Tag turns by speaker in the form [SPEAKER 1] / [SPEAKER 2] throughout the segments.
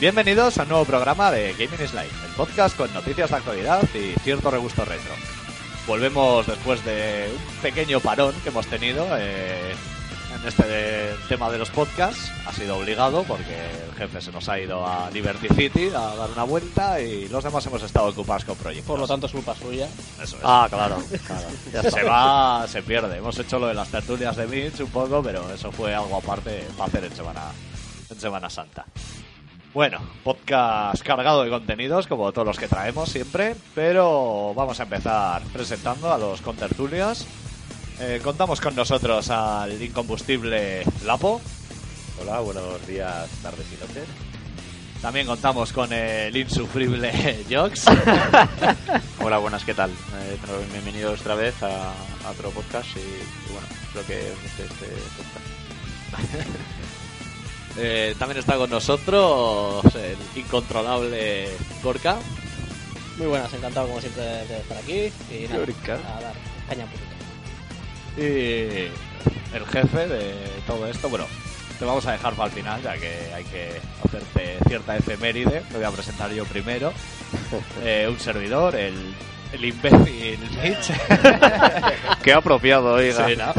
[SPEAKER 1] Bienvenidos a un nuevo programa de Gaming is Life, el podcast con noticias de actualidad y cierto regusto retro. Volvemos después de un pequeño parón que hemos tenido eh, en este de- tema de los podcasts. Ha sido obligado porque el jefe se nos ha ido a Liberty City a dar una vuelta y los demás hemos estado ocupados con proyectos.
[SPEAKER 2] Por lo tanto, es culpa suya.
[SPEAKER 1] Eso es. Ah, claro, claro. se va, se pierde. Hemos hecho lo de las tertulias de Mitch un poco, pero eso fue algo aparte para hacer en Semana, en semana Santa. Bueno, podcast cargado de contenidos, como todos los que traemos siempre, pero vamos a empezar presentando a los contertulias. Eh, contamos con nosotros al incombustible Lapo.
[SPEAKER 3] Hola, buenos días, tardes y noches.
[SPEAKER 1] También contamos con el insufrible Jox.
[SPEAKER 3] Hola, buenas, ¿qué tal? Eh, pero bienvenidos otra vez a, a otro podcast y, y bueno, espero que os guste este podcast.
[SPEAKER 1] Eh, también está con nosotros el incontrolable Gorka.
[SPEAKER 2] Muy buenas, encantado como siempre de de estar aquí. Y nada,
[SPEAKER 3] Teórica.
[SPEAKER 2] a dar caña pública.
[SPEAKER 1] Y el jefe de todo esto, bueno, te vamos a dejar para el final, ya que hay que hacerte cierta efeméride. Te voy a presentar yo primero. Eh, un servidor, el, el imbécil Mitch.
[SPEAKER 3] Qué apropiado, oiga.
[SPEAKER 1] Sí, ¿no?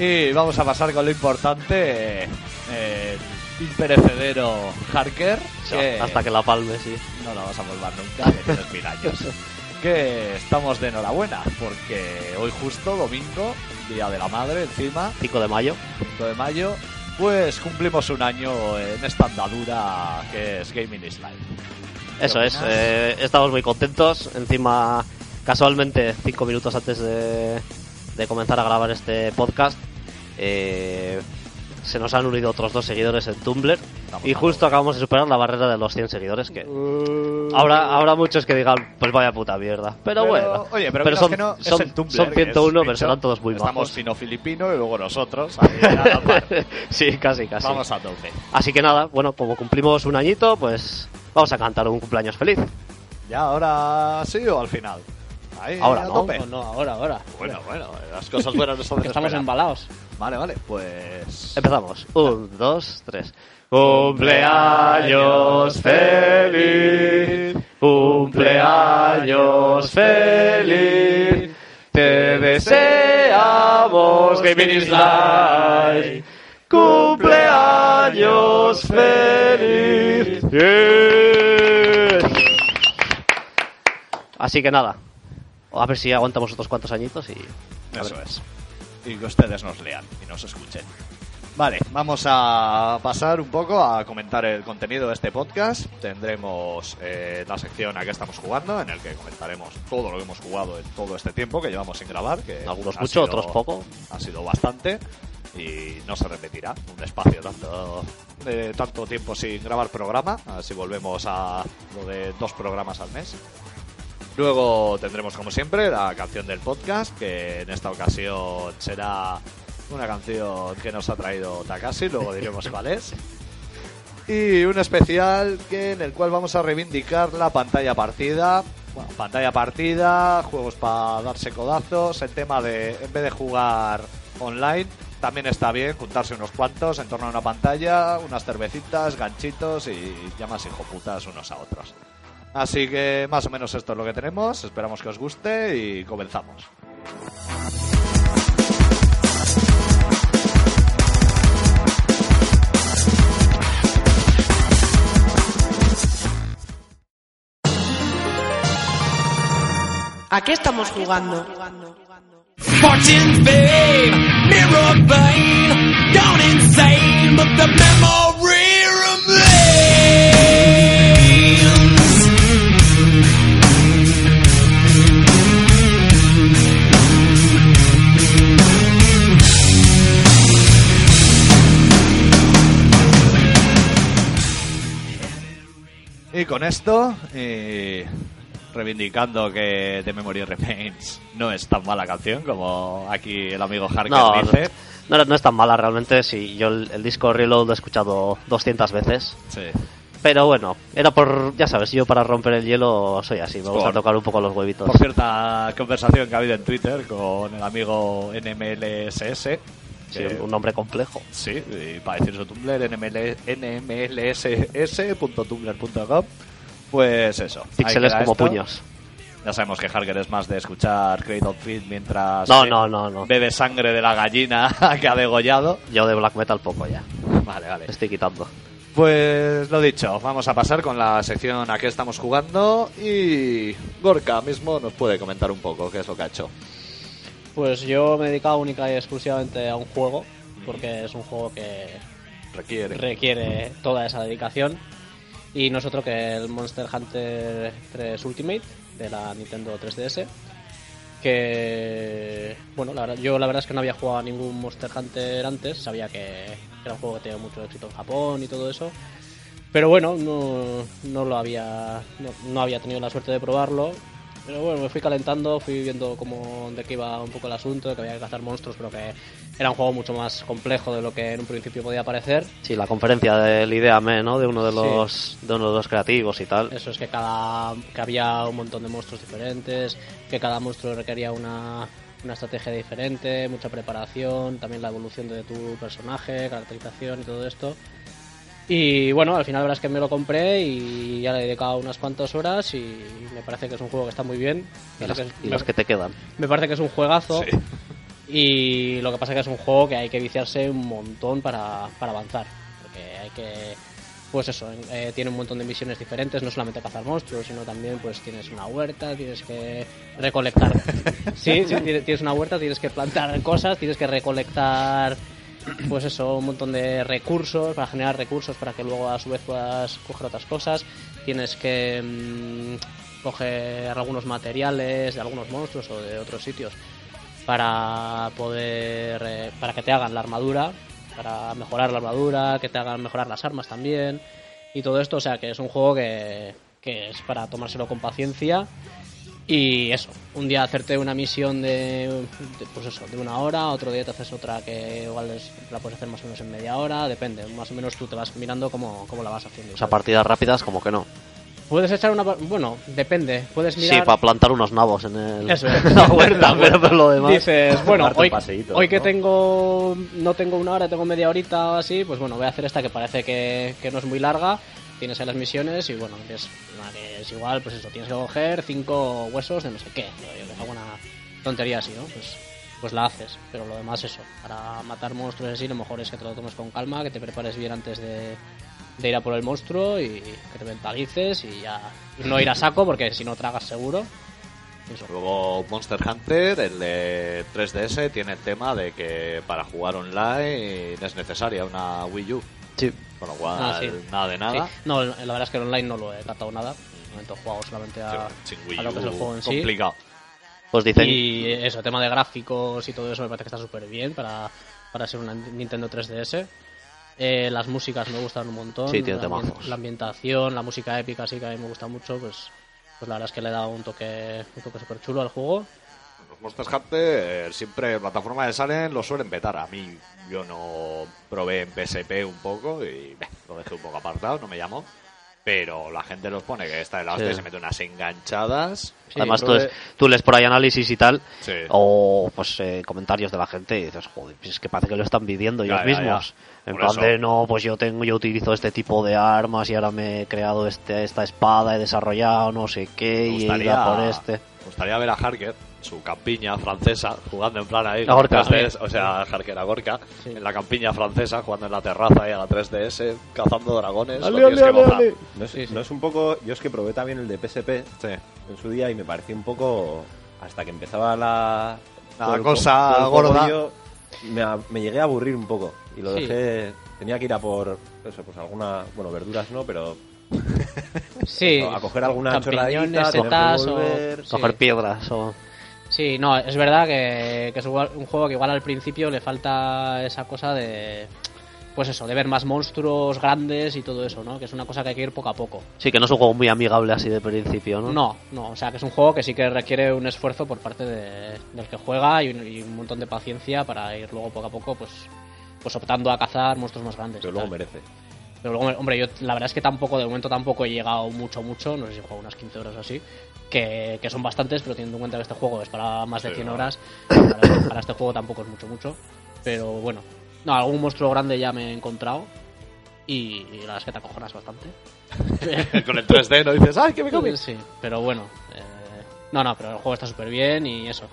[SPEAKER 1] Y vamos a pasar con lo importante: eh, el imperecedero Harker. que-
[SPEAKER 4] Hasta que la palme, sí.
[SPEAKER 1] no la vas a volver
[SPEAKER 4] Ah.
[SPEAKER 1] nunca, que tienes mil años. Que estamos de enhorabuena, porque hoy justo, domingo, Día de la Madre, encima,
[SPEAKER 4] 5 de mayo.
[SPEAKER 1] 5 de mayo, pues cumplimos un año en esta andadura que es Gaming is Life.
[SPEAKER 4] Eso es.
[SPEAKER 1] opinas?
[SPEAKER 4] eh, estamos muy contentos. Encima, casualmente, 5 minutos antes de, de comenzar a grabar este podcast, eh, se nos han unido otros dos seguidores en Tumblr.
[SPEAKER 1] Estamos
[SPEAKER 4] Y
[SPEAKER 1] a
[SPEAKER 4] justo
[SPEAKER 1] tope.
[SPEAKER 4] acabamos de superar la barrera de los 100 seguidores. que
[SPEAKER 2] Mm.
[SPEAKER 4] Ahora habrá muchos que digan, pues vaya puta mierda. Pero, bueno.
[SPEAKER 1] oye, pero,
[SPEAKER 4] son,
[SPEAKER 1] que no, es
[SPEAKER 4] son,
[SPEAKER 1] el Tumblr,
[SPEAKER 4] son
[SPEAKER 1] que
[SPEAKER 4] 101,
[SPEAKER 1] es,
[SPEAKER 4] pero
[SPEAKER 1] bicho,
[SPEAKER 4] serán todos muy
[SPEAKER 1] Estamos
[SPEAKER 4] bajos.
[SPEAKER 1] fino-filipino y luego nosotros. ahí, a la par.
[SPEAKER 4] sí, casi, casi.
[SPEAKER 1] Vamos a tope.
[SPEAKER 4] Así que nada, bueno, como cumplimos un añito, pues vamos a cantar un cumpleaños feliz.
[SPEAKER 1] ¿Ya ahora sí o al final? Ahí,
[SPEAKER 4] Ahora,
[SPEAKER 1] a
[SPEAKER 4] ¿no?
[SPEAKER 1] tope.
[SPEAKER 2] No, no, ahora, ahora.
[SPEAKER 1] Bueno, bueno, las cosas buenas no son de
[SPEAKER 2] Que estamos
[SPEAKER 1] esperar.
[SPEAKER 2] embalados.
[SPEAKER 1] Vale, vale, pues.
[SPEAKER 4] Empezamos. Un, dos, tres. Cumpleaños feliz. Cumpleaños feliz. Te deseamos que viniste live. Cumpleaños feliz. Así que nada. A ver si aguantamos otros cuantos añitos y. a
[SPEAKER 1] Eso
[SPEAKER 4] ver.
[SPEAKER 1] es. Y que ustedes nos lean y nos escuchen. Vale, vamos a pasar un poco a comentar el contenido de este podcast. Tendremos eh, la sección a que estamos jugando, en el que comentaremos todo lo que hemos jugado en todo este tiempo que llevamos sin grabar. Que
[SPEAKER 4] Algunos
[SPEAKER 1] ha sido-
[SPEAKER 4] mucho, otros poco.
[SPEAKER 1] Ha sido bastante y no se repetirá un espacio tanto de tanto tiempo sin grabar programa. Así volvemos a lo de dos programas al mes. Luego tendremos, como siempre, la canción del podcast, que en esta ocasión será una canción que nos ha traído Takashi, luego diremos cuál es. Y un especial que en el cual vamos a reivindicar la pantalla partida. Bueno, pantalla partida, juegos para darse codazos, el tema de, en vez de jugar online, también está bien juntarse unos cuantos en torno a una pantalla, unas cervecitas, ganchitos y llamas hijoputas unos a otros. Así que más o menos esto es lo que tenemos. Esperamos que os guste y comenzamos.
[SPEAKER 5] ¿A qué estamos jugando?
[SPEAKER 6] Fortune babe, mirror vein, gone insane, but the memory remains.
[SPEAKER 1] Y con esto, eh, reivindicando que The Memory Remains no es tan mala canción como aquí el amigo Harker
[SPEAKER 4] No, no,
[SPEAKER 1] dice.
[SPEAKER 4] no- no es tan mala realmente. Si yo el, el disco Reload lo he escuchado 200 veces.
[SPEAKER 1] Sí.
[SPEAKER 4] Pero bueno, era por, ya sabes, yo para romper el hielo soy así. Me gusta
[SPEAKER 1] Por-
[SPEAKER 4] tocar un poco los huevitos.
[SPEAKER 1] Por cierta conversación que ha habido en Twitter con el amigo NMLSS,
[SPEAKER 4] Sí,
[SPEAKER 1] Eh,
[SPEAKER 4] un nombre complejo.
[SPEAKER 1] Sí, y para decir su Tumblr, NML nmlss.tumblr.com. Pues eso. ahí
[SPEAKER 4] Píxeles
[SPEAKER 1] queda
[SPEAKER 4] como
[SPEAKER 1] esto.
[SPEAKER 4] puños.
[SPEAKER 1] Ya sabemos que Harker es más de escuchar Cradle of Filth mientras
[SPEAKER 4] No,
[SPEAKER 1] eh,
[SPEAKER 4] no, no, no.
[SPEAKER 1] bebe sangre de la gallina que ha degollado.
[SPEAKER 4] Yo de black metal poco ya.
[SPEAKER 1] Vale, vale.
[SPEAKER 4] Le estoy quitando.
[SPEAKER 1] Pues lo dicho, vamos a pasar con la sección a que estamos jugando y Gorka mismo nos puede comentar un poco qué es lo que ha hecho.
[SPEAKER 2] Pues yo me he dedicado única y exclusivamente a un juego, porque es un juego que
[SPEAKER 1] Requiere.
[SPEAKER 2] requiere toda esa dedicación. Y nosotros que el Monster Hunter 3 Ultimate de la Nintendo 3DS. Que bueno, la verdad, yo la verdad es que no había jugado a ningún Monster Hunter antes, sabía que era un juego que tenía mucho éxito en Japón y todo eso. Pero bueno, no, no lo había no, no había tenido la suerte de probarlo. Pero bueno, me fui calentando, fui viendo cómo, de qué iba un poco el asunto, que había que cazar monstruos, pero que era un juego mucho más complejo de lo que en un principio podía parecer.
[SPEAKER 4] Sí, la conferencia del IDEAME, ¿no? De uno de los, de uno de los creativos y tal.
[SPEAKER 2] Eso es que cada que había un montón de monstruos diferentes, que cada monstruo requería una, una estrategia diferente, mucha preparación, también la evolución de tu personaje, caracterización y todo esto. Y bueno, al final la verdad es que me lo compré y ya le he dedicado unas cuantas horas y me parece que es un juego que está muy bien.
[SPEAKER 4] Y
[SPEAKER 2] Me
[SPEAKER 4] las,
[SPEAKER 2] parece que es-
[SPEAKER 4] y las que te quedan.
[SPEAKER 2] me parece que es un juegazo.
[SPEAKER 1] Sí.
[SPEAKER 2] Y lo que pasa es que es un juego que hay que viciarse un montón para, para avanzar. Porque hay que. Pues eso, en- eh, tiene un montón de misiones diferentes, no solamente cazar monstruos, sino también pues tienes una huerta, tienes que recolectar. sí, sí, tiene- tienes una huerta, tienes que plantar cosas, tienes que recolectar pues eso, un montón de recursos, para generar recursos para que luego a su vez puedas coger otras cosas. Tienes que mm, coger algunos materiales de algunos monstruos o de otros sitios para poder eh, para que te hagan la armadura, para mejorar la armadura, que te hagan mejorar las armas también y todo esto, o sea, que es un juego que que es para tomárselo con paciencia y eso, un día hacerte una misión de, de- pues eso, de una hora, otro día te haces otra que igual es- la puedes hacer más o menos en media hora, depende, más o menos tú te vas mirando cómo, cómo la vas haciendo.
[SPEAKER 4] O sea, partidas rápidas como que no.
[SPEAKER 2] Puedes echar una... pa- Bueno, depende, puedes mirar...
[SPEAKER 4] Sí, para plantar unos nabos en el,
[SPEAKER 2] Eso es.
[SPEAKER 4] en la huerta, pero por lo demás...
[SPEAKER 2] Dices, bueno,
[SPEAKER 3] Darte un
[SPEAKER 2] hoy,
[SPEAKER 3] paseíto,
[SPEAKER 2] hoy que
[SPEAKER 3] ¿no?
[SPEAKER 2] tengo no tengo una hora, tengo media horita o así, pues bueno, voy a hacer esta que parece que, que no es muy larga. Tienes ahí las misiones y bueno, es, vale, es igual, pues eso, tienes que coger cinco huesos de no sé qué, yo- yo- alguna tontería así, ¿no? Pues, pues la haces, pero lo demás eso, para matar monstruos y así, lo mejor es que te lo tomes con calma, que te prepares bien antes de, de ir a por el monstruo y que te mentalices y ya no ir a saco porque si no tragas seguro. Eso.
[SPEAKER 1] Luego Monster Hunter, el de 3DS, tiene el tema de que para jugar online es necesaria una Wii U.
[SPEAKER 4] Sí.
[SPEAKER 1] Con lo cual,
[SPEAKER 2] Ah, sí.
[SPEAKER 1] nada de nada.
[SPEAKER 2] Sí. No, la verdad es que el online no lo he tratado nada. De momento he jugado solamente a,
[SPEAKER 1] Sin Wii
[SPEAKER 2] a lo que es el
[SPEAKER 1] U,
[SPEAKER 2] juego en sí.
[SPEAKER 1] complicado.
[SPEAKER 4] Pues dicen...
[SPEAKER 2] Y eso, tema de gráficos y todo eso me parece que está súper bien para, para ser una Nintendo 3DS. Eh, las músicas me gustan un montón.
[SPEAKER 4] Sí, tiene
[SPEAKER 2] la, ambien-
[SPEAKER 4] temazos.
[SPEAKER 2] la ambientación, la música épica sí que a mí me gusta mucho. Pues, pues la verdad es que le he dado un toque, un toque súper chulo al juego.
[SPEAKER 1] Los Monster Hunter eh, siempre en plataforma de salen lo suelen vetar. A mí yo no probé en PSP un poco y beh, lo dejé un poco apartado, no me llamó. Pero la gente los pone que está de la hostia
[SPEAKER 4] Sí.
[SPEAKER 1] y se mete unas enganchadas.
[SPEAKER 4] Además, tú,
[SPEAKER 1] Creo
[SPEAKER 4] es- tú lees por ahí análisis y tal,
[SPEAKER 1] Sí.
[SPEAKER 4] o pues eh, comentarios de la gente, y dices, joder, pues es que parece que lo están viviendo
[SPEAKER 1] Ya,
[SPEAKER 4] ellos
[SPEAKER 1] ya, ya.
[SPEAKER 4] mismos. En
[SPEAKER 1] Por
[SPEAKER 4] plan
[SPEAKER 1] eso.
[SPEAKER 4] de, no, pues yo tengo, yo utilizo este tipo de armas y ahora me he creado este, esta espada, he desarrollado no sé
[SPEAKER 1] Me
[SPEAKER 4] qué y he ido a por este.
[SPEAKER 1] me gustaría ver a Harker, su campiña francesa, jugando en plan ahí.
[SPEAKER 4] A Gorka.
[SPEAKER 1] en la 3DS, o sea, Harker a Gorka,
[SPEAKER 2] Sí.
[SPEAKER 1] en la campiña francesa, jugando en la terraza ahí a la 3DS, cazando dragones.
[SPEAKER 7] Ale,
[SPEAKER 1] lo tienes
[SPEAKER 7] ale,
[SPEAKER 1] que
[SPEAKER 7] ale,
[SPEAKER 1] gozar.
[SPEAKER 7] ale. No es,
[SPEAKER 2] Sí, sí.
[SPEAKER 7] no es un poco. Yo es que probé también el de PSP
[SPEAKER 1] Sí.
[SPEAKER 7] en su día y me pareció un poco. Hasta que empezaba la.
[SPEAKER 1] La
[SPEAKER 7] todo el
[SPEAKER 1] cosa
[SPEAKER 7] todo el
[SPEAKER 1] gorda.
[SPEAKER 7] pollo, me, a- me llegué a aburrir un poco y lo
[SPEAKER 2] Sí.
[SPEAKER 7] dejé. Tenía que ir a por. Eso, pues alguna. Bueno, verduras no, pero.
[SPEAKER 2] Sí,
[SPEAKER 7] Pues a coger alguna
[SPEAKER 2] champiñones,
[SPEAKER 7] chorradita, tener que
[SPEAKER 2] Eh, setas o-
[SPEAKER 7] volver.
[SPEAKER 2] sí.
[SPEAKER 4] Coger piedras o...
[SPEAKER 2] Sí, no, es verdad que, que es igual- un juego que igual al principio le falta esa cosa de. Pues eso, de ver más monstruos grandes y todo eso, ¿no? Que es una cosa que hay que ir poco a poco.
[SPEAKER 4] Sí, que no es un juego muy amigable así de principio,
[SPEAKER 7] Ah.
[SPEAKER 4] ¿no?
[SPEAKER 2] No, no, o sea que es un juego que sí que requiere un esfuerzo por parte de- del que juega y un, y un montón de paciencia para ir luego poco a poco, pues, pues optando a cazar monstruos más grandes.
[SPEAKER 7] Pero
[SPEAKER 2] y
[SPEAKER 7] luego
[SPEAKER 2] tal.
[SPEAKER 7] merece.
[SPEAKER 2] Pero luego, hombre, yo la verdad es que tampoco, de momento tampoco he llegado mucho, mucho, no sé si he jugado unas 15 horas o así, que, que son bastantes, pero teniendo en cuenta que este juego es para más de 100 horas, para, para este juego tampoco es mucho, mucho. Pero bueno, no, algún monstruo grande ya me he encontrado. Y, y la verdad es que te acojonas bastante.
[SPEAKER 1] Con el 3D no dices, ¡ay, que me comes!
[SPEAKER 2] Sí, pero bueno. eh, no, no, pero el juego está súper bien y eso.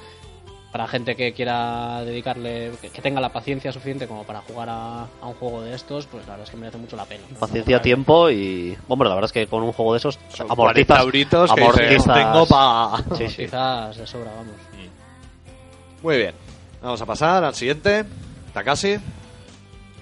[SPEAKER 2] Para gente que quiera dedicarle, que, que tenga la paciencia suficiente como para jugar a, a un juego de estos, pues la verdad es que merece mucho la pena. ¿no?
[SPEAKER 4] Paciencia, tiempo y. Hombre, la verdad es que con un juego de esos.
[SPEAKER 1] Son 40
[SPEAKER 4] amortizas.
[SPEAKER 1] euritos que dices,
[SPEAKER 4] amortizas-
[SPEAKER 1] tengo pa...
[SPEAKER 4] Sí, sí.
[SPEAKER 2] Quizás de sobra, vamos.
[SPEAKER 1] Muy bien. Vamos a pasar al siguiente. Takashi.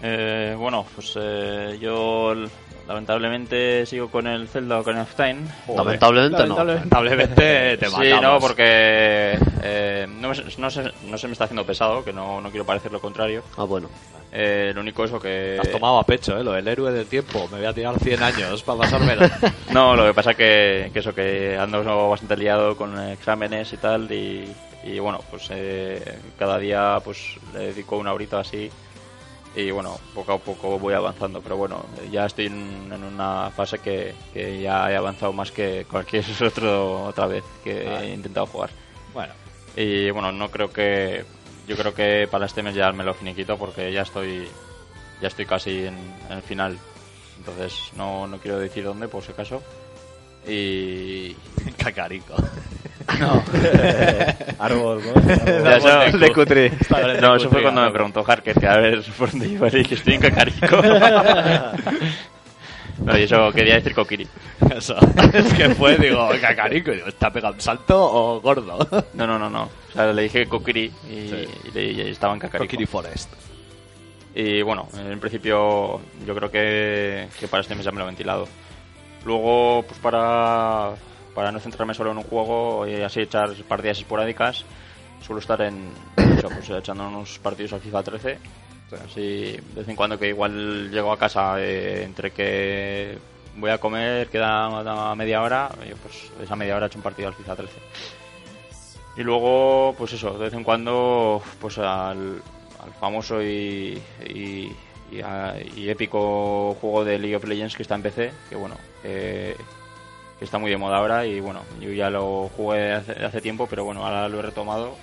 [SPEAKER 3] Eh, bueno, pues eh, yo l- lamentablemente sigo con el Zelda Ocarina of Time.
[SPEAKER 4] Lamentablemente no.
[SPEAKER 1] Lamentablemente te
[SPEAKER 3] Sí,
[SPEAKER 1] matamos.
[SPEAKER 3] no, porque eh, no, me- no se, no se me está haciendo pesado, que no, no quiero parecer lo contrario.
[SPEAKER 4] Ah, bueno.
[SPEAKER 3] Eh, lo único eso que...
[SPEAKER 1] Has tomado a pecho, ¿eh? Lo del héroe del tiempo. Me voy a tirar 100 años para pasármelo.
[SPEAKER 3] No, lo que pasa que, que eso, que ando bastante liado con exámenes y tal, y, y bueno, pues eh, cada día pues le dedico una horita así, y bueno, poco a poco voy avanzando, pero bueno, eh, ya estoy en, en una fase que, que ya he avanzado más que cualquier otro otra vez que he intentado jugar.
[SPEAKER 1] bueno,
[SPEAKER 3] Y bueno, no creo que. Yo creo que para este mes ya me lo finiquito porque ya estoy. Ya estoy casi en, en el final. Entonces no, no quiero decir dónde por si acaso. Y.
[SPEAKER 1] cacarico.
[SPEAKER 7] Árbol, ¿no?
[SPEAKER 3] Ya sabes,
[SPEAKER 1] el de
[SPEAKER 3] tú-
[SPEAKER 1] cutre. Está bien, el de
[SPEAKER 3] No, eso
[SPEAKER 1] cutre,
[SPEAKER 3] fue cuando
[SPEAKER 1] ya.
[SPEAKER 3] me preguntó Harker que a ver por dónde iba y que estoy en Cacarico. no, y eso quería decir Kokiri.
[SPEAKER 1] Eso. Es que fue, digo, cacarico. Y digo, ¿está pegado un salto o gordo?
[SPEAKER 3] No, no, no, no. O sea, le dije Kokiri y,
[SPEAKER 1] Sí.
[SPEAKER 3] y le, y estaba en Cacarico.
[SPEAKER 1] Kokiri Forest.
[SPEAKER 3] Y bueno, en principio yo creo que, que para este mes ya me lo he ventilado. Luego, pues para, para no centrarme solo en un juego y así echar partidas esporádicas, suelo estar en eso, pues, echando unos partidos al FIFA 13. Así, de vez en cuando que igual llego a casa eh, entre que voy a comer, queda una media hora, yo pues esa media hora he hecho un partido al FIFA 13. Y luego, pues eso, de vez en cuando, pues al, al famoso y, y, y a- y épico juego de League of Legends que está en PC, que bueno, eh, que está muy de moda ahora y bueno, yo ya lo jugué hace, hace tiempo, pero bueno, ahora lo he retomado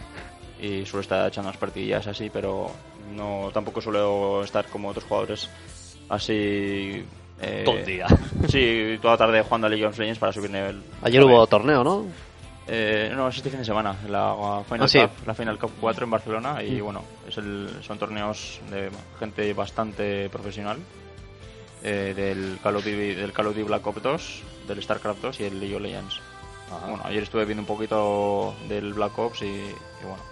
[SPEAKER 3] y suelo estar echando unas partidillas así, pero no tampoco suelo estar como otros jugadores así... Eh,
[SPEAKER 1] Todo el día.
[SPEAKER 3] Sí, toda la tarde jugando a League of Legends para subir nivel.
[SPEAKER 4] Ayer hubo torneo, ¿no?
[SPEAKER 3] Eh, no, es este fin de semana, la Final,
[SPEAKER 4] Ah, sí.
[SPEAKER 3] Cup, la Final Cup 4 en Barcelona y bueno, es el, son torneos de gente bastante profesional eh, del, Call of Duty, del Call of Duty Black Ops 2, del StarCraft 2 y el League of Legends. Bueno, ayer estuve viendo un poquito del Black Ops y, y bueno,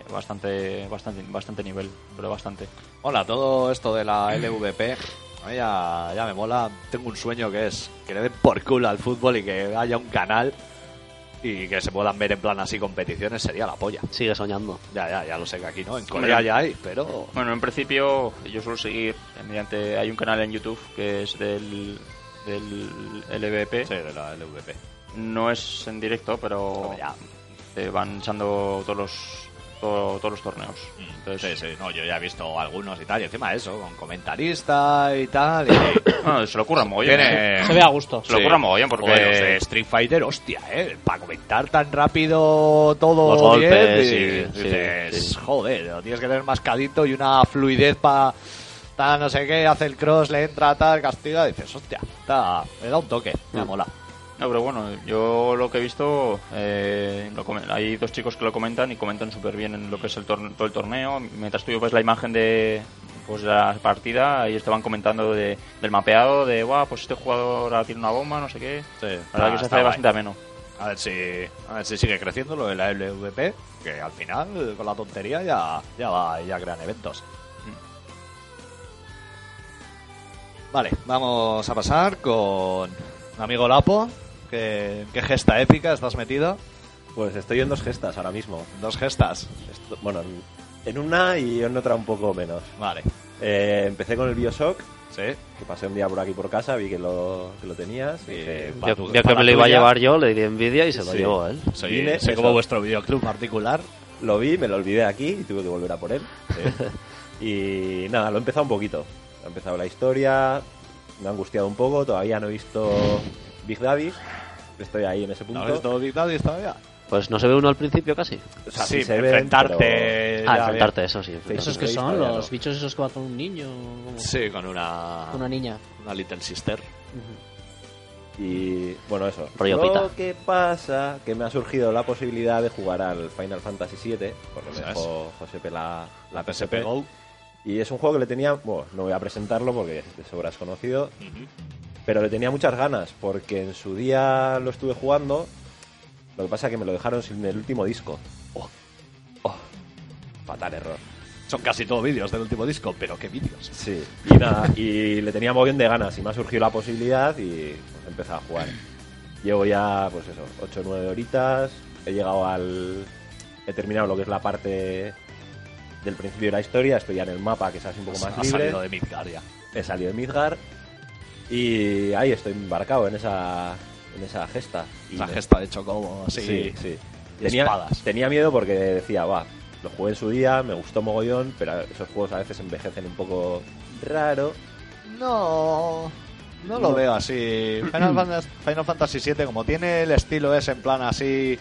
[SPEAKER 3] eh, bastante, bastante, bastante nivel, pero bastante.
[SPEAKER 1] Hola, todo esto de la LVP. A mí ya, ya me mola. Tengo un sueño que es que le den por culo al fútbol y que haya un canal y que se puedan ver en plan así competiciones. Sería la polla.
[SPEAKER 4] Sigue soñando.
[SPEAKER 1] Ya, ya, ya lo sé que aquí no. En Corea ya hay, pero.
[SPEAKER 3] Bueno, en principio yo suelo seguir eh, mediante, hay un canal en YouTube que es del, del LVP.
[SPEAKER 1] Sí, de la LVP.
[SPEAKER 3] No es en directo, pero
[SPEAKER 1] Hombre, ya.
[SPEAKER 3] te van echando todos los, todo- todos los torneos.
[SPEAKER 1] Sí,
[SPEAKER 3] Entonces,
[SPEAKER 1] sí, no, yo ya he visto algunos y tal. Y encima eso, con comentarista y tal. y-
[SPEAKER 3] no, se lo ocurra mogollón.
[SPEAKER 1] Tiene-
[SPEAKER 3] ¿eh?
[SPEAKER 2] Se ve a gusto.
[SPEAKER 3] Se lo ocurra mogollón porque...
[SPEAKER 1] Joder, los de Street Fighter, hostia, eh, para comentar tan rápido todo
[SPEAKER 4] Los golpes,
[SPEAKER 1] bien,
[SPEAKER 4] sí,
[SPEAKER 1] y
[SPEAKER 4] sí,
[SPEAKER 1] dices,
[SPEAKER 4] sí.
[SPEAKER 1] joder, lo tienes que tener mascadito y una fluidez para tal no sé qué, hace el cross, le entra tal, castiga, dices, hostia, está, me da un toque, me
[SPEAKER 3] Mm.
[SPEAKER 1] mola.
[SPEAKER 3] No, pero bueno, yo lo que he visto, eh, lo comen- hay dos chicos que lo comentan y comentan súper bien en lo que es el tor- todo el torneo. Mientras tú ves la imagen de pues de la partida, ellos te van comentando de, del mapeado, de, guau, pues este jugador ahora tiene una bomba, no sé qué.
[SPEAKER 1] Sí,
[SPEAKER 3] La verdad que se
[SPEAKER 1] Ah, está
[SPEAKER 3] hace
[SPEAKER 1] guay.
[SPEAKER 3] bastante ameno.
[SPEAKER 1] A ver si a ver si sigue creciendo lo de la LVP, que al final eh, con la tontería ya ya va ya crean eventos. Vale, vamos a pasar con un amigo Lapo. que qué gesta épica estás metido?
[SPEAKER 7] Pues estoy en dos gestas ahora mismo.
[SPEAKER 1] Dos gestas.
[SPEAKER 7] Esto- bueno, en- en una y en otra un poco menos.
[SPEAKER 1] Vale.
[SPEAKER 7] Eh, empecé con el Bioshock,
[SPEAKER 1] Sí.
[SPEAKER 7] que pasé un día por aquí por casa, vi que lo, que lo tenías. y dije,
[SPEAKER 1] Sí.
[SPEAKER 7] "Va".
[SPEAKER 1] Pa'
[SPEAKER 4] Ya
[SPEAKER 1] tu- pa'
[SPEAKER 4] ya que
[SPEAKER 1] la
[SPEAKER 4] me lo iba a
[SPEAKER 1] tuya.
[SPEAKER 4] llevar yo, le di envidia y se lo
[SPEAKER 7] Sí.
[SPEAKER 4] llevó él.
[SPEAKER 1] Soy,
[SPEAKER 7] Vine,
[SPEAKER 1] soy
[SPEAKER 7] eso.
[SPEAKER 1] como vuestro videoclub particular.
[SPEAKER 7] Lo vi, me lo olvidé aquí y tuve que volver a por él. eh. y nada, lo he empezado un poquito. Ha empezado la historia, me ha angustiado un poco, todavía no he visto Big Daddy. Estoy ahí en ese punto.
[SPEAKER 1] ¿No ves todo Big Daddy todavía?
[SPEAKER 4] Pues no se ve uno al principio casi.
[SPEAKER 7] O sea,
[SPEAKER 1] sí,
[SPEAKER 7] sí se ven,
[SPEAKER 1] enfrentarte.
[SPEAKER 4] ah,
[SPEAKER 1] ya
[SPEAKER 4] enfrentarte, eso sí.
[SPEAKER 7] Eh, Sí.
[SPEAKER 4] enfrentarte.
[SPEAKER 2] Esos que
[SPEAKER 7] Sí,
[SPEAKER 2] son
[SPEAKER 7] todavía
[SPEAKER 2] los
[SPEAKER 7] no.
[SPEAKER 2] bichos esos que va con un niño.
[SPEAKER 1] bien.
[SPEAKER 2] ¿cómo?
[SPEAKER 1] Sí, con una,
[SPEAKER 2] Una niña.
[SPEAKER 1] una Little Sister.
[SPEAKER 2] Ujú.
[SPEAKER 7] Y bueno, eso.
[SPEAKER 4] Rollo
[SPEAKER 7] Lo
[SPEAKER 4] pita.
[SPEAKER 7] que pasa que me ha surgido la posibilidad de jugar al Final Fantasy VII, porque me
[SPEAKER 1] Eso
[SPEAKER 7] dejó Josepe la, la PSP.
[SPEAKER 1] Go.
[SPEAKER 7] Y es un juego que le tenía, bueno, no voy a presentarlo porque de sobra es conocido, pero le tenía muchas ganas, porque en su día lo estuve jugando, lo que pasa que me lo dejaron sin el último disco. Oh, oh, fatal error.
[SPEAKER 1] Son casi todos vídeos del último disco, pero qué vídeos.
[SPEAKER 7] Sí, y nada, y le tenía muy bien de ganas y me ha surgido la posibilidad y pues, he empezado a jugar. Llevo ya, pues eso, 8 o 9 horitas, he llegado al... he terminado lo que es la parte del principio de la historia, estoy ya en el mapa que es así un poco más
[SPEAKER 1] Pues ha
[SPEAKER 7] libre,
[SPEAKER 1] salido de Midgar ya.
[SPEAKER 7] he salido de Midgar y ahí estoy embarcado en esa, en esa gesta. Y
[SPEAKER 1] La
[SPEAKER 7] me-
[SPEAKER 1] gesta de Chocobo, así.
[SPEAKER 7] Sí, sí.
[SPEAKER 1] Y
[SPEAKER 7] Tenía,
[SPEAKER 1] espadas.
[SPEAKER 7] tenía miedo porque decía, va, lo jugué en su día, me gustó mogollón, pero esos juegos a veces envejecen un poco raro.
[SPEAKER 1] No, no lo veo así. Final, Fantas- Final Fantasy VII, como tiene el estilo ese en plan así,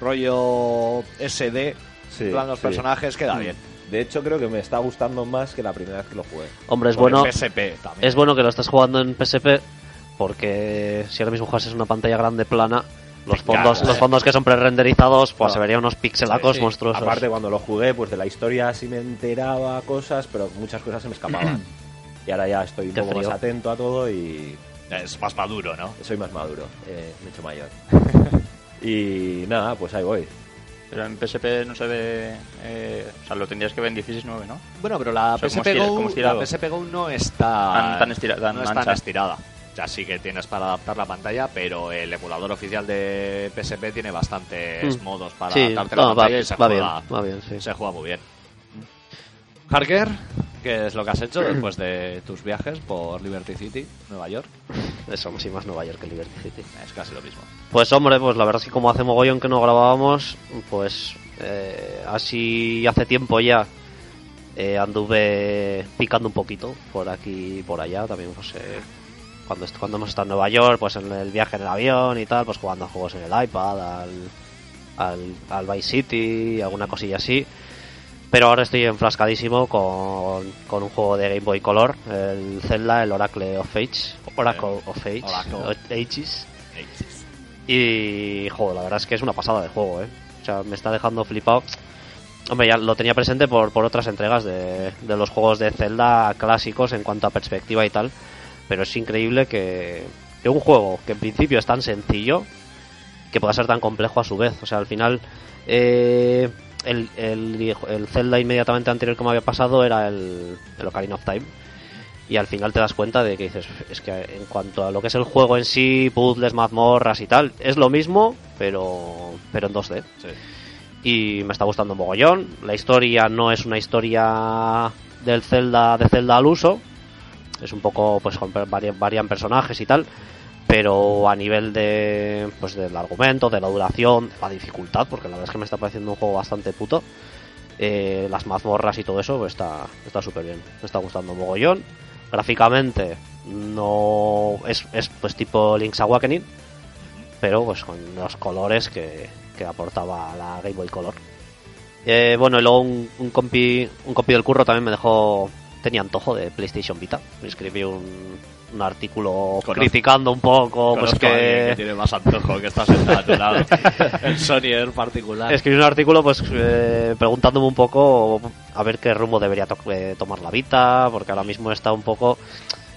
[SPEAKER 1] rollo SD,
[SPEAKER 7] Sí,
[SPEAKER 1] en plan los
[SPEAKER 7] sí. Mm.
[SPEAKER 1] personajes, queda bien.
[SPEAKER 7] De hecho, creo que me está gustando más que la primera vez que lo jugué.
[SPEAKER 4] Hombre, es
[SPEAKER 1] Con
[SPEAKER 4] bueno,
[SPEAKER 1] el PSP también.
[SPEAKER 4] es bueno que lo estés jugando en PSP porque si ahora mismo jugases en una pantalla grande plana, los
[SPEAKER 1] Te
[SPEAKER 4] fondos,
[SPEAKER 1] cagas.
[SPEAKER 4] los fondos que son pre-renderizados, pues
[SPEAKER 7] No.
[SPEAKER 4] se verían unos pixelacos
[SPEAKER 2] Sí, sí.
[SPEAKER 4] monstruosos.
[SPEAKER 7] Aparte, cuando lo jugué, pues de la historia sí me enteraba cosas, pero muchas cosas se me escapaban. y ahora ya estoy un
[SPEAKER 4] Qué
[SPEAKER 7] poco
[SPEAKER 4] frío.
[SPEAKER 7] más atento a todo y
[SPEAKER 1] Es más maduro, ¿no?
[SPEAKER 7] soy más maduro, eh, me he hecho mayor. y nada, pues ahí voy.
[SPEAKER 3] Pero en PSP no se ve. eh, o sea, lo tendrías que ver en 16-9, ¿no?
[SPEAKER 1] Bueno, pero la,
[SPEAKER 3] O sea, ¿cómo
[SPEAKER 1] PSP,
[SPEAKER 3] estira-
[SPEAKER 1] Go,
[SPEAKER 3] cómo estirado?
[SPEAKER 1] la PSP Go no está
[SPEAKER 3] Tan- tan estira- tan
[SPEAKER 1] no es tan
[SPEAKER 3] ancha.
[SPEAKER 1] estirada. Ya sí que tienes para adaptar la pantalla, pero el emulador oficial de PSP tiene bastantes
[SPEAKER 4] Mm.
[SPEAKER 1] modos para
[SPEAKER 4] sí,
[SPEAKER 1] adaptarte la
[SPEAKER 4] no, va,
[SPEAKER 1] pantalla y se
[SPEAKER 4] va bien,
[SPEAKER 1] juega,
[SPEAKER 4] va bien, sí.
[SPEAKER 1] se juega muy bien. Harker, ¿qué es lo que has hecho después de tus viajes por Liberty City, Nueva York?
[SPEAKER 4] Eso, sí, más Nueva York que Liberty City.
[SPEAKER 1] Es casi lo mismo.
[SPEAKER 4] Pues hombre, pues la verdad es que como hace mogollón que no grabábamos, pues eh, así hace tiempo ya eh, anduve picando un poquito por aquí y por allá. También pues eh, cuando, est- cuando hemos estado en Nueva York, pues en el viaje en el avión y tal, pues jugando a juegos en el iPad, al, al, al Vice City, alguna cosilla así. Pero ahora estoy enfrascadísimo con, con un juego de Game Boy Color, el Zelda, el Oracle of Ages, Oracle of Ages,
[SPEAKER 1] Oracle.
[SPEAKER 4] Ages. Y, joder, la verdad es que es una pasada de juego, ¿eh? O sea, me está dejando flipado. Hombre, ya lo tenía presente por, por otras entregas de, de los juegos de Zelda clásicos en cuanto a perspectiva y tal. Pero es increíble que, que un juego que en principio es tan sencillo, que pueda ser tan complejo a su vez. O sea, al final, eh, el, el, el Zelda inmediatamente anterior que me había pasado era el, el Ocarina of Time. Y al final te das cuenta de que dices, es que en cuanto a lo que es el juego en sí, puzzles, mazmorras y tal, es lo mismo, pero, pero en 2D
[SPEAKER 1] Sí.
[SPEAKER 4] y me está gustando un mogollón. La historia no es una historia del Zelda de Zelda al uso, es un poco pues con per- vari- varían personajes y tal, pero a nivel de pues del argumento, de la duración, de la dificultad, porque la verdad es que me está pareciendo un juego bastante puto. eh, las mazmorras y todo eso pues, está está súper bien me está gustando un mogollón gráficamente no es, es pues tipo Link's Awakening pero pues con los colores que, que aportaba la Game Boy Color. Eh, bueno, y luego un, un compi un compi del curro también me dejó tenía antojo de PlayStation Vita. Me escribí un, un artículo criticando un poco, pues
[SPEAKER 1] Conozco a alguien
[SPEAKER 4] que,
[SPEAKER 1] que tiene más antojo que está sentado a tu lado. el Sony en particular.
[SPEAKER 4] escribí un artículo pues eh, preguntándome un poco a ver qué rumbo debería to- eh, tomar la Vita, porque ahora mismo está un poco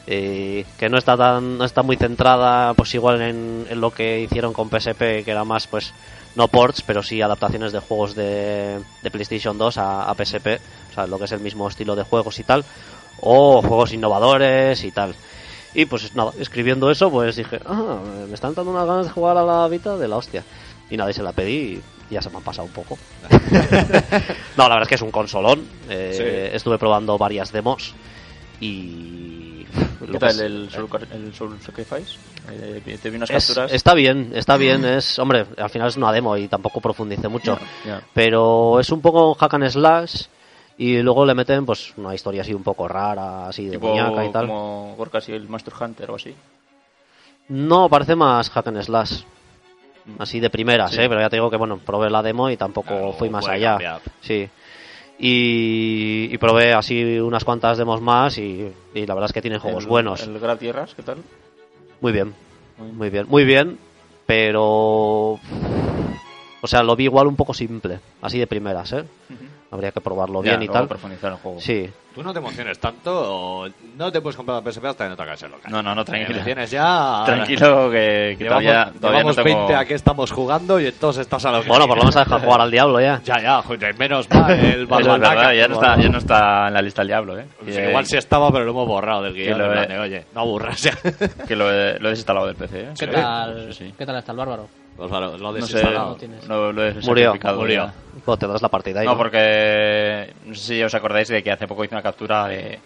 [SPEAKER 4] eh, que no está tan no está muy centrada pues igual en, en lo que hicieron con PSP que era más pues no ports pero sí adaptaciones de juegos de, de PlayStation 2 a, a PSP o sea lo que es el mismo estilo de juegos y tal o juegos innovadores y tal y pues nada escribiendo eso pues dije ah, me están dando unas ganas de jugar a la Vita de la hostia y nada y se la pedí y ya se me han pasado un poco no, la verdad es que es un consolón. Eh, Estuve probando varias demos y.
[SPEAKER 3] ¿Qué tal el Soul,
[SPEAKER 4] eh,
[SPEAKER 3] Car- el Soul Sacrifice? Eh, te vi unas
[SPEAKER 4] Es-
[SPEAKER 3] capturas. Mm.
[SPEAKER 4] está bien, está bien. Es, hombre, al final es una demo y tampoco profundice mucho.
[SPEAKER 3] Ya.
[SPEAKER 4] Pero es un poco un hack and slash y luego le meten pues una historia así un poco rara, así de
[SPEAKER 3] Tipo
[SPEAKER 4] muñeca y tal.
[SPEAKER 3] como Gorka y el Master Hunter o así.
[SPEAKER 4] No, parece más hack and slash.
[SPEAKER 3] Mm.
[SPEAKER 4] Así de primeras, ¿eh? Pero ya te digo que, bueno, probé la demo y tampoco
[SPEAKER 1] Claro,
[SPEAKER 4] fui más
[SPEAKER 1] puede
[SPEAKER 4] allá.
[SPEAKER 1] cambiar.
[SPEAKER 4] Sí. Y, y probé así unas cuantas demos más y, y la verdad es que tienen juegos
[SPEAKER 3] El-
[SPEAKER 4] buenos.
[SPEAKER 3] El Gran Tierras, ¿qué tal?
[SPEAKER 4] Muy bien. Muy bien. Muy bien, pero... O sea, lo vi igual un poco simple, así de primeras, ¿eh? Habría que probarlo
[SPEAKER 3] Ya,
[SPEAKER 4] bien y
[SPEAKER 3] luego
[SPEAKER 4] tal.
[SPEAKER 3] profundizar el juego.
[SPEAKER 4] Sí,
[SPEAKER 1] Tú no te emociones tanto, o no te puedes comprar la PSP hasta que no te hagas el local.
[SPEAKER 3] No, no, no, tranquilo.
[SPEAKER 1] Te Tienes ya...
[SPEAKER 3] Tranquilo Ah, que, que
[SPEAKER 1] Llevamos,
[SPEAKER 3] todavía, todavía no
[SPEAKER 1] llevamos
[SPEAKER 3] tengo...
[SPEAKER 1] 20 a que estamos jugando y entonces estás a los...
[SPEAKER 4] Bueno, por lo menos a dejar jugar al diablo ya.
[SPEAKER 1] Ya, ya, joder, menos mal el
[SPEAKER 3] Eso es verdad,
[SPEAKER 1] Balbanaca.
[SPEAKER 3] ya no, está, ya no está en la lista el diablo, ¿eh?
[SPEAKER 1] Pues
[SPEAKER 3] Que-
[SPEAKER 1] Igual sí estaba, pero lo hemos borrado del guión.
[SPEAKER 3] lo
[SPEAKER 1] en
[SPEAKER 3] ve-
[SPEAKER 1] plan de, Oye, no aburras ya.
[SPEAKER 3] Que lo he, lo he desinstalado del PC, ¿eh?
[SPEAKER 2] ¿Qué,
[SPEAKER 3] Sí,
[SPEAKER 2] tal,
[SPEAKER 3] sí, sí.
[SPEAKER 2] ¿Qué tal está el bárbaro?
[SPEAKER 1] Pues claro, lo he
[SPEAKER 3] No sé,
[SPEAKER 1] desinstalado.
[SPEAKER 2] lo tienes.
[SPEAKER 3] no lo he
[SPEAKER 4] Murió.
[SPEAKER 3] sacrificado
[SPEAKER 1] Murió.
[SPEAKER 3] ya.
[SPEAKER 4] Bueno, tendrás la partida ahí.
[SPEAKER 3] No,
[SPEAKER 4] ¿no?
[SPEAKER 3] porque no sé si os acordáis de que hace poco hice una captura de...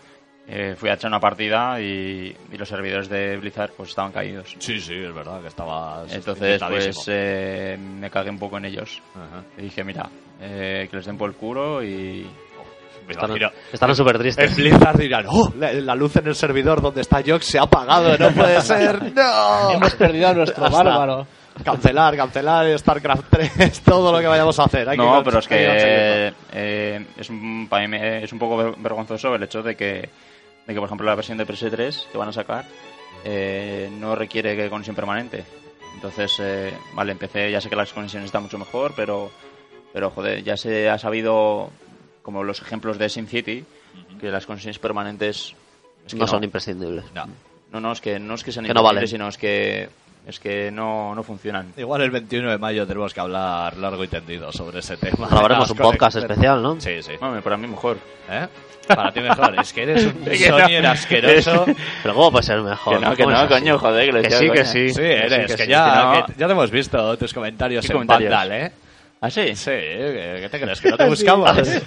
[SPEAKER 3] eh, fui a echar una partida y, y los servidores de Blizzard pues estaban caídos.
[SPEAKER 1] Sí, sí, es verdad que estaba...
[SPEAKER 3] Entonces
[SPEAKER 1] irritadísimo.
[SPEAKER 3] pues eh, me cagué un poco en ellos.
[SPEAKER 1] Ajá.
[SPEAKER 3] Y dije, mira, eh, que les den por el culo y...
[SPEAKER 1] Me
[SPEAKER 4] Están-
[SPEAKER 1] imagino.
[SPEAKER 4] Estarán súper
[SPEAKER 1] En
[SPEAKER 4] tristes.
[SPEAKER 1] este Blizzard dirán, ¡oh! La, la luz en el servidor donde está Jock se ha apagado, no puede ser, ¡no!
[SPEAKER 2] Hemos perdido a nuestro
[SPEAKER 1] Hasta-
[SPEAKER 2] Pues bárbaro.
[SPEAKER 1] Cancelar, cancelar StarCraft 3, todo lo que vayamos a hacer. Hay
[SPEAKER 3] no,
[SPEAKER 1] que
[SPEAKER 3] pero es
[SPEAKER 1] hay
[SPEAKER 3] que
[SPEAKER 1] conseguirlo.
[SPEAKER 3] eh, es, un, para mí me- es un poco ver- vergonzoso el hecho de que, de que, por ejemplo, la versión de PS3 que van a sacar eh, no requiere que conexión permanente. Entonces, eh, vale, empecé, ya sé que las conexiones están mucho mejor, pero, pero joder, ya se ha sabido, como los ejemplos de SimCity, que las conexiones permanentes es que
[SPEAKER 4] no, son imprescindibles.
[SPEAKER 3] No, no, es que no es que sean
[SPEAKER 4] Que no valen.
[SPEAKER 3] imposibles, sino es que, es que no, no funcionan.
[SPEAKER 1] Igual el 21 de mayo tenemos que hablar largo y tendido sobre ese tema.
[SPEAKER 4] Grabaremos un
[SPEAKER 1] Las
[SPEAKER 4] podcast
[SPEAKER 1] conexiones.
[SPEAKER 4] especial, ¿no?
[SPEAKER 1] Sí, sí.
[SPEAKER 3] Hombre, para mí mejor.
[SPEAKER 1] ¿Eh? Para ti mejor. Es que eres un
[SPEAKER 3] Es que no.
[SPEAKER 1] soñero asqueroso.
[SPEAKER 4] Pero ¿cómo puede ser mejor?
[SPEAKER 3] Que no, que
[SPEAKER 4] ¿Cómo es
[SPEAKER 3] no,
[SPEAKER 4] así?
[SPEAKER 3] coño, joder, que lo
[SPEAKER 4] Que
[SPEAKER 3] decía
[SPEAKER 4] sí,
[SPEAKER 3] de
[SPEAKER 4] que
[SPEAKER 3] coña.
[SPEAKER 4] sí.
[SPEAKER 1] Sí, eres.
[SPEAKER 3] sí,
[SPEAKER 1] Que
[SPEAKER 3] sí,
[SPEAKER 1] ya,
[SPEAKER 3] que no.
[SPEAKER 1] que ya te hemos visto tus comentarios
[SPEAKER 3] ¿Qué
[SPEAKER 1] en
[SPEAKER 3] comentarios?
[SPEAKER 1] Vandal, ¿eh?
[SPEAKER 3] ¿Ah, sí?
[SPEAKER 1] Sí, ¿qué qué te crees? ¿Que no te buscamos?
[SPEAKER 7] Se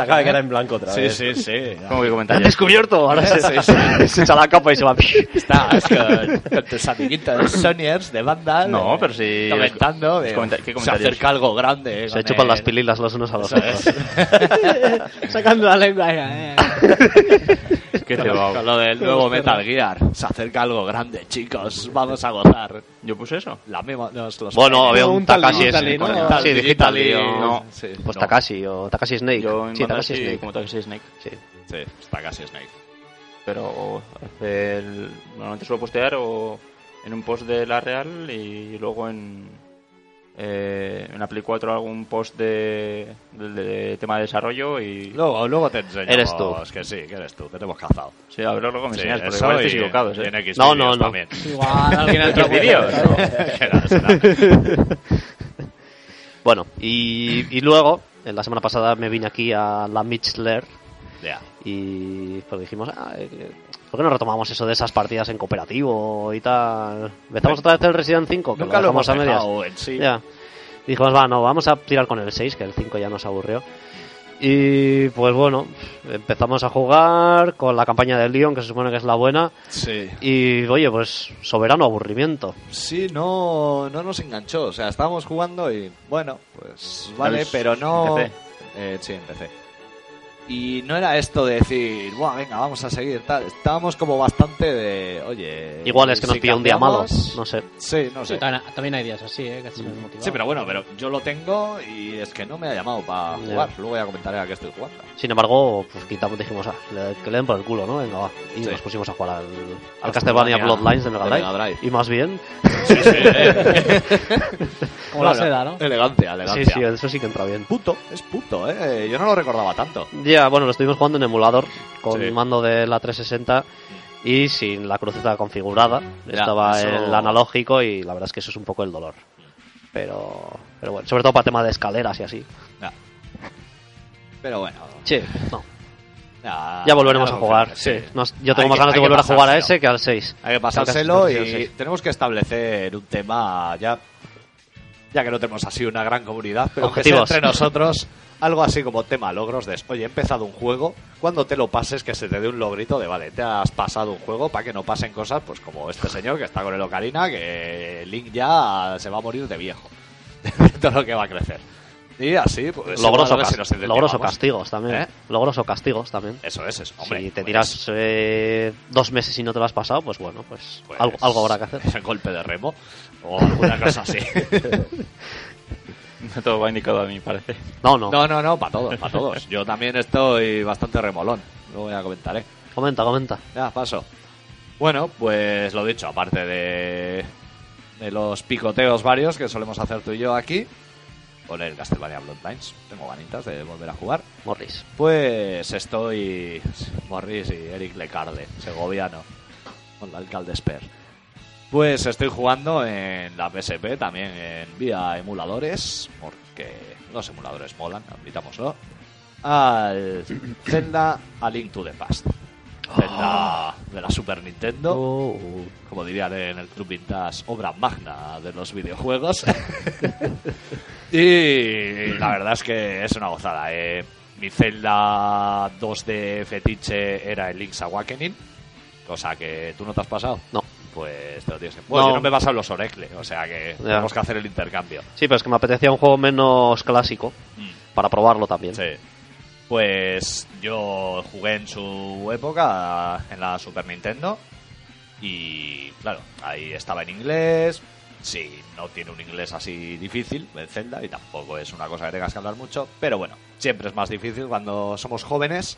[SPEAKER 7] acaba de quedar en blanco otra
[SPEAKER 1] sí,
[SPEAKER 7] vez.
[SPEAKER 1] sí, sí.
[SPEAKER 3] ¿Cómo
[SPEAKER 4] ¡Te
[SPEAKER 3] que
[SPEAKER 4] han
[SPEAKER 3] comentarios?
[SPEAKER 4] descubierto! Ahora se,
[SPEAKER 1] Sí,
[SPEAKER 4] se echa la capa y se va.
[SPEAKER 1] Estabas con, con tus amiguitos Sonyers de Vandal.
[SPEAKER 3] No,
[SPEAKER 1] eh,
[SPEAKER 3] pero sí-
[SPEAKER 1] Comentando.
[SPEAKER 3] los
[SPEAKER 1] eh,
[SPEAKER 3] comenta- ¿qué
[SPEAKER 1] se
[SPEAKER 3] comentarios?
[SPEAKER 1] acerca algo grande. eh,
[SPEAKER 4] Se
[SPEAKER 1] con
[SPEAKER 4] chupan
[SPEAKER 1] el-
[SPEAKER 4] las pililas los unos a los
[SPEAKER 1] Eso es.
[SPEAKER 4] otros.
[SPEAKER 2] Sacando la lengua. ya, eh.
[SPEAKER 3] ¿Qué
[SPEAKER 1] Con
[SPEAKER 3] cebao.
[SPEAKER 1] lo del nuevo Metal Gear. Se acerca algo grande, chicos. Vamos a gozar.
[SPEAKER 3] Yo puse eso.
[SPEAKER 1] La memo- nos los
[SPEAKER 4] Bueno, había un,
[SPEAKER 2] un tal
[SPEAKER 4] Takashi.
[SPEAKER 2] digital,
[SPEAKER 4] ese,
[SPEAKER 2] ¿no?
[SPEAKER 4] coño.
[SPEAKER 2] Tal
[SPEAKER 4] Sí, digital.
[SPEAKER 1] digital y-
[SPEAKER 4] o-
[SPEAKER 1] no, sí,
[SPEAKER 4] pues
[SPEAKER 1] no.
[SPEAKER 4] Takashi o Takashi Snake.
[SPEAKER 3] Yo en
[SPEAKER 4] sí,
[SPEAKER 3] Bandai
[SPEAKER 4] Takashi
[SPEAKER 3] sí,
[SPEAKER 4] Snake.
[SPEAKER 3] como Takashi Snake.
[SPEAKER 4] Sí.
[SPEAKER 1] Sí, está casi Snake.
[SPEAKER 3] Pero hace el... normalmente suelo postear o en un post de la Real y luego en, eh, en la Play 4 algún post de, del- de tema de desarrollo y...
[SPEAKER 1] Luego, luego te enseño.
[SPEAKER 4] Eres tú.
[SPEAKER 1] Que sí, que eres tú, que te hemos cazado.
[SPEAKER 3] Sí, a ver, luego me
[SPEAKER 1] Sí,
[SPEAKER 3] enseñas, porque
[SPEAKER 1] eso
[SPEAKER 3] igual
[SPEAKER 1] y-
[SPEAKER 3] estáis equivocados,
[SPEAKER 1] y
[SPEAKER 3] ¿eh?
[SPEAKER 1] en Xvideos
[SPEAKER 4] No, no, no.
[SPEAKER 1] también.
[SPEAKER 2] Igual alguien ha entrado.
[SPEAKER 1] ¿eh?
[SPEAKER 3] Xvideos, ¿no?
[SPEAKER 1] Será, será.
[SPEAKER 4] pues Bueno, y, y luego, en la semana pasada me vine aquí a la Mitchler
[SPEAKER 1] Ya.
[SPEAKER 4] y pues dijimos, ah, eh, ¿por qué no retomamos eso de esas partidas en cooperativo y tal? Empezamos otra vez el Resident 5, que
[SPEAKER 1] Nunca lo hemos
[SPEAKER 4] dejamos a medias.
[SPEAKER 1] dejado eh. en sí.
[SPEAKER 4] Ya. Dijimos, va, no, vamos a tirar con el 6, que el 5 ya nos aburrió. Y pues bueno, empezamos a jugar con la campaña del Leon, que se supone que es la buena.
[SPEAKER 1] Sí.
[SPEAKER 4] Y oye, pues soberano aburrimiento.
[SPEAKER 1] Sí, no, no nos enganchó. O sea, estábamos jugando y bueno, pues vale,
[SPEAKER 3] es-
[SPEAKER 1] pero no.
[SPEAKER 3] en PC.
[SPEAKER 1] Eh, sí, empecé. Y no era esto de decir, Buah, venga, vamos a seguir. Tal. Estábamos como bastante de, oye.
[SPEAKER 4] Igual es que
[SPEAKER 1] Eh,
[SPEAKER 4] nos
[SPEAKER 1] si
[SPEAKER 4] pilla un día malo,
[SPEAKER 1] cambiamos-
[SPEAKER 4] no sé.
[SPEAKER 1] Sí, no sé.
[SPEAKER 2] Sí, también, también hay días así, ¿eh? Que así nos motivamos.
[SPEAKER 1] Sí, pero bueno, pero yo lo tengo y es que no me ha llamado para
[SPEAKER 4] Ya.
[SPEAKER 1] jugar. Luego ya comentaré a qué estoy jugando.
[SPEAKER 4] Sin embargo, pues quitamos, dijimos, ah, le- que le den por el culo, ¿no? Venga, va. Y
[SPEAKER 1] Sí.
[SPEAKER 4] nos pusimos a jugar al, al Castlevania Bloodlines de Mega
[SPEAKER 1] de
[SPEAKER 4] Drive.
[SPEAKER 1] Mega Drive.
[SPEAKER 4] Y más bien,
[SPEAKER 2] Como la
[SPEAKER 1] Bueno,
[SPEAKER 2] seda, ¿no?
[SPEAKER 1] Elegancia,
[SPEAKER 4] sí,
[SPEAKER 1] elegancia.
[SPEAKER 4] sí, eso sí que entra bien.
[SPEAKER 1] Puto, es puto, eh. Yo no lo recordaba tanto.
[SPEAKER 4] Ya, bueno, lo estuvimos jugando en emulador con
[SPEAKER 1] Sí.
[SPEAKER 4] mando de la 360 y sin la cruceta configurada.
[SPEAKER 1] Ya,
[SPEAKER 4] Estaba
[SPEAKER 1] eso-
[SPEAKER 4] el analógico y la verdad es que eso es un poco el dolor. Pero, pero bueno, sobre todo para tema de escaleras y así.
[SPEAKER 1] Ya. Pero bueno,
[SPEAKER 4] Sí, no.
[SPEAKER 1] ya,
[SPEAKER 4] Ya volveremos a
[SPEAKER 1] lo
[SPEAKER 4] jugar.
[SPEAKER 1] sé, Ah, sí.
[SPEAKER 4] Nos- yo tengo
[SPEAKER 1] Hay
[SPEAKER 4] más
[SPEAKER 1] que-
[SPEAKER 4] ganas de
[SPEAKER 1] hay que
[SPEAKER 4] volver a jugar a
[SPEAKER 1] pasárselo.
[SPEAKER 4] ese que al 6.
[SPEAKER 1] Hay que pasárselo
[SPEAKER 4] Al
[SPEAKER 1] y
[SPEAKER 4] 6.
[SPEAKER 1] tenemos que establecer un tema ya. Ya que no tenemos así una gran comunidad, pero aunque sea
[SPEAKER 4] Objetivos.
[SPEAKER 1] entre nosotros, algo así como tema logros de oye, he empezado un juego, cuando te lo pases que se te dé un logrito de vale, te has pasado un juego para que no pasen cosas, pues como este señor que está con el Ocarina, que Link ya se va a morir de viejo, de todo lo que va a crecer. Y así, pues.
[SPEAKER 4] Logros
[SPEAKER 1] igual
[SPEAKER 4] o
[SPEAKER 1] a ver si
[SPEAKER 4] cas-
[SPEAKER 1] nos incentivamos.
[SPEAKER 4] logros o castigos también.
[SPEAKER 1] ¿Eh?
[SPEAKER 4] Logros o castigos también.
[SPEAKER 1] Eso es, eso. Hombre,
[SPEAKER 4] si te
[SPEAKER 1] pues,
[SPEAKER 4] tiras eh, dos meses y no te lo has pasado, pues bueno, pues,
[SPEAKER 1] pues,
[SPEAKER 4] algo, algo habrá que hacer.
[SPEAKER 1] Golpe de remo o alguna cosa así.
[SPEAKER 3] Todo va indicado a mí, parece.
[SPEAKER 4] No, no.
[SPEAKER 1] No, no, no, para todos, para todos. Yo también estoy bastante remolón. Luego ya comentaré.
[SPEAKER 4] Comenta, comenta.
[SPEAKER 1] Ya, paso. Bueno, pues lo dicho, aparte de, de los picoteos varios que solemos hacer tú y yo aquí, con el Castlevania Bloodlines, tengo ganitas de volver a jugar,
[SPEAKER 4] Morris.
[SPEAKER 1] pues estoy Morris y Eric Lecarde, segoviano, con el alcalde Sper. Pues estoy jugando en la PSP, también en vía emuladores, porque los emuladores molan, admitámoslo, al Zelda A Link to the Past. Zelda de la Super Nintendo
[SPEAKER 4] Oh.
[SPEAKER 1] como dirían en el Club Vintage, obra magna de los videojuegos. y la verdad es que es una gozada. eh. Mi celda 2 de fetiche era el Link's Awakening, cosa que tú no te has pasado.
[SPEAKER 4] No.
[SPEAKER 1] Pues te lo tienes que... Bueno,
[SPEAKER 4] No.
[SPEAKER 1] yo no me he pasado en los Oracle, o sea que
[SPEAKER 4] Ya.
[SPEAKER 1] tenemos que hacer el intercambio.
[SPEAKER 4] Sí, pero es que me apetecía un juego menos clásico para probarlo también.
[SPEAKER 1] Sí. Pues yo jugué en su época en la Super Nintendo y claro, ahí estaba en inglés. Sí, no tiene un inglés así difícil en Zelda y tampoco es una cosa que tengas que hablar mucho, pero bueno, siempre es más difícil cuando somos jóvenes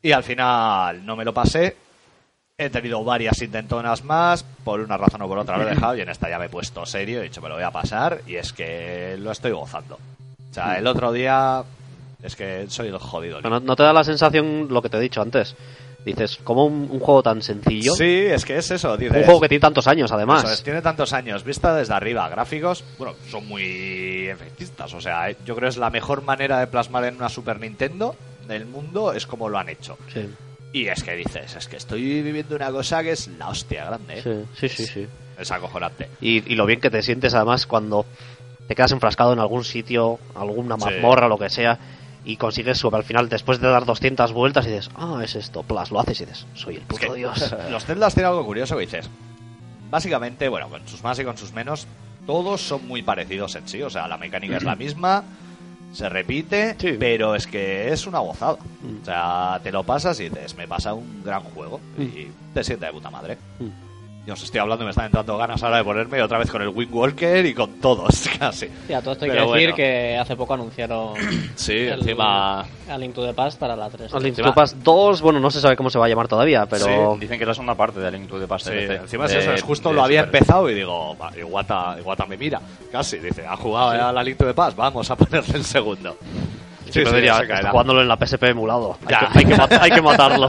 [SPEAKER 1] y al final no me lo pasé. He tenido varias intentonas más, por una razón o por otra lo he dejado y en esta ya me he puesto serio, he dicho me lo voy a pasar y es que lo estoy gozando. O sea, el otro día es que soy el jodido.
[SPEAKER 4] Pero ¿No, no te da la sensación lo que te he dicho antes? Dices, como un, un juego tan sencillo?
[SPEAKER 1] Sí, es que es eso. dices,
[SPEAKER 4] Un juego que tiene tantos años, además.
[SPEAKER 1] Eso es, tiene tantos años, vista desde arriba, gráficos, bueno, son muy efectistas. O sea, eh, yo creo que es la mejor manera de plasmar en una Super Nintendo del mundo, es como lo han hecho.
[SPEAKER 4] Sí,
[SPEAKER 1] Y es que dices, es que estoy viviendo una cosa que es la hostia grande. ¿eh?
[SPEAKER 4] sí, sí, sí. sí.
[SPEAKER 1] Es acojonante.
[SPEAKER 4] Y, y lo bien que te sientes, además, cuando te quedas enfrascado en algún sitio, alguna
[SPEAKER 1] Sí.
[SPEAKER 4] mazmorra, lo que sea, y consigues sobre al final, después de dar 200 vueltas, y dices, ah, es esto, plas, lo haces y dices, soy el
[SPEAKER 1] Es que
[SPEAKER 4] puto dios.
[SPEAKER 1] Los Zeldas tienen algo curioso que dices. Básicamente, bueno, con sus más y con sus menos, todos son muy parecidos en sí. O sea, la mecánica es la misma, se repite,
[SPEAKER 4] Sí.
[SPEAKER 1] pero es que es una gozada. O sea, te lo pasas y dices, me pasa un gran juego y te sienta de puta madre. Yo os estoy hablando y me están entrando ganas ahora de ponerme otra vez con el Wind Walker y con todos, casi.
[SPEAKER 2] Y a todo esto hay que
[SPEAKER 1] Pero
[SPEAKER 2] decir
[SPEAKER 1] bueno.
[SPEAKER 2] que hace poco anunciaron
[SPEAKER 1] Sí,
[SPEAKER 2] el-
[SPEAKER 1] encima.
[SPEAKER 2] A Link to the Past para la 3.
[SPEAKER 4] Al Link to the Past 2, bueno, no se sabe cómo se va a llamar todavía, pero
[SPEAKER 3] Dicen que es la segunda parte de Link to the Past.
[SPEAKER 1] Sí,
[SPEAKER 3] DLC.
[SPEAKER 1] encima es
[SPEAKER 3] De-
[SPEAKER 1] eso, es justo
[SPEAKER 3] de
[SPEAKER 1] lo había
[SPEAKER 3] Super.
[SPEAKER 1] empezado y digo, "Va, Iwata, Iwata me mira, casi, dice, ha jugado a la Link de Paz, vamos a ponerle el segundo.
[SPEAKER 4] yo diría,
[SPEAKER 1] se
[SPEAKER 4] está
[SPEAKER 1] caerá.
[SPEAKER 4] jugándolo en la PSP emulado. Hay
[SPEAKER 1] Ya.
[SPEAKER 4] que, hay que mat- hay que matarlo.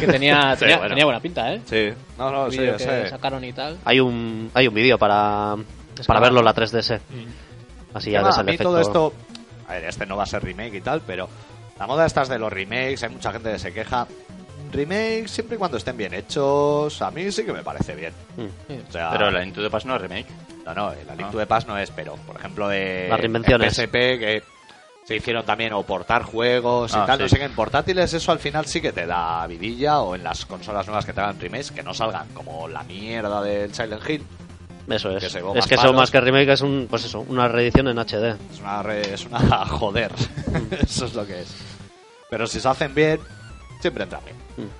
[SPEAKER 2] Que tenía,
[SPEAKER 1] Sí,
[SPEAKER 2] tenía,
[SPEAKER 1] bueno.
[SPEAKER 2] tenía buena pinta, ¿eh?
[SPEAKER 1] Sí, no, no,
[SPEAKER 2] El
[SPEAKER 1] sí,
[SPEAKER 2] vídeo
[SPEAKER 1] sí.
[SPEAKER 2] que sacaron y tal.
[SPEAKER 4] hay un hay un vídeo para, para verlo en la 3DS. Así ya
[SPEAKER 1] Tema,
[SPEAKER 4] ves
[SPEAKER 1] Mm. a
[SPEAKER 4] el
[SPEAKER 1] mí
[SPEAKER 4] efecto.
[SPEAKER 1] todo esto, a ver, este no va a ser remake y tal, pero la moda estas de los remakes, hay mucha gente que se queja. Remakes, siempre y cuando estén bien hechos, a mí sí que me parece bien.
[SPEAKER 4] Mm.
[SPEAKER 1] O sea,
[SPEAKER 3] Pero la Link to the Past no es remake.
[SPEAKER 1] No, no, el Link
[SPEAKER 3] Ah.
[SPEAKER 1] to the Past no es, pero por ejemplo de
[SPEAKER 4] Las reinvenciones.
[SPEAKER 1] en PSP que se hicieron también o portar juegos
[SPEAKER 3] Ah,
[SPEAKER 1] y tal, no
[SPEAKER 3] sí.
[SPEAKER 1] sé qué, en portátiles eso al final sí que te da vidilla o en las consolas nuevas que te hagan remakes que no salgan como la mierda del Silent Hill.
[SPEAKER 4] Eso
[SPEAKER 1] que
[SPEAKER 4] es.
[SPEAKER 1] se go
[SPEAKER 4] es
[SPEAKER 1] más
[SPEAKER 4] que eso
[SPEAKER 1] palos.
[SPEAKER 4] más que remake es un pues eso, una reedición en HD.
[SPEAKER 1] Es una, re- es una joder, eso es lo que es. Pero si se hacen bien, siempre entran bien. Mm.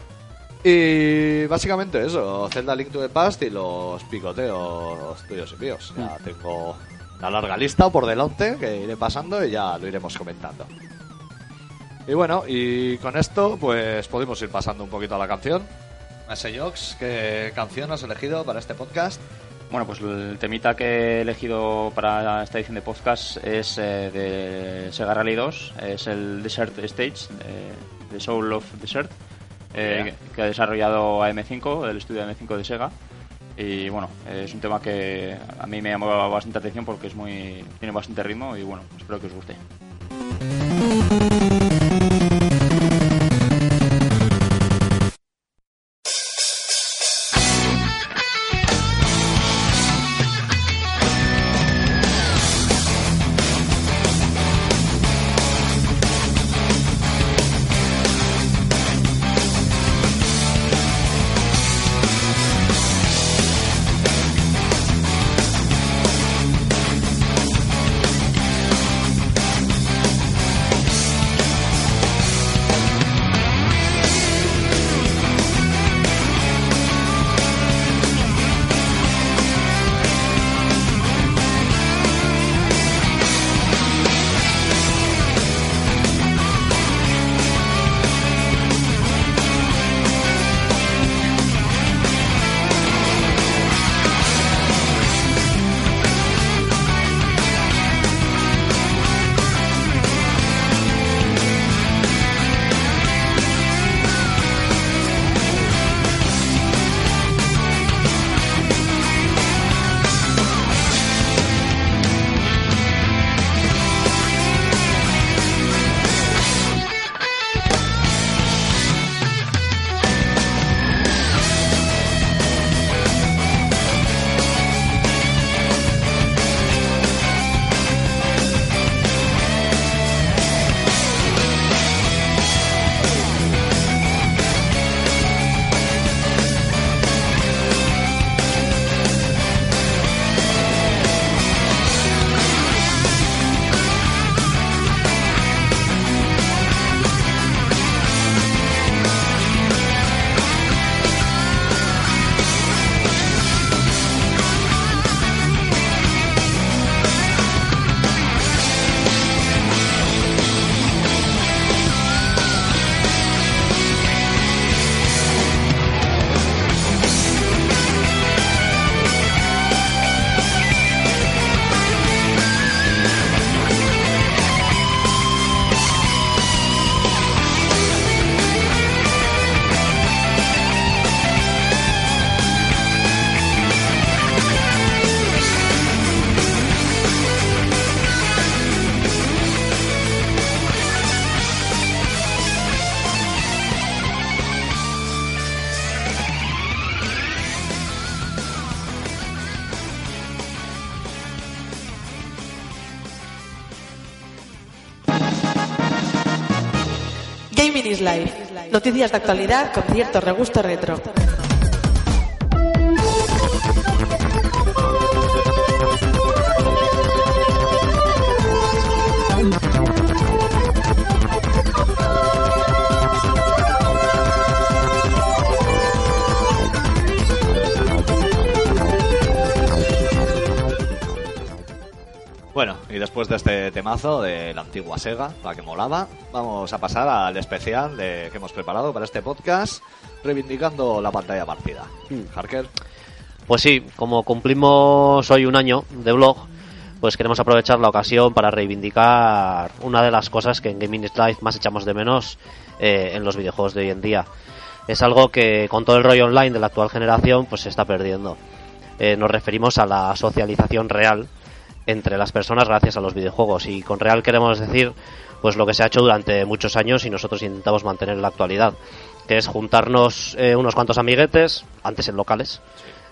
[SPEAKER 1] Y básicamente eso, Zelda Link to the Past y los picoteos tuyos y míos. Ya tengo una larga lista por delante que iré pasando y ya lo iremos comentando. Y bueno, y con esto pues podemos ir pasando un poquito a la canción. Meseyox, ¿qué canción has elegido para este podcast?
[SPEAKER 3] Bueno, pues el temita que he elegido para esta edición de podcast es eh, de Sega Rally 2, es el Desert Stage, eh, The Soul of Desert, eh,
[SPEAKER 1] Yeah.
[SPEAKER 3] que ha desarrollado AM5, el estudio AM5 de Sega. Y bueno, eh, es un tema que a mí me llamó bastante atención porque es muy tiene bastante ritmo y bueno, espero que os guste.
[SPEAKER 6] Thank
[SPEAKER 5] X Live. Noticias de actualidad con cierto regusto retro.
[SPEAKER 1] Bueno, y después de este temazo de la antigua Sega, la que molaba, vamos a pasar al especial de- que hemos preparado para este podcast, reivindicando la pantalla partida.
[SPEAKER 4] Hmm.
[SPEAKER 1] Harker,
[SPEAKER 4] Pues sí, como cumplimos hoy un año de blog, pues queremos aprovechar la ocasión para reivindicar una de las cosas que en Gaming is Life más echamos de menos eh, en los videojuegos de hoy en día. Es algo que con todo el rollo online de la actual generación pues se está perdiendo. Eh, nos referimos a la socialización real entre las personas gracias a los videojuegos y con real queremos decir pues lo que se ha hecho durante muchos años y nosotros intentamos mantener en la actualidad que es juntarnos eh, unos cuantos amiguetes antes en locales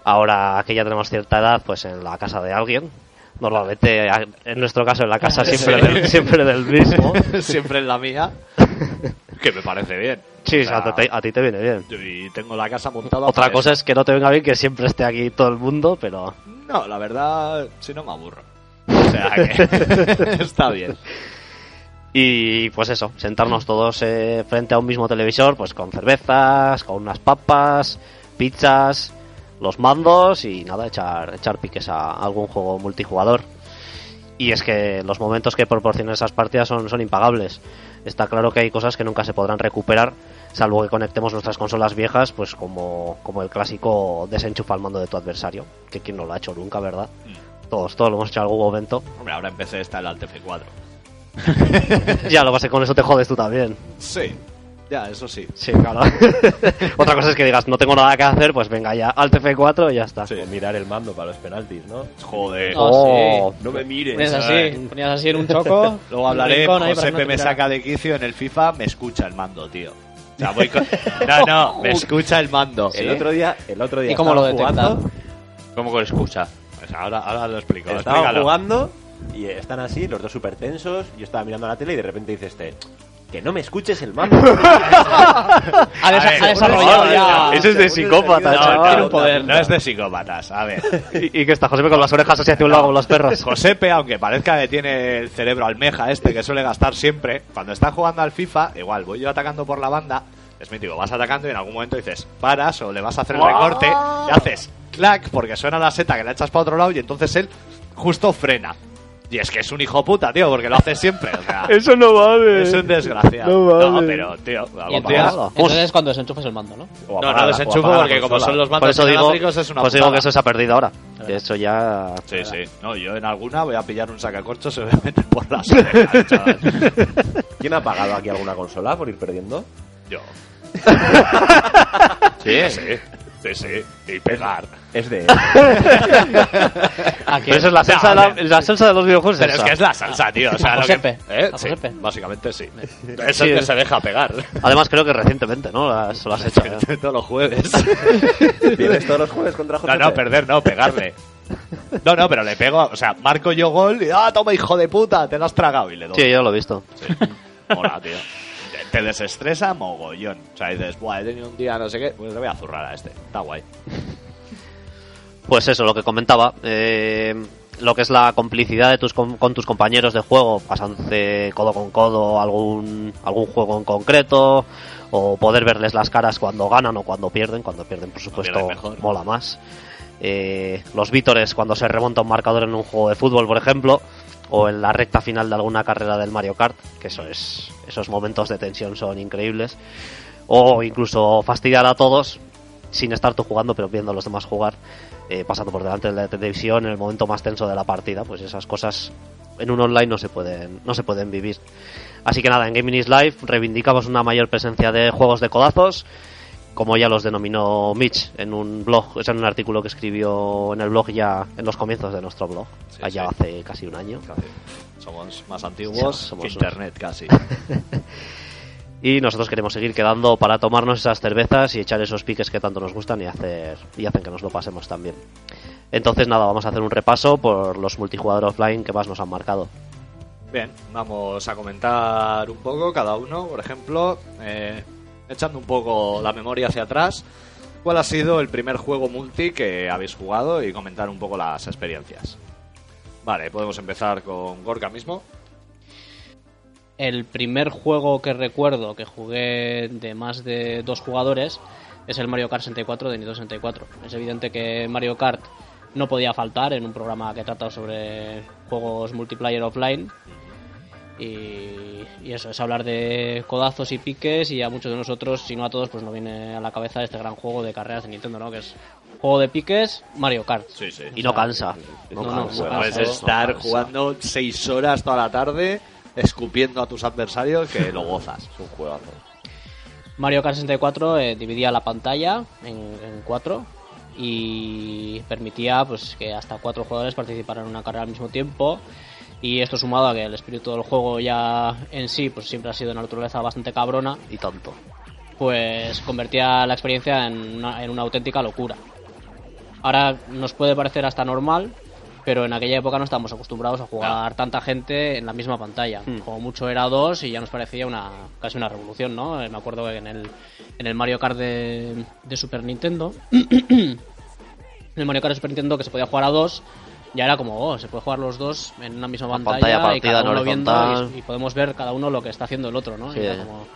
[SPEAKER 4] ahora que ya tenemos cierta edad, pues en la casa de alguien. Normalmente, a- en nuestro caso, en la casa siempre, del, siempre del mismo.
[SPEAKER 1] siempre en la mía, que me parece bien.
[SPEAKER 4] Sí,
[SPEAKER 1] O sea,
[SPEAKER 4] a, ti- a ti te viene bien.
[SPEAKER 1] Y tengo la casa montada.
[SPEAKER 4] Otra
[SPEAKER 1] para
[SPEAKER 4] cosa
[SPEAKER 1] eso.
[SPEAKER 4] es que no te venga bien que siempre esté aquí todo el mundo, pero
[SPEAKER 1] No, la verdad, si no me aburro. O sea que está bien.
[SPEAKER 4] Y pues eso, sentarnos todos eh, frente a un mismo televisor, pues con cervezas, con unas papas, pizzas, los mandos y nada, echar, echar piques a algún juego multijugador. Y es que los momentos que proporcionan esas partidas son, son impagables. Está claro que hay cosas que nunca se podrán recuperar, salvo que conectemos nuestras consolas viejas, pues como, como el clásico desenchufa el mando de tu adversario, que quien no lo ha hecho nunca, ¿verdad? Todos, todos lo hemos hecho en algún momento.
[SPEAKER 1] Hombre, ahora empecé esta el Alt F4.
[SPEAKER 4] ya lo vas a con eso te jodes tú también.
[SPEAKER 1] Sí, ya, eso sí.
[SPEAKER 4] Sí, claro. Otra cosa es que digas, no tengo nada que hacer, pues venga ya, al F4 y ya está.
[SPEAKER 1] Sí.
[SPEAKER 7] O mirar el mando para los penaltis, ¿no?
[SPEAKER 1] Joder.
[SPEAKER 2] No,
[SPEAKER 4] Oh,
[SPEAKER 7] No me mires.
[SPEAKER 2] Ponías así, ponías así en un choco.
[SPEAKER 1] Luego
[SPEAKER 2] un
[SPEAKER 1] hablaré,
[SPEAKER 2] rincón ahí para
[SPEAKER 1] Josepe
[SPEAKER 2] que no te
[SPEAKER 1] me
[SPEAKER 2] mirara.
[SPEAKER 1] saca de quicio en el FIFA, me escucha el mando, tío. O sea, voy con- No, no, me escucha el mando.
[SPEAKER 7] El otro día, el otro día
[SPEAKER 2] ¿Y cómo lo
[SPEAKER 7] estaba
[SPEAKER 2] detecta?
[SPEAKER 7] jugando,
[SPEAKER 3] ¿Cómo que lo escucha?
[SPEAKER 1] Pues ahora, ahora lo explico,
[SPEAKER 7] Estaban
[SPEAKER 1] explícalo.
[SPEAKER 7] jugando y están así, los dos súper tensos. Yo estaba mirando la tele y de repente dice este, que no me escuches el mando.
[SPEAKER 2] Ha, desa-
[SPEAKER 1] A ver,
[SPEAKER 2] ha desarrollado
[SPEAKER 1] seguro
[SPEAKER 2] ya.
[SPEAKER 1] que-
[SPEAKER 4] Eso es de psicópata,
[SPEAKER 1] No,
[SPEAKER 4] chaval.
[SPEAKER 1] no, no es de psicópatas, a ver.
[SPEAKER 4] ¿Y, y qué está Josepe con las orejas así hacia un lado con los perros?
[SPEAKER 1] Josepe, aunque parezca que tiene el cerebro almeja este que suele gastar siempre, cuando está jugando al FIFA, igual voy yo atacando por la banda, es mítico, vas atacando y en algún momento dices, paras o le vas a hacer el recorte y haces clac porque suena la seta que la echas para otro lado y entonces él justo frena. Y es que es un hijo puta, tío, porque lo hace siempre. O sea,
[SPEAKER 4] Eso no vale.
[SPEAKER 1] es un desgraciado.
[SPEAKER 4] No
[SPEAKER 1] No,
[SPEAKER 4] vale.
[SPEAKER 1] pero, tío,
[SPEAKER 2] Y
[SPEAKER 1] algún día-
[SPEAKER 2] entonces,
[SPEAKER 4] apagado.
[SPEAKER 2] entonces es cuando desenchufas el mando, ¿no?
[SPEAKER 7] O
[SPEAKER 1] No,
[SPEAKER 7] apaga
[SPEAKER 1] no
[SPEAKER 7] la- o
[SPEAKER 1] desenchufo
[SPEAKER 7] apaga la
[SPEAKER 1] porque como
[SPEAKER 7] consola.
[SPEAKER 1] son los
[SPEAKER 4] Por
[SPEAKER 1] mandos
[SPEAKER 4] eso digo,
[SPEAKER 1] inalámbricos es una
[SPEAKER 4] pues digo
[SPEAKER 1] putada.
[SPEAKER 4] que eso se ha perdido ahora. Que eso ya...
[SPEAKER 1] Sí, sí. No, yo en alguna voy a pillar un sacacorchos y me voy a meter por las orejas, chaval.
[SPEAKER 7] ¿Quién ha pagado aquí alguna consola por ir perdiendo?
[SPEAKER 1] Yo.
[SPEAKER 3] Sí,
[SPEAKER 1] Sí, sí, sí. Y pegar.
[SPEAKER 7] Es de...
[SPEAKER 2] Aquí.
[SPEAKER 4] Pero eso es la salsa, de, la, la salsa de los videojuegos.
[SPEAKER 1] Pero es
[SPEAKER 4] esa.
[SPEAKER 1] que es la salsa, tío. O sea,
[SPEAKER 2] A
[SPEAKER 1] lo que-
[SPEAKER 2] Josepe.
[SPEAKER 1] ¿Eh?
[SPEAKER 2] A
[SPEAKER 1] Sí,
[SPEAKER 2] Josepe.
[SPEAKER 1] básicamente sí. Es el que se deja pegar.
[SPEAKER 4] Además creo que recientemente, ¿no? Las- Se lo has hecho. ¿eh?
[SPEAKER 1] Todos los jueves.
[SPEAKER 7] ¿Vienes todos los jueves contra José?
[SPEAKER 1] No, no, perder, no, pegarle. No, no, pero le pego, o sea, marco yo gol y ah, toma hijo de puta, te lo has tragado y le doy.
[SPEAKER 4] Sí, yo lo he visto.
[SPEAKER 1] Sí. Mola, tío. Te- Te desestresa mogollón. O sea, dices, buah, he tenido un día no sé qué, pues le voy a zurrar a este. Está guay.
[SPEAKER 4] Pues eso, lo que comentaba, eh, lo que es la complicidad de tus com- con tus compañeros de juego, pasándote codo con codo algún, algún juego en concreto, o poder verles las caras cuando ganan o cuando pierden, cuando pierden por supuesto
[SPEAKER 1] pierden mejor.
[SPEAKER 4] mola más. Eh, los vítores cuando se remonta un marcador en un juego de fútbol, por ejemplo, o en la recta final de alguna carrera del Mario Kart, que eso es, esos momentos de tensión son increíbles, o incluso fastidiar a todos sin estar tú jugando, pero viendo a los demás jugar, eh, pasando por delante de la televisión en el momento más tenso de la partida, pues esas cosas en un online no se pueden, no se pueden vivir. Así que nada, en Gaming is Life reivindicamos una mayor presencia de juegos de codazos, como ya los denominó Mitch en un blog, o sea, en un artículo que escribió en el blog ya en los comienzos de nuestro blog,
[SPEAKER 1] Sí, sí.
[SPEAKER 4] allá hace casi un año.
[SPEAKER 1] Somos más
[SPEAKER 4] Ya,
[SPEAKER 1] antiguos
[SPEAKER 4] somos
[SPEAKER 1] que
[SPEAKER 4] unos-
[SPEAKER 1] internet casi.
[SPEAKER 4] Y nosotros queremos seguir quedando para tomarnos esas cervezas y echar esos piques que tanto nos gustan y hacer y hacen que nos lo pasemos también. Entonces nada, vamos a hacer un repaso por los multijugador offline que más nos han marcado.
[SPEAKER 1] Bien, vamos a comentar un poco cada uno, por ejemplo, eh, echando un poco la memoria hacia atrás, cuál ha sido el primer juego multi que habéis jugado y comentar un poco las experiencias. Vale, podemos empezar con Gorka mismo.
[SPEAKER 2] El primer juego que recuerdo que jugué de más de dos jugadores es el Mario Kart 64 de Nintendo 64. Es evidente que Mario Kart no podía faltar en un programa que trata sobre juegos multiplayer offline. Y, y eso, es hablar de codazos y piques y a muchos de nosotros, si no a todos, pues nos viene a la cabeza este gran juego de carreras de Nintendo, ¿no? Que es juego de piques, Mario Kart.
[SPEAKER 1] Sí, sí.
[SPEAKER 4] Y no cansa.
[SPEAKER 2] No, no,
[SPEAKER 4] cansa.
[SPEAKER 2] no
[SPEAKER 1] Pues Puedes
[SPEAKER 2] cansa.
[SPEAKER 1] estar
[SPEAKER 4] no cansa.
[SPEAKER 1] jugando seis horas toda la tarde escupiendo a tus adversarios que lo gozas.
[SPEAKER 7] Es un juegazo.
[SPEAKER 2] Mario Kart 64 eh, dividía la pantalla en, en cuatro y permitía pues que hasta cuatro jugadores participaran en una carrera al mismo tiempo y esto sumado a que el espíritu del juego ya en sí pues siempre ha sido de una naturaleza bastante cabrona
[SPEAKER 4] Y tonto.
[SPEAKER 2] pues convertía la experiencia en una, en una auténtica locura. Ahora nos puede parecer hasta normal, pero en aquella época no estábamos acostumbrados a jugar tanta gente en la misma pantalla.
[SPEAKER 4] Hmm.
[SPEAKER 2] Como mucho era dos y ya nos parecía una casi una revolución, ¿no? Eh, Me acuerdo que en el, en el Mario Kart de, de Super Nintendo, en el Mario Kart de Super Nintendo que se podía jugar a dos, ya era como, oh, se puede jugar los dos en una misma
[SPEAKER 4] Con
[SPEAKER 2] pantalla,
[SPEAKER 4] pantalla
[SPEAKER 2] y
[SPEAKER 4] partida
[SPEAKER 2] cada
[SPEAKER 4] en
[SPEAKER 2] uno viendo
[SPEAKER 4] horizontal.
[SPEAKER 2] y, y podemos ver cada uno lo que está haciendo el otro, ¿no? Y
[SPEAKER 4] Sí. eh.
[SPEAKER 2] era como,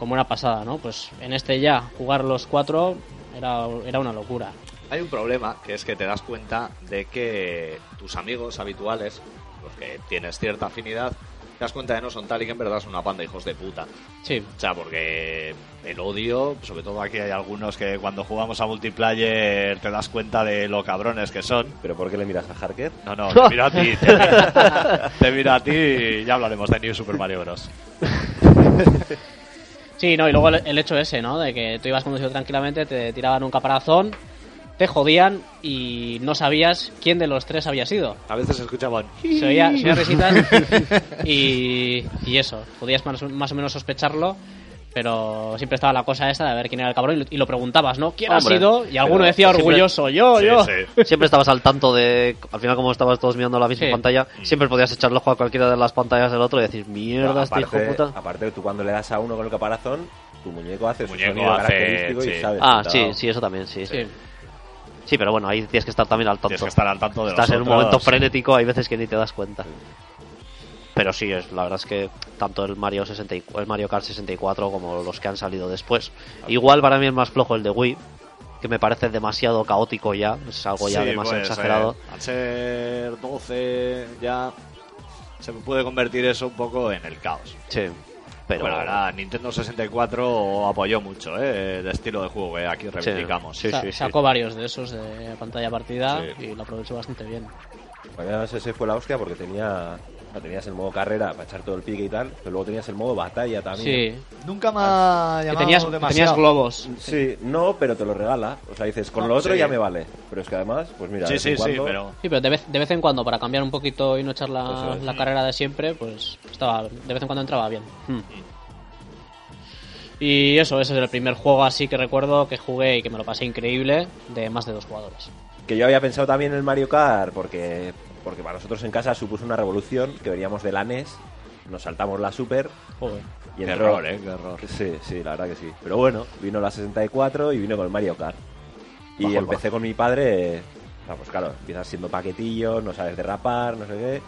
[SPEAKER 2] como una pasada, ¿no? Pues en este ya, jugar los cuatro era, era una locura.
[SPEAKER 1] Hay un problema, que es que te das cuenta de que tus amigos habituales, los que tienes cierta afinidad, te das cuenta de no son tal y que en verdad son una banda de hijos de puta.
[SPEAKER 2] Sí,
[SPEAKER 1] O sea, porque el odio, sobre todo aquí hay algunos que cuando jugamos a multiplayer te das cuenta de lo cabrones que son.
[SPEAKER 7] ¿Pero por qué le miras a Harker?
[SPEAKER 1] No, no, te miro a ti. Te miro, te miro a ti y ya hablaremos de New Super Mario Bros.
[SPEAKER 2] sí, no, y luego el, el hecho ese, ¿no? De que tú ibas conduciendo tranquilamente, te tiraban un caparazón, te jodían y no sabías quién de los tres había sido.
[SPEAKER 1] A veces escuchaban...
[SPEAKER 2] Se oía, se oía risitas y, y eso, podías más, o- más o menos sospecharlo, pero siempre estaba la cosa esta de ver quién era el cabrón y lo, y lo preguntabas, ¿no? ¿Quién
[SPEAKER 4] Hombre,
[SPEAKER 2] ha sido? Y alguno
[SPEAKER 4] pero
[SPEAKER 2] decía
[SPEAKER 4] siempre-
[SPEAKER 2] orgulloso, yo, yo.
[SPEAKER 4] Siempre estabas al tanto de. Al final, como estabas todos mirando la misma
[SPEAKER 2] Sí.
[SPEAKER 4] pantalla, siempre podías echar el ojo a cualquiera de las pantallas del otro y decir, mierda, este hijo
[SPEAKER 7] aparte,
[SPEAKER 4] puta.
[SPEAKER 7] aparte, tú cuando le das a uno con el caparazón, tu muñeco hace su
[SPEAKER 1] Muñeco
[SPEAKER 7] sonido
[SPEAKER 1] hace-
[SPEAKER 7] característico
[SPEAKER 1] sí.
[SPEAKER 7] y sabes.
[SPEAKER 4] Ah,
[SPEAKER 7] que te ha
[SPEAKER 4] sí,
[SPEAKER 7] dado.
[SPEAKER 4] sí, eso también, sí.
[SPEAKER 2] Sí.
[SPEAKER 4] Sí, pero bueno, ahí tienes que estar también al
[SPEAKER 1] Tienes
[SPEAKER 4] tanto.
[SPEAKER 1] que estar al tanto de
[SPEAKER 4] Estás en un
[SPEAKER 1] nosotros.
[SPEAKER 4] momento frenético, hay veces que ni te das cuenta. Pero sí, es, la verdad es que tanto el Mario, 64, el Mario Kart 64 como los que han salido después. Igual para mí es más flojo el de Wii, que me parece demasiado caótico ya, es algo ya
[SPEAKER 1] Sí, pues, eh,
[SPEAKER 4] demasiado
[SPEAKER 1] puede ser.
[SPEAKER 4] exagerado.
[SPEAKER 1] Al ser 12 ya se puede convertir eso un poco en el caos.
[SPEAKER 4] Sí, pero
[SPEAKER 1] Pero ahora Nintendo 64 apoyó mucho ¿eh? el estilo de juego que aquí reivindicamos.
[SPEAKER 4] Sí,
[SPEAKER 2] Sa-
[SPEAKER 4] sí, sí.
[SPEAKER 2] sacó varios de esos de pantalla partida
[SPEAKER 1] Sí.
[SPEAKER 2] y lo aprovechó bastante bien.
[SPEAKER 7] Además, ese fue la hostia porque tenía, no, tenías el modo carrera para echar todo el pique y tal, pero luego tenías el modo batalla también.
[SPEAKER 2] Sí.
[SPEAKER 1] Nunca me ha
[SPEAKER 2] Que
[SPEAKER 1] llamado
[SPEAKER 2] tenías,
[SPEAKER 1] demasiado.
[SPEAKER 2] tenías globos.
[SPEAKER 7] Sí, no, pero te lo regala. O sea, dices, con lo otro
[SPEAKER 1] Sí.
[SPEAKER 7] ya me vale. Pero es que además, pues mira,
[SPEAKER 1] Sí,
[SPEAKER 7] de vez
[SPEAKER 1] sí,
[SPEAKER 7] en
[SPEAKER 1] sí,
[SPEAKER 7] cuando-
[SPEAKER 1] pero
[SPEAKER 2] Sí, pero de vez, de vez en cuando, para cambiar un poquito y no echar la,
[SPEAKER 7] Eso es.
[SPEAKER 2] la carrera de siempre, pues estaba de vez en cuando entraba bien.
[SPEAKER 4] Hmm.
[SPEAKER 2] Y eso, ese es el primer juego así que recuerdo que jugué y que me lo pasé increíble de más de dos jugadores.
[SPEAKER 7] Que yo había pensado también en el Mario Kart, porque, porque para nosotros en casa supuso una revolución, que veníamos de la NES, nos saltamos la Super
[SPEAKER 2] Joder.
[SPEAKER 7] y
[SPEAKER 1] Qué
[SPEAKER 7] entró...
[SPEAKER 1] error, ¿eh? Qué error.
[SPEAKER 7] Sí, sí, la verdad que sí. Pero bueno, vino la 64 y vino con el Mario Kart. Y
[SPEAKER 4] Bajo el
[SPEAKER 7] empecé con mi padre... ah, pues claro, empiezas siendo paquetillo, no sabes derrapar, no sé qué.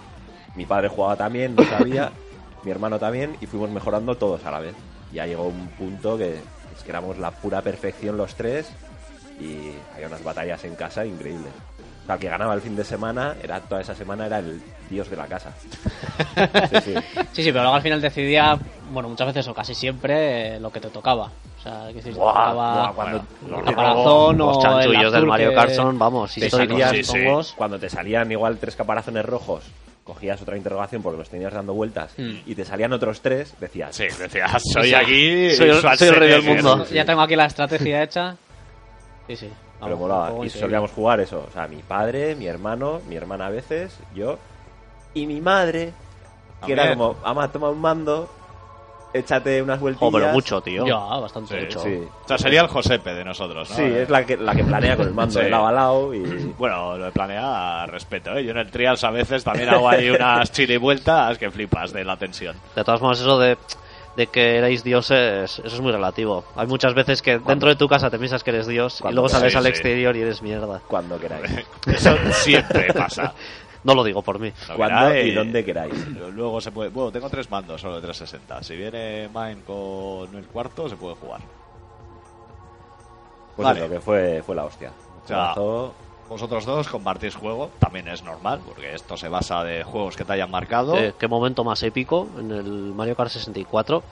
[SPEAKER 7] Mi padre jugaba también, no sabía. mi hermano también, y fuimos mejorando todos a la vez. Ya llegó un punto que, es que éramos la pura perfección los tres y había unas batallas en casa increíbles. O sea, el que ganaba el fin de semana, era toda esa semana era el dios de la casa. Sí, sí.
[SPEAKER 2] Sí, sí, pero luego al final decidía, bueno, muchas veces o casi siempre eh, lo que te tocaba. O sea, que si te
[SPEAKER 4] Buah,
[SPEAKER 2] tocaba
[SPEAKER 4] buah, cuando-
[SPEAKER 2] el caparazón
[SPEAKER 4] los
[SPEAKER 2] o
[SPEAKER 4] chanchullos
[SPEAKER 2] el
[SPEAKER 4] del
[SPEAKER 2] Arthur
[SPEAKER 4] Mario
[SPEAKER 2] que-
[SPEAKER 4] Kart son, vamos,
[SPEAKER 7] Te
[SPEAKER 4] históricos.
[SPEAKER 1] sí,
[SPEAKER 7] salían-
[SPEAKER 1] sí.
[SPEAKER 2] hongos.
[SPEAKER 7] Cuando te salían igual tres caparazones rojos, cogías otra interrogación porque los tenías dando vueltas
[SPEAKER 2] Mm.
[SPEAKER 7] y te salían otros tres, decías,
[SPEAKER 1] Sí, decía, soy aquí.
[SPEAKER 4] soy- soy el rey del
[SPEAKER 1] Schwarzenegger.
[SPEAKER 4] mundo.
[SPEAKER 2] Ya tengo aquí la estrategia hecha. Sí, sí.
[SPEAKER 7] Pero
[SPEAKER 2] Vamos,
[SPEAKER 7] molaba.
[SPEAKER 2] juego
[SPEAKER 7] Y
[SPEAKER 2] increíble.
[SPEAKER 7] solíamos jugar eso. O sea, mi padre, mi hermano, mi hermana a veces, yo. Y mi madre, que era
[SPEAKER 1] También.
[SPEAKER 7] como, ama, toma un mando. échate unas vueltas.
[SPEAKER 4] Oh, pero mucho, tío.
[SPEAKER 2] Ya, bastante
[SPEAKER 1] Sí,
[SPEAKER 2] mucho.
[SPEAKER 7] Sí,
[SPEAKER 1] O sea, sería el Josepe de nosotros, ¿no?
[SPEAKER 7] sí es la que, la que planea con el mando
[SPEAKER 1] Sí.
[SPEAKER 7] de lado a lado y...
[SPEAKER 1] Bueno, lo de planear, respeto, ¿eh? Yo en el trials a veces también hago ahí unas chilivueltas que flipas de la tensión.
[SPEAKER 4] De todas formas, eso de, de que erais dioses, eso es muy relativo. Hay muchas veces que dentro de tu casa te piensas que eres dios y
[SPEAKER 7] Cuando-
[SPEAKER 4] luego sales
[SPEAKER 1] sí,
[SPEAKER 4] al
[SPEAKER 1] sí.
[SPEAKER 4] exterior y eres mierda.
[SPEAKER 7] Cuando queráis.
[SPEAKER 1] Eso siempre pasa.
[SPEAKER 4] No lo digo por mí.
[SPEAKER 1] Lo
[SPEAKER 7] Cuando
[SPEAKER 1] verá,
[SPEAKER 7] y
[SPEAKER 1] eh,
[SPEAKER 7] dónde queráis.
[SPEAKER 1] Luego se puede... Bueno, tengo tres mandos solo de 360. Si viene Mine con el cuarto, se puede jugar.
[SPEAKER 7] Pues
[SPEAKER 1] Vale.
[SPEAKER 7] eso, que fue, fue la hostia.
[SPEAKER 1] Ya.
[SPEAKER 7] Juegazo.
[SPEAKER 1] Vosotros dos compartís juego, también es normal, porque esto se basa de juegos que te hayan marcado.
[SPEAKER 4] Eh, qué momento más épico en el Mario Kart 64,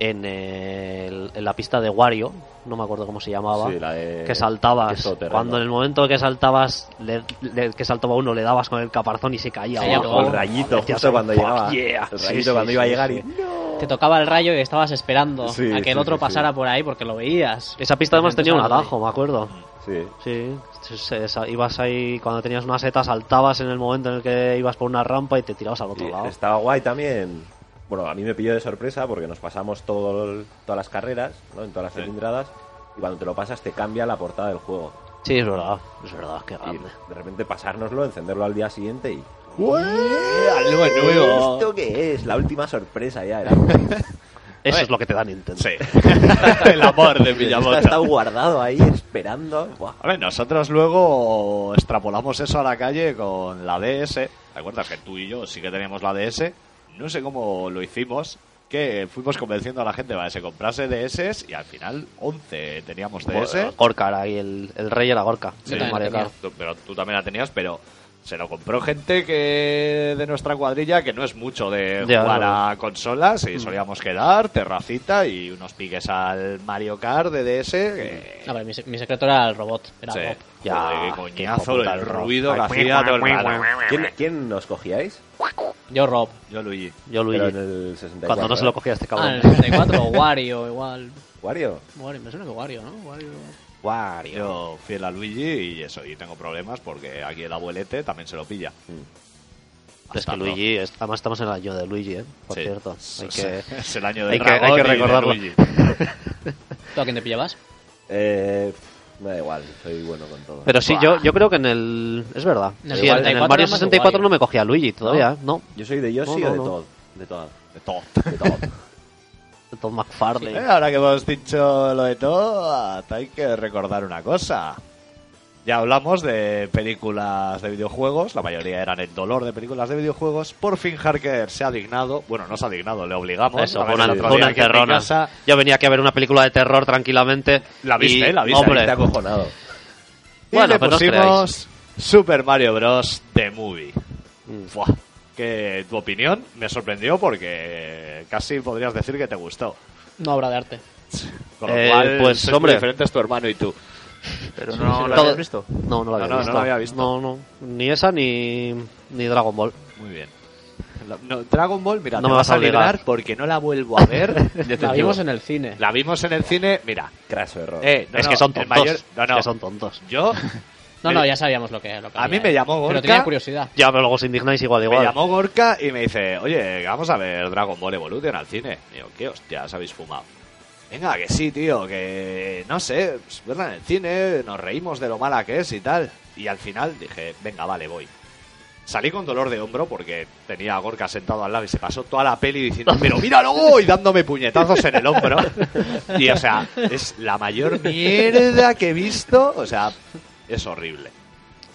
[SPEAKER 4] en, el- en la pista de Wario, no me acuerdo cómo se llamaba.
[SPEAKER 7] Sí, la de-
[SPEAKER 4] que
[SPEAKER 7] que es
[SPEAKER 4] saltabas
[SPEAKER 7] todo terreno.
[SPEAKER 4] cuando en el momento que saltabas le- le- que saltaba uno le dabas con el caparzón y se caía
[SPEAKER 2] Caía
[SPEAKER 4] abajo.
[SPEAKER 2] todo.
[SPEAKER 7] el rayito
[SPEAKER 4] Decías,
[SPEAKER 7] justo cuando
[SPEAKER 4] "Fuck
[SPEAKER 7] llegaba
[SPEAKER 4] yeah".
[SPEAKER 7] el
[SPEAKER 4] Sí,
[SPEAKER 7] rayito
[SPEAKER 4] sí,
[SPEAKER 7] cuando
[SPEAKER 4] sí,
[SPEAKER 7] iba a
[SPEAKER 4] sí,
[SPEAKER 7] llegar
[SPEAKER 4] sí.
[SPEAKER 7] y
[SPEAKER 2] Te tocaba el rayo y estabas esperando
[SPEAKER 7] Sí,
[SPEAKER 2] a que el
[SPEAKER 7] sí,
[SPEAKER 2] otro
[SPEAKER 7] sí,
[SPEAKER 2] pasara
[SPEAKER 7] sí.
[SPEAKER 2] por ahí porque lo veías.
[SPEAKER 4] esa pista además tenía un
[SPEAKER 2] Entonces,
[SPEAKER 4] atajo me acuerdo
[SPEAKER 7] sí
[SPEAKER 4] sí se- se- sa- ibas ahí cuando tenías una seta saltabas en el momento en el que ibas por una rampa y te tirabas al otro
[SPEAKER 7] Y
[SPEAKER 4] lado
[SPEAKER 7] Estaba guay también. Bueno, a mí me pilló de sorpresa porque nos pasamos todo el- todas las carreras, ¿no? En todas las cilindradas. Y cuando te lo pasas te cambia la portada del juego.
[SPEAKER 4] sí es verdad es verdad qué
[SPEAKER 7] Y
[SPEAKER 4] grande
[SPEAKER 7] de repente pasárnoslo, encenderlo al día siguiente y...
[SPEAKER 1] Algo nuevo.
[SPEAKER 7] ¿Esto qué es? La última sorpresa ya. Era.
[SPEAKER 4] eso
[SPEAKER 1] Oye.
[SPEAKER 4] es lo que te da Nintendo
[SPEAKER 1] Sí. el amor de
[SPEAKER 7] Esto ha
[SPEAKER 1] Miyamoto.
[SPEAKER 7] estado guardado ahí esperando. Buah.
[SPEAKER 1] A ver, nosotros luego extrapolamos eso a la calle con la DS. ¿Te acuerdas que tú y yo sí que teníamos la DS? No sé cómo lo hicimos, que fuimos convenciendo a la gente para que se comprase DS y al final 11 teníamos DS.
[SPEAKER 4] Gorka era ahí el, el rey era Gorka
[SPEAKER 2] Yo
[SPEAKER 4] el
[SPEAKER 2] también
[SPEAKER 4] Mario
[SPEAKER 2] tenía.
[SPEAKER 4] Kart.
[SPEAKER 1] Tú- pero tú también la tenías, pero se lo compró gente que de nuestra cuadrilla que no es mucho de
[SPEAKER 4] Ya, Mm.
[SPEAKER 1] jugar
[SPEAKER 4] no.
[SPEAKER 1] a consolas y solíamos quedar, terracita y unos piques al Mario Kart de DS. que-
[SPEAKER 2] No, pero mi, se- mi secreto era el robot. Era
[SPEAKER 1] Sí.
[SPEAKER 2] Bob.
[SPEAKER 4] Ya,
[SPEAKER 1] Joder, qué
[SPEAKER 4] qué
[SPEAKER 1] coñazo,
[SPEAKER 4] hijo
[SPEAKER 1] el
[SPEAKER 4] puta el rock.
[SPEAKER 1] ruido que hacía todo el rato.
[SPEAKER 7] ¿Quién, quién nos cogíais?
[SPEAKER 2] Yo Rob.
[SPEAKER 1] Yo, Luigi.
[SPEAKER 4] yo
[SPEAKER 7] Pero
[SPEAKER 4] Luigi
[SPEAKER 7] en el 64.
[SPEAKER 4] cuando no se lo
[SPEAKER 7] ¿eh?
[SPEAKER 4] cogía este
[SPEAKER 2] Ah, en
[SPEAKER 4] cabrón
[SPEAKER 2] el 64, Wario, igual.
[SPEAKER 7] Wario.
[SPEAKER 2] Wario, me suena que Wario, ¿no? Wario.
[SPEAKER 1] Yo fiel a Luigi y eso, y tengo problemas porque aquí el abuelete también se lo pilla.
[SPEAKER 4] es que
[SPEAKER 1] Bastardo.
[SPEAKER 4] Luigi es- además estamos en el año de Luigi ¿eh? por
[SPEAKER 1] Sí.
[SPEAKER 4] cierto hay
[SPEAKER 1] Es,
[SPEAKER 4] que
[SPEAKER 1] es el año de
[SPEAKER 4] hay que- hay que recordarlo.
[SPEAKER 2] ¿Tú a quién te pillabas?
[SPEAKER 7] Eh, pff, me da igual, soy bueno con todo.
[SPEAKER 4] Pero sí, yo, yo creo que en el. Es verdad.
[SPEAKER 2] En el
[SPEAKER 4] Sí, en- en el
[SPEAKER 2] 64
[SPEAKER 4] Mario
[SPEAKER 2] era más
[SPEAKER 4] 64 no
[SPEAKER 2] guay.
[SPEAKER 4] me cogía a Luigi todavía, ¿eh? ¿no?
[SPEAKER 7] Yo soy de Yoshi
[SPEAKER 4] No, no,
[SPEAKER 7] o de
[SPEAKER 4] no.
[SPEAKER 7] Todd. De Todd.
[SPEAKER 1] De todo.
[SPEAKER 7] De Todd.
[SPEAKER 4] El Todd McFarlane.
[SPEAKER 1] Eh, ahora que hemos dicho lo de todo, hay que recordar una cosa. Ya hablamos de películas de videojuegos, la mayoría eran el dolor de películas de videojuegos. Por fin Harker se ha dignado, bueno, no se ha dignado, le obligamos.
[SPEAKER 4] Eso,
[SPEAKER 1] La vez
[SPEAKER 4] fue una,
[SPEAKER 1] el otro
[SPEAKER 4] fue una
[SPEAKER 1] día aquí en mi
[SPEAKER 4] encerrona.
[SPEAKER 1] casa,
[SPEAKER 4] Yo venía aquí a ver una película de terror tranquilamente.
[SPEAKER 1] La viste,
[SPEAKER 4] y-
[SPEAKER 1] la viste,
[SPEAKER 4] Hombre,
[SPEAKER 7] Te ha acojonado.
[SPEAKER 1] Y
[SPEAKER 4] Bueno,
[SPEAKER 1] le
[SPEAKER 4] pues no os
[SPEAKER 1] pusimos Super Mario Bros. The Movie.
[SPEAKER 4] Mm.
[SPEAKER 1] Buah, que tu opinión me sorprendió porque casi podrías decir que te gustó.
[SPEAKER 2] No obra de arte.
[SPEAKER 1] Con lo
[SPEAKER 4] Eh,
[SPEAKER 1] cual,
[SPEAKER 4] pues,
[SPEAKER 1] sois muy
[SPEAKER 4] hombre.
[SPEAKER 1] diferentes tu hermano y tú.
[SPEAKER 3] Pero no
[SPEAKER 4] lo
[SPEAKER 3] lo
[SPEAKER 4] Todo- habías
[SPEAKER 3] habías visto.
[SPEAKER 4] no, no la
[SPEAKER 1] No,
[SPEAKER 4] había,
[SPEAKER 1] no, no
[SPEAKER 4] visto.
[SPEAKER 1] la había visto.
[SPEAKER 4] No, no. Ni esa ni, ni Dragon Ball.
[SPEAKER 1] Muy bien. La- no, Dragon Ball, mira,
[SPEAKER 4] No
[SPEAKER 1] te
[SPEAKER 4] me
[SPEAKER 1] vas
[SPEAKER 4] vas a
[SPEAKER 1] a librar
[SPEAKER 4] obligar.
[SPEAKER 1] porque no la vuelvo a ver.
[SPEAKER 2] La vimos en el cine.
[SPEAKER 1] Este La vimos en el cine, mira.
[SPEAKER 7] Craso error.
[SPEAKER 1] eh, no,
[SPEAKER 4] es
[SPEAKER 1] no,
[SPEAKER 4] que son
[SPEAKER 1] el
[SPEAKER 4] tontos.
[SPEAKER 1] mayor- no,
[SPEAKER 4] Es
[SPEAKER 1] no,
[SPEAKER 4] que son tontos.
[SPEAKER 1] Yo
[SPEAKER 2] No,
[SPEAKER 1] me-
[SPEAKER 2] no, ya sabíamos lo que, lo que
[SPEAKER 1] A
[SPEAKER 2] había,
[SPEAKER 1] mí me
[SPEAKER 2] ¿eh?
[SPEAKER 1] llamó Gorka.
[SPEAKER 2] Pero tenía curiosidad.
[SPEAKER 4] Ya, pero luego os indignáis igual,
[SPEAKER 1] Me
[SPEAKER 4] igual.
[SPEAKER 1] llamó Gorka y me dice, oye, vamos a ver Dragon Ball Evolution al cine. Y digo, ¿qué hostias habéis fumado? Venga, que sí, tío, que no sé, pues, verla en el cine, nos reímos de lo mala que es y tal. Y al final dije, venga, vale, voy. Salí con dolor de hombro porque tenía a Gorka sentado al lado y se pasó toda la peli diciendo, pero míralo, y dándome puñetazos en el hombro. Y o sea, es la mayor mierda que he visto, o sea, es horrible.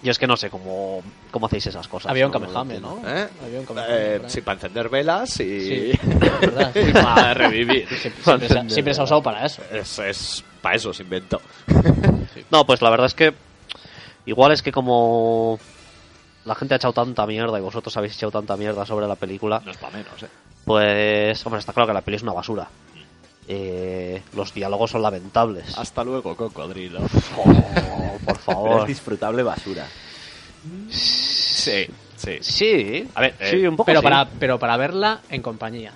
[SPEAKER 4] Yo es que no sé cómo, cómo hacéis esas cosas.
[SPEAKER 2] Había un
[SPEAKER 4] No, no lo
[SPEAKER 2] Kamehame,
[SPEAKER 4] entiendo.
[SPEAKER 2] ¿no?
[SPEAKER 1] ¿Eh?
[SPEAKER 2] Había un Kamehame.
[SPEAKER 1] Eh,
[SPEAKER 2] por ahí.
[SPEAKER 1] sí, para encender velas y,
[SPEAKER 2] Sí, es verdad.
[SPEAKER 1] y para revivir.
[SPEAKER 2] Siempre, siempre se ha- siempre se ha usado para eso.
[SPEAKER 1] Es, es para eso se inventó.
[SPEAKER 4] No, pues la verdad es que igual es que como la gente ha echado tanta mierda y vosotros habéis echado tanta mierda sobre la película,
[SPEAKER 1] No es para menos, ¿eh?
[SPEAKER 4] pues hombre, está claro que la peli es una basura. Eh, los diálogos son lamentables.
[SPEAKER 1] Hasta luego, cocodrilo.
[SPEAKER 4] Oh, por
[SPEAKER 7] Pero es
[SPEAKER 4] favor.
[SPEAKER 7] disfrutable basura.
[SPEAKER 1] Sí, sí.
[SPEAKER 4] Sí,
[SPEAKER 1] A ver, eh,
[SPEAKER 4] sí, un poco
[SPEAKER 2] Pero
[SPEAKER 4] sí.
[SPEAKER 2] para, pero para verla en compañía.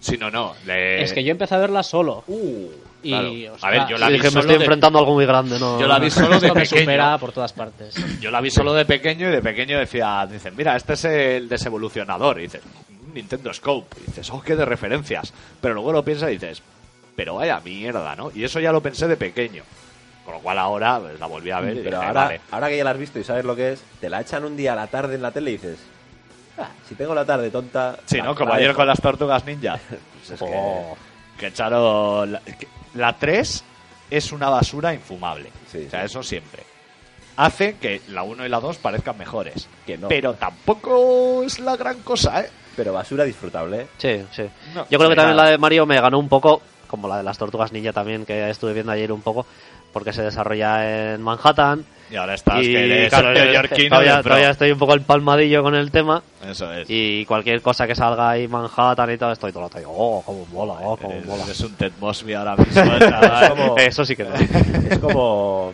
[SPEAKER 1] Sí, no, no. le-
[SPEAKER 2] Es que yo empecé a verla solo.
[SPEAKER 1] Eh. Uh,
[SPEAKER 2] Y,
[SPEAKER 1] claro.
[SPEAKER 2] ostras,
[SPEAKER 1] A ver, yo la
[SPEAKER 4] Sí,
[SPEAKER 1] vi
[SPEAKER 4] dije, me
[SPEAKER 1] solo
[SPEAKER 4] estoy
[SPEAKER 1] de-
[SPEAKER 4] enfrentando a algo muy grande, ¿no?
[SPEAKER 1] Yo la vi solo de
[SPEAKER 2] Esto me
[SPEAKER 1] pequeño.
[SPEAKER 2] supera por todas partes.
[SPEAKER 1] Yo la vi solo de pequeño y de pequeño decía, dicen, mira, este es el desevolucionador. Y dices, "Mm, Nintendo Scope. Y dices, oh, qué de referencias. Pero luego lo piensas y dices, pero vaya mierda, ¿no? Y eso ya lo pensé de pequeño. Con lo cual ahora pues, la volví a ver y
[SPEAKER 7] Pero
[SPEAKER 1] dije,
[SPEAKER 7] ahora,
[SPEAKER 1] vale.
[SPEAKER 7] ahora que ya la has visto y sabes lo que es, te la echan un día a la tarde en la tele y dices, "Ah, si tengo la tarde tonta.
[SPEAKER 1] Sí,
[SPEAKER 7] la-
[SPEAKER 1] ¿no? Como
[SPEAKER 7] la
[SPEAKER 1] ayer
[SPEAKER 7] dejo".
[SPEAKER 1] con las tortugas ninja.
[SPEAKER 7] Pues es
[SPEAKER 1] Oh, que echaron. La, que- la 3 es una basura infumable.
[SPEAKER 7] Sí,
[SPEAKER 1] o sea,
[SPEAKER 7] sí.
[SPEAKER 1] eso siempre. Hace que la 1 y la 2 parezcan mejores.
[SPEAKER 7] Que no.
[SPEAKER 1] Pero tampoco es la gran cosa, ¿eh?
[SPEAKER 7] que- Pero basura disfrutable, ¿eh?
[SPEAKER 4] Sí, sí.
[SPEAKER 1] No,
[SPEAKER 4] Yo creo que
[SPEAKER 1] venga.
[SPEAKER 4] también la de Mario me ganó un poco, como la de las Tortugas Ninja también, que estuve viendo ayer un poco, porque se desarrolla en Manhattan.
[SPEAKER 1] Y ahora estás
[SPEAKER 4] y,
[SPEAKER 1] que eres
[SPEAKER 4] claro,
[SPEAKER 1] el neoyorquino
[SPEAKER 4] todavía,
[SPEAKER 1] del pro.
[SPEAKER 4] todavía estoy un poco empalmadillo con el tema.
[SPEAKER 1] Eso es.
[SPEAKER 4] Y cualquier cosa que salga ahí Manhattan y todo, estoy todo el rato, oh, cómo mola, oh, cómo
[SPEAKER 1] Eres,
[SPEAKER 4] mola.
[SPEAKER 1] eres un Ted Mosby ahora mismo, chaval.
[SPEAKER 7] Es como-
[SPEAKER 4] Eso sí que no.
[SPEAKER 7] Es como.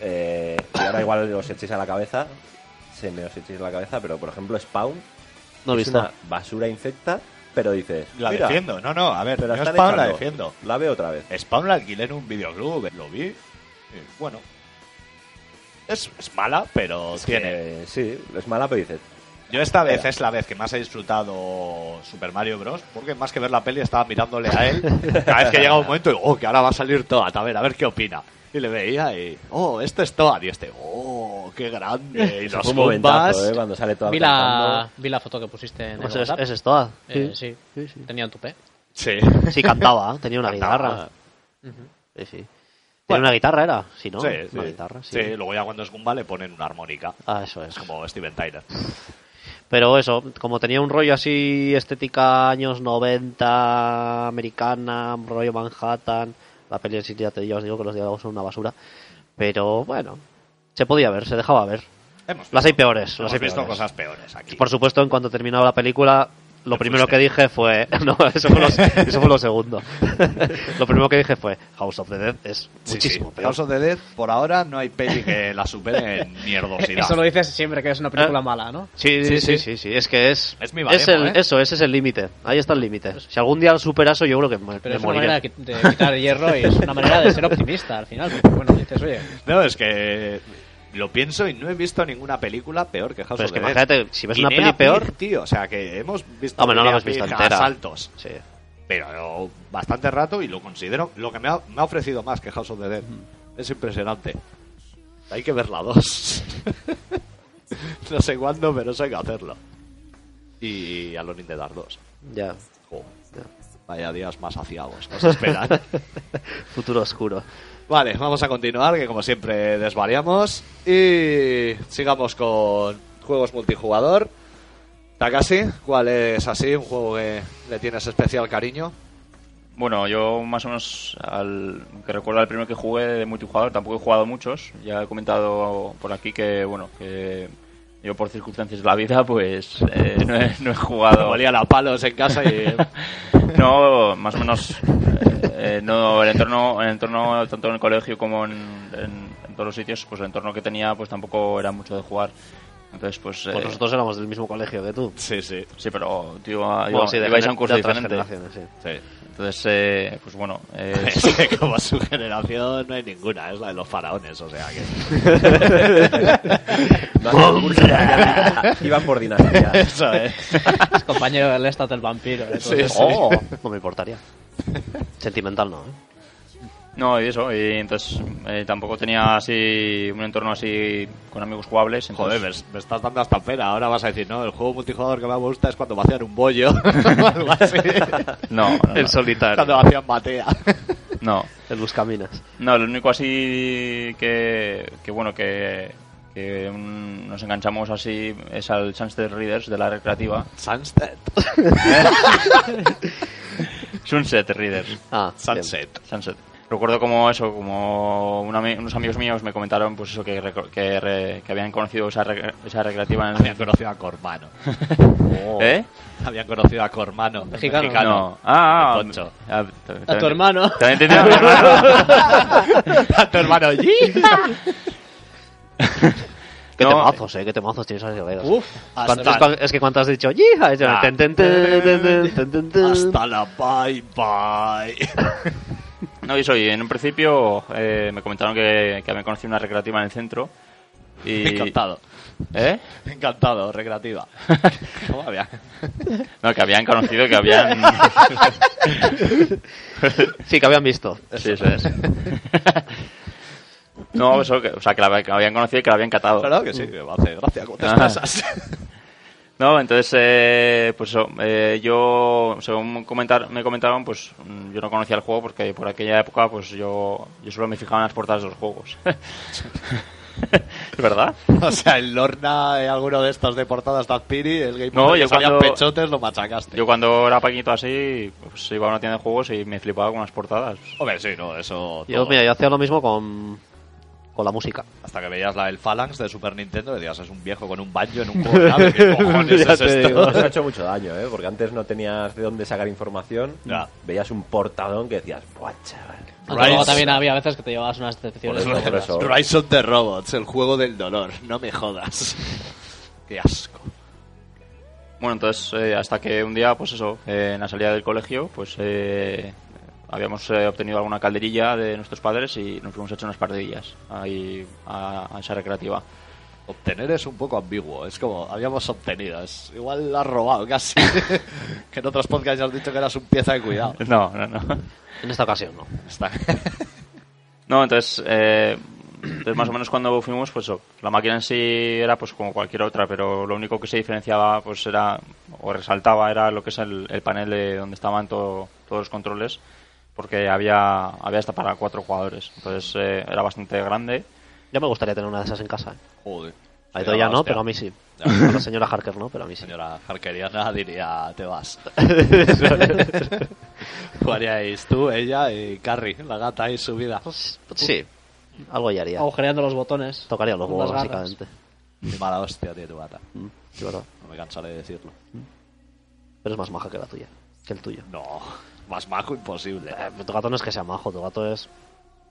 [SPEAKER 7] eh, y ahora igual os echéis a la cabeza. Se me os echéis a la cabeza, pero por ejemplo, Spawn
[SPEAKER 4] No he
[SPEAKER 7] es
[SPEAKER 4] visto.
[SPEAKER 7] una basura infecta, pero dices.
[SPEAKER 1] La
[SPEAKER 7] "Mira,
[SPEAKER 1] defiendo. No, no, a ver,
[SPEAKER 7] pero
[SPEAKER 1] yo
[SPEAKER 7] están
[SPEAKER 1] Spawn la
[SPEAKER 7] echando".
[SPEAKER 1] defiendo.
[SPEAKER 7] La veo otra vez.
[SPEAKER 1] Spawn la alquilé en un videoclub, lo vi. y, bueno. Es, es mala, pero
[SPEAKER 7] Es que,
[SPEAKER 1] tiene.
[SPEAKER 7] sí, es mala, pero dices.
[SPEAKER 1] Yo esta vez
[SPEAKER 7] Espera.
[SPEAKER 1] es la vez que más he disfrutado Super Mario Bros. Porque más que ver la peli estaba mirándole a él. Cada vez que llega un momento, digo, oh, que ahora va a salir Toad, a ver, a ver qué opina. Y le veía y, oh, este es Toad. Y este, oh, qué grande. Y los
[SPEAKER 7] fue un momentazo,
[SPEAKER 1] bombas.
[SPEAKER 7] ¿eh? Cuando sale toda
[SPEAKER 2] Vi la, vi la foto que pusiste en el
[SPEAKER 4] Pues es,
[SPEAKER 2] WhatsApp.
[SPEAKER 4] es esto.
[SPEAKER 2] Eh,
[SPEAKER 4] Sí.
[SPEAKER 2] sí, tenía un tupé.
[SPEAKER 1] Sí.
[SPEAKER 4] Sí, cantaba, ¿eh? tenía una
[SPEAKER 1] Cantaba.
[SPEAKER 4] guitarra. Sí, sí. Tenía
[SPEAKER 1] Bueno.
[SPEAKER 4] una guitarra, era, si no,
[SPEAKER 1] Sí,
[SPEAKER 4] una
[SPEAKER 1] sí.
[SPEAKER 4] guitarra, sí.
[SPEAKER 1] Sí, luego ya cuando es Goomba le ponen una armónica.
[SPEAKER 4] Ah, eso es.
[SPEAKER 1] Es como Steven Tyler.
[SPEAKER 4] Pero eso, como tenía un rollo así, estética años 90, americana, rollo Manhattan, la peli en sí ya te digo, os digo que los diálogos son una basura. Pero bueno, se podía ver, se dejaba ver.
[SPEAKER 1] Hemos
[SPEAKER 4] Las hay peores,
[SPEAKER 1] hemos
[SPEAKER 4] las hay
[SPEAKER 1] visto
[SPEAKER 4] peores.
[SPEAKER 1] cosas peores aquí.
[SPEAKER 4] Por supuesto, en cuanto terminaba la película, lo
[SPEAKER 1] Te
[SPEAKER 4] primero
[SPEAKER 1] fuiste.
[SPEAKER 4] que dije fue... No, eso fue lo, eso fue lo segundo. lo primero que dije fue, House of the Dead es
[SPEAKER 1] Sí,
[SPEAKER 4] muchísimo
[SPEAKER 1] sí.
[SPEAKER 4] peor.
[SPEAKER 1] House of the Dead, por ahora no hay peli que la supere en mierdosidad.
[SPEAKER 2] Eso lo dices siempre que es una película
[SPEAKER 4] Eh.
[SPEAKER 2] mala, ¿no?
[SPEAKER 4] Sí, sí, sí, sí, sí, es que es...
[SPEAKER 1] Es mi baremo,
[SPEAKER 4] el-
[SPEAKER 1] ¿eh?
[SPEAKER 4] Eso, ese es el límite. Ahí está el límite. Si algún día lo superas, yo creo que me,
[SPEAKER 2] Pero
[SPEAKER 4] me
[SPEAKER 2] es una
[SPEAKER 4] moriré.
[SPEAKER 2] manera de qui- de quitar hierro y es una manera de ser optimista al final. porque, bueno, dices, oye,
[SPEAKER 1] No, es que lo pienso y no he visto ninguna película peor que House
[SPEAKER 4] Pero
[SPEAKER 1] of
[SPEAKER 4] es que
[SPEAKER 1] the Dead.
[SPEAKER 4] imagínate, si ves una
[SPEAKER 1] Guinea
[SPEAKER 4] peli peor-
[SPEAKER 1] Pig, tío, o sea que hemos visto
[SPEAKER 4] Hombre, no la
[SPEAKER 1] Guinea
[SPEAKER 4] hemos visto
[SPEAKER 1] Pig,
[SPEAKER 4] entera.
[SPEAKER 1] asaltos,
[SPEAKER 4] Sí.
[SPEAKER 1] pero bastante rato y lo considero lo que me ha, me ha ofrecido más que House of the Dead.
[SPEAKER 4] Mm.
[SPEAKER 1] Es impresionante. Hay que ver la dos. no sé cuándo, pero eso hay que hacerlo. Y Alone in the Dark 2.
[SPEAKER 4] Ya.
[SPEAKER 1] Jo,
[SPEAKER 4] Ya.
[SPEAKER 1] vaya días más aciagos, nos esperan.
[SPEAKER 4] Futuro oscuro.
[SPEAKER 1] Vale, vamos a continuar, que como siempre desvariamos. Y sigamos con juegos multijugador. Takashi, ¿cuál es así? ¿Un juego que le tienes especial cariño?
[SPEAKER 3] Bueno, yo más o menos, al que recuerdo el primero que jugué de multijugador, tampoco he jugado muchos. Ya he comentado por aquí que, bueno, que yo por circunstancias de la vida, pues eh, no, he, no he jugado.
[SPEAKER 1] Volían a palos en casa y...
[SPEAKER 3] No, más o menos. eh, eh, no, el entorno, el entorno, tanto en el colegio como en, en- en todos los sitios, pues el entorno que tenía, pues tampoco era mucho de jugar. Entonces, pues.
[SPEAKER 4] Pues
[SPEAKER 3] eh,
[SPEAKER 4] nosotros éramos del mismo colegio que tú.
[SPEAKER 1] sí, sí,
[SPEAKER 3] Sí, pero, tío,
[SPEAKER 4] Bueno, sí, de
[SPEAKER 3] ibais a
[SPEAKER 4] gener-
[SPEAKER 3] un curso
[SPEAKER 4] de otras
[SPEAKER 3] diferente.
[SPEAKER 4] generaciones, sí.
[SPEAKER 1] sí.
[SPEAKER 3] Entonces, eh, pues bueno. eh,
[SPEAKER 1] Es que como su generación no hay ninguna, es la de los faraones, o sea que...
[SPEAKER 7] No hacía curso, no hacía- Iban por dinastía.
[SPEAKER 1] Eso
[SPEAKER 3] eh,
[SPEAKER 1] es.
[SPEAKER 2] es compañero del Estat del vampiro. ¿eh? entonces,
[SPEAKER 1] Sí.
[SPEAKER 4] Oh, no me importaría. Sentimental no, ¿eh?
[SPEAKER 3] No, y eso, y entonces eh, tampoco tenía así un entorno así con amigos jugables.
[SPEAKER 1] Joder,
[SPEAKER 3] Entonces,
[SPEAKER 1] me, me estás dando hasta pena. Ahora vas a decir, no, el juego multijugador que me gusta es cuando vacian un bollo. o algo así.
[SPEAKER 3] no, no, no,
[SPEAKER 1] Cuando hacían batea.
[SPEAKER 3] no.
[SPEAKER 4] El Buscaminas.
[SPEAKER 3] No, lo único así que, que bueno, que, que un- nos enganchamos así es al Sunset Readers de la recreativa.
[SPEAKER 1] Sunset.
[SPEAKER 3] Sunset Readers.
[SPEAKER 4] Ah, bien.
[SPEAKER 1] Sunset.
[SPEAKER 3] Sunset. Recuerdo como eso, como un ami- unos amigos míos me comentaron pues eso que, reco- que, re- que habían conocido esa, recre- esa recreativa en
[SPEAKER 1] Habían conocido a Cormano. Oh,
[SPEAKER 3] ¿Eh?
[SPEAKER 1] Habían conocido a Cormano, el
[SPEAKER 2] Mexicano.
[SPEAKER 1] mexicano.
[SPEAKER 3] No. Ah, ah,
[SPEAKER 1] El concho.
[SPEAKER 3] ah,
[SPEAKER 2] A tu
[SPEAKER 3] también-
[SPEAKER 2] hermano.
[SPEAKER 3] También tenía un hermano.
[SPEAKER 1] A tu hermano allí.
[SPEAKER 4] Qué
[SPEAKER 3] No,
[SPEAKER 4] temazos, ¿eh? Qué temazos tienes esas ideas.
[SPEAKER 2] Uf,
[SPEAKER 4] ¿Cuántas-
[SPEAKER 2] hasta,
[SPEAKER 4] cuan- es que cuánto has dicho, ¡Yija! Es-
[SPEAKER 1] Ah.
[SPEAKER 4] ten, ten, ten, ten, ten, ten, ten, ten.
[SPEAKER 1] Hasta la bye bye.
[SPEAKER 3] No, y soy, en un principio eh, me comentaron que, que habían conocido una recreativa en el centro Y...
[SPEAKER 1] Encantado.
[SPEAKER 3] ¿Eh?
[SPEAKER 1] Encantado, recreativa. ¿Cómo había?
[SPEAKER 3] No, que habían conocido, que habían...
[SPEAKER 4] Sí, que habían visto.
[SPEAKER 3] sí, eso es. no, eso, que, o sea, que la que la habían conocido y que la habían catado.
[SPEAKER 1] Claro que sí, que me hace gracia cómo te
[SPEAKER 3] Ah.
[SPEAKER 1] expresas.
[SPEAKER 3] No, entonces, eh, pues eso, eh, yo, según comentar, me comentaron, pues mm, yo no conocía el juego porque por aquella época, pues yo, yo solo me fijaba en las portadas de los juegos. ¿Es verdad?
[SPEAKER 1] O sea, el Lorna, eh, alguno de estos de portadas de Piri, el Game
[SPEAKER 3] No,
[SPEAKER 1] Boy,
[SPEAKER 3] yo
[SPEAKER 1] que salían
[SPEAKER 3] cuando-
[SPEAKER 1] pechotes, lo machacaste.
[SPEAKER 3] Yo cuando era paquito así, pues iba a una tienda de juegos y me flipaba con las portadas.
[SPEAKER 1] Hombre, sí, no, eso.
[SPEAKER 4] Yo,
[SPEAKER 1] todo.
[SPEAKER 4] mira, yo hacía lo mismo con, con la música.
[SPEAKER 1] Hasta que veías la, el Phalanx de Super Nintendo y decías, es un viejo con un banjo en un juego de nave, ¿qué cojones
[SPEAKER 4] Ya
[SPEAKER 1] es
[SPEAKER 4] te
[SPEAKER 1] esto?
[SPEAKER 4] digo.
[SPEAKER 7] Eso ha hecho mucho daño, ¿eh? Porque antes no tenías de dónde sacar información.
[SPEAKER 1] Ya.
[SPEAKER 7] Veías un portadón que decías, ¡buah, chaval!
[SPEAKER 2] Aunque luego
[SPEAKER 1] Rise.
[SPEAKER 2] también había veces que te llevabas unas decepciones.
[SPEAKER 7] Por eso, por
[SPEAKER 2] tremendas.
[SPEAKER 7] eso.
[SPEAKER 1] Rise of the Robots, el juego del dolor, no me jodas. Qué asco.
[SPEAKER 3] Bueno, entonces, eh, hasta que un día, pues eso, eh, en la salida del colegio, pues eh, habíamos eh, obtenido alguna calderilla de nuestros padres y nos fuimos hecho unas pardillas ahí a, a esa recreativa.
[SPEAKER 1] Obtener es un poco ambiguo, es como habíamos obtenido, es igual la has robado casi. que en otros podcasts ya has dicho que eras un pieza de cuidado.
[SPEAKER 3] No, no, no.
[SPEAKER 4] En esta ocasión, ¿no?
[SPEAKER 1] Está-
[SPEAKER 3] No, entonces, eh, entonces más o menos cuando fuimos, pues oh, la máquina en sí era pues como cualquier otra, pero lo único que se diferenciaba pues era o resaltaba era lo que es el, el panel de donde estaban to- todos los controles, porque había había hasta para cuatro jugadores, entonces eh, era bastante grande.
[SPEAKER 4] Ya me gustaría tener una de esas en casa. ¿eh?
[SPEAKER 1] Joder.
[SPEAKER 4] A
[SPEAKER 1] Era la
[SPEAKER 4] ya no,
[SPEAKER 1] hostia.
[SPEAKER 4] pero a mí sí.
[SPEAKER 1] Ya.
[SPEAKER 4] A la señora Harker no, pero a mí sí.
[SPEAKER 1] Señora Harkeriana diría, te vas. Jugaríais tú, ella y Carrie, la gata ahí subida.
[SPEAKER 4] Pues, pues sí, algo ya haría.
[SPEAKER 2] Agujereando los botones.
[SPEAKER 4] Tocaría los
[SPEAKER 2] Con
[SPEAKER 4] huevos,
[SPEAKER 2] las garras.
[SPEAKER 4] básicamente.
[SPEAKER 1] Qué mala hostia tiene tu gata.
[SPEAKER 4] Mm, sí, verdad.
[SPEAKER 1] No me cansaré de decirlo.
[SPEAKER 4] Pero es más maja que la tuya, que el tuyo.
[SPEAKER 1] No, más majo imposible.
[SPEAKER 4] Eh, tu gato no es que sea majo, tu gato es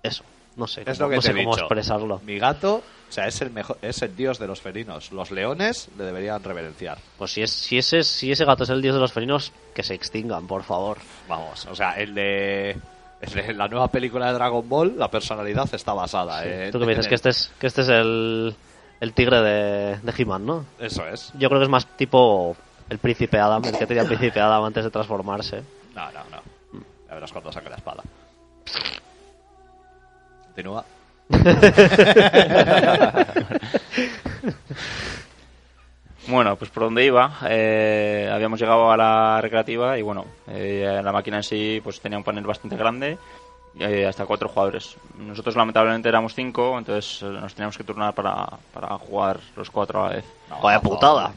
[SPEAKER 4] eso. No sé,
[SPEAKER 1] Es
[SPEAKER 4] cómo-
[SPEAKER 1] lo que
[SPEAKER 4] no
[SPEAKER 1] te
[SPEAKER 4] sé
[SPEAKER 1] he
[SPEAKER 4] cómo
[SPEAKER 1] dicho.
[SPEAKER 4] expresarlo.
[SPEAKER 1] Mi gato, o sea, es el mejor, es el dios de los felinos. Los leones le deberían reverenciar.
[SPEAKER 4] Pues si, es, si, ese, si ese gato es el dios de los felinos, que se extingan, por favor.
[SPEAKER 1] Vamos, o sea, el de, el de la nueva película de Dragon Ball, la personalidad está basada en...
[SPEAKER 4] Tú que me dices
[SPEAKER 1] en-
[SPEAKER 4] que este es, que este es el, el tigre de, de He-Man, ¿no?
[SPEAKER 1] Eso es.
[SPEAKER 4] Yo creo que es más tipo el príncipe Adam, el que tenía el príncipe Adam antes de transformarse.
[SPEAKER 1] No, no, no.
[SPEAKER 4] Mm.
[SPEAKER 1] Ya verás cuando saque la espada. Continúa.
[SPEAKER 3] Bueno, pues por donde iba, eh, habíamos llegado a la recreativa y bueno, eh, la máquina en sí pues tenía un panel bastante grande, eh, hasta cuatro jugadores. Nosotros lamentablemente éramos cinco, entonces eh, nos teníamos que turnar para, para jugar los cuatro a la vez.
[SPEAKER 1] No,
[SPEAKER 4] Vaya
[SPEAKER 1] por
[SPEAKER 4] putada.
[SPEAKER 1] favor.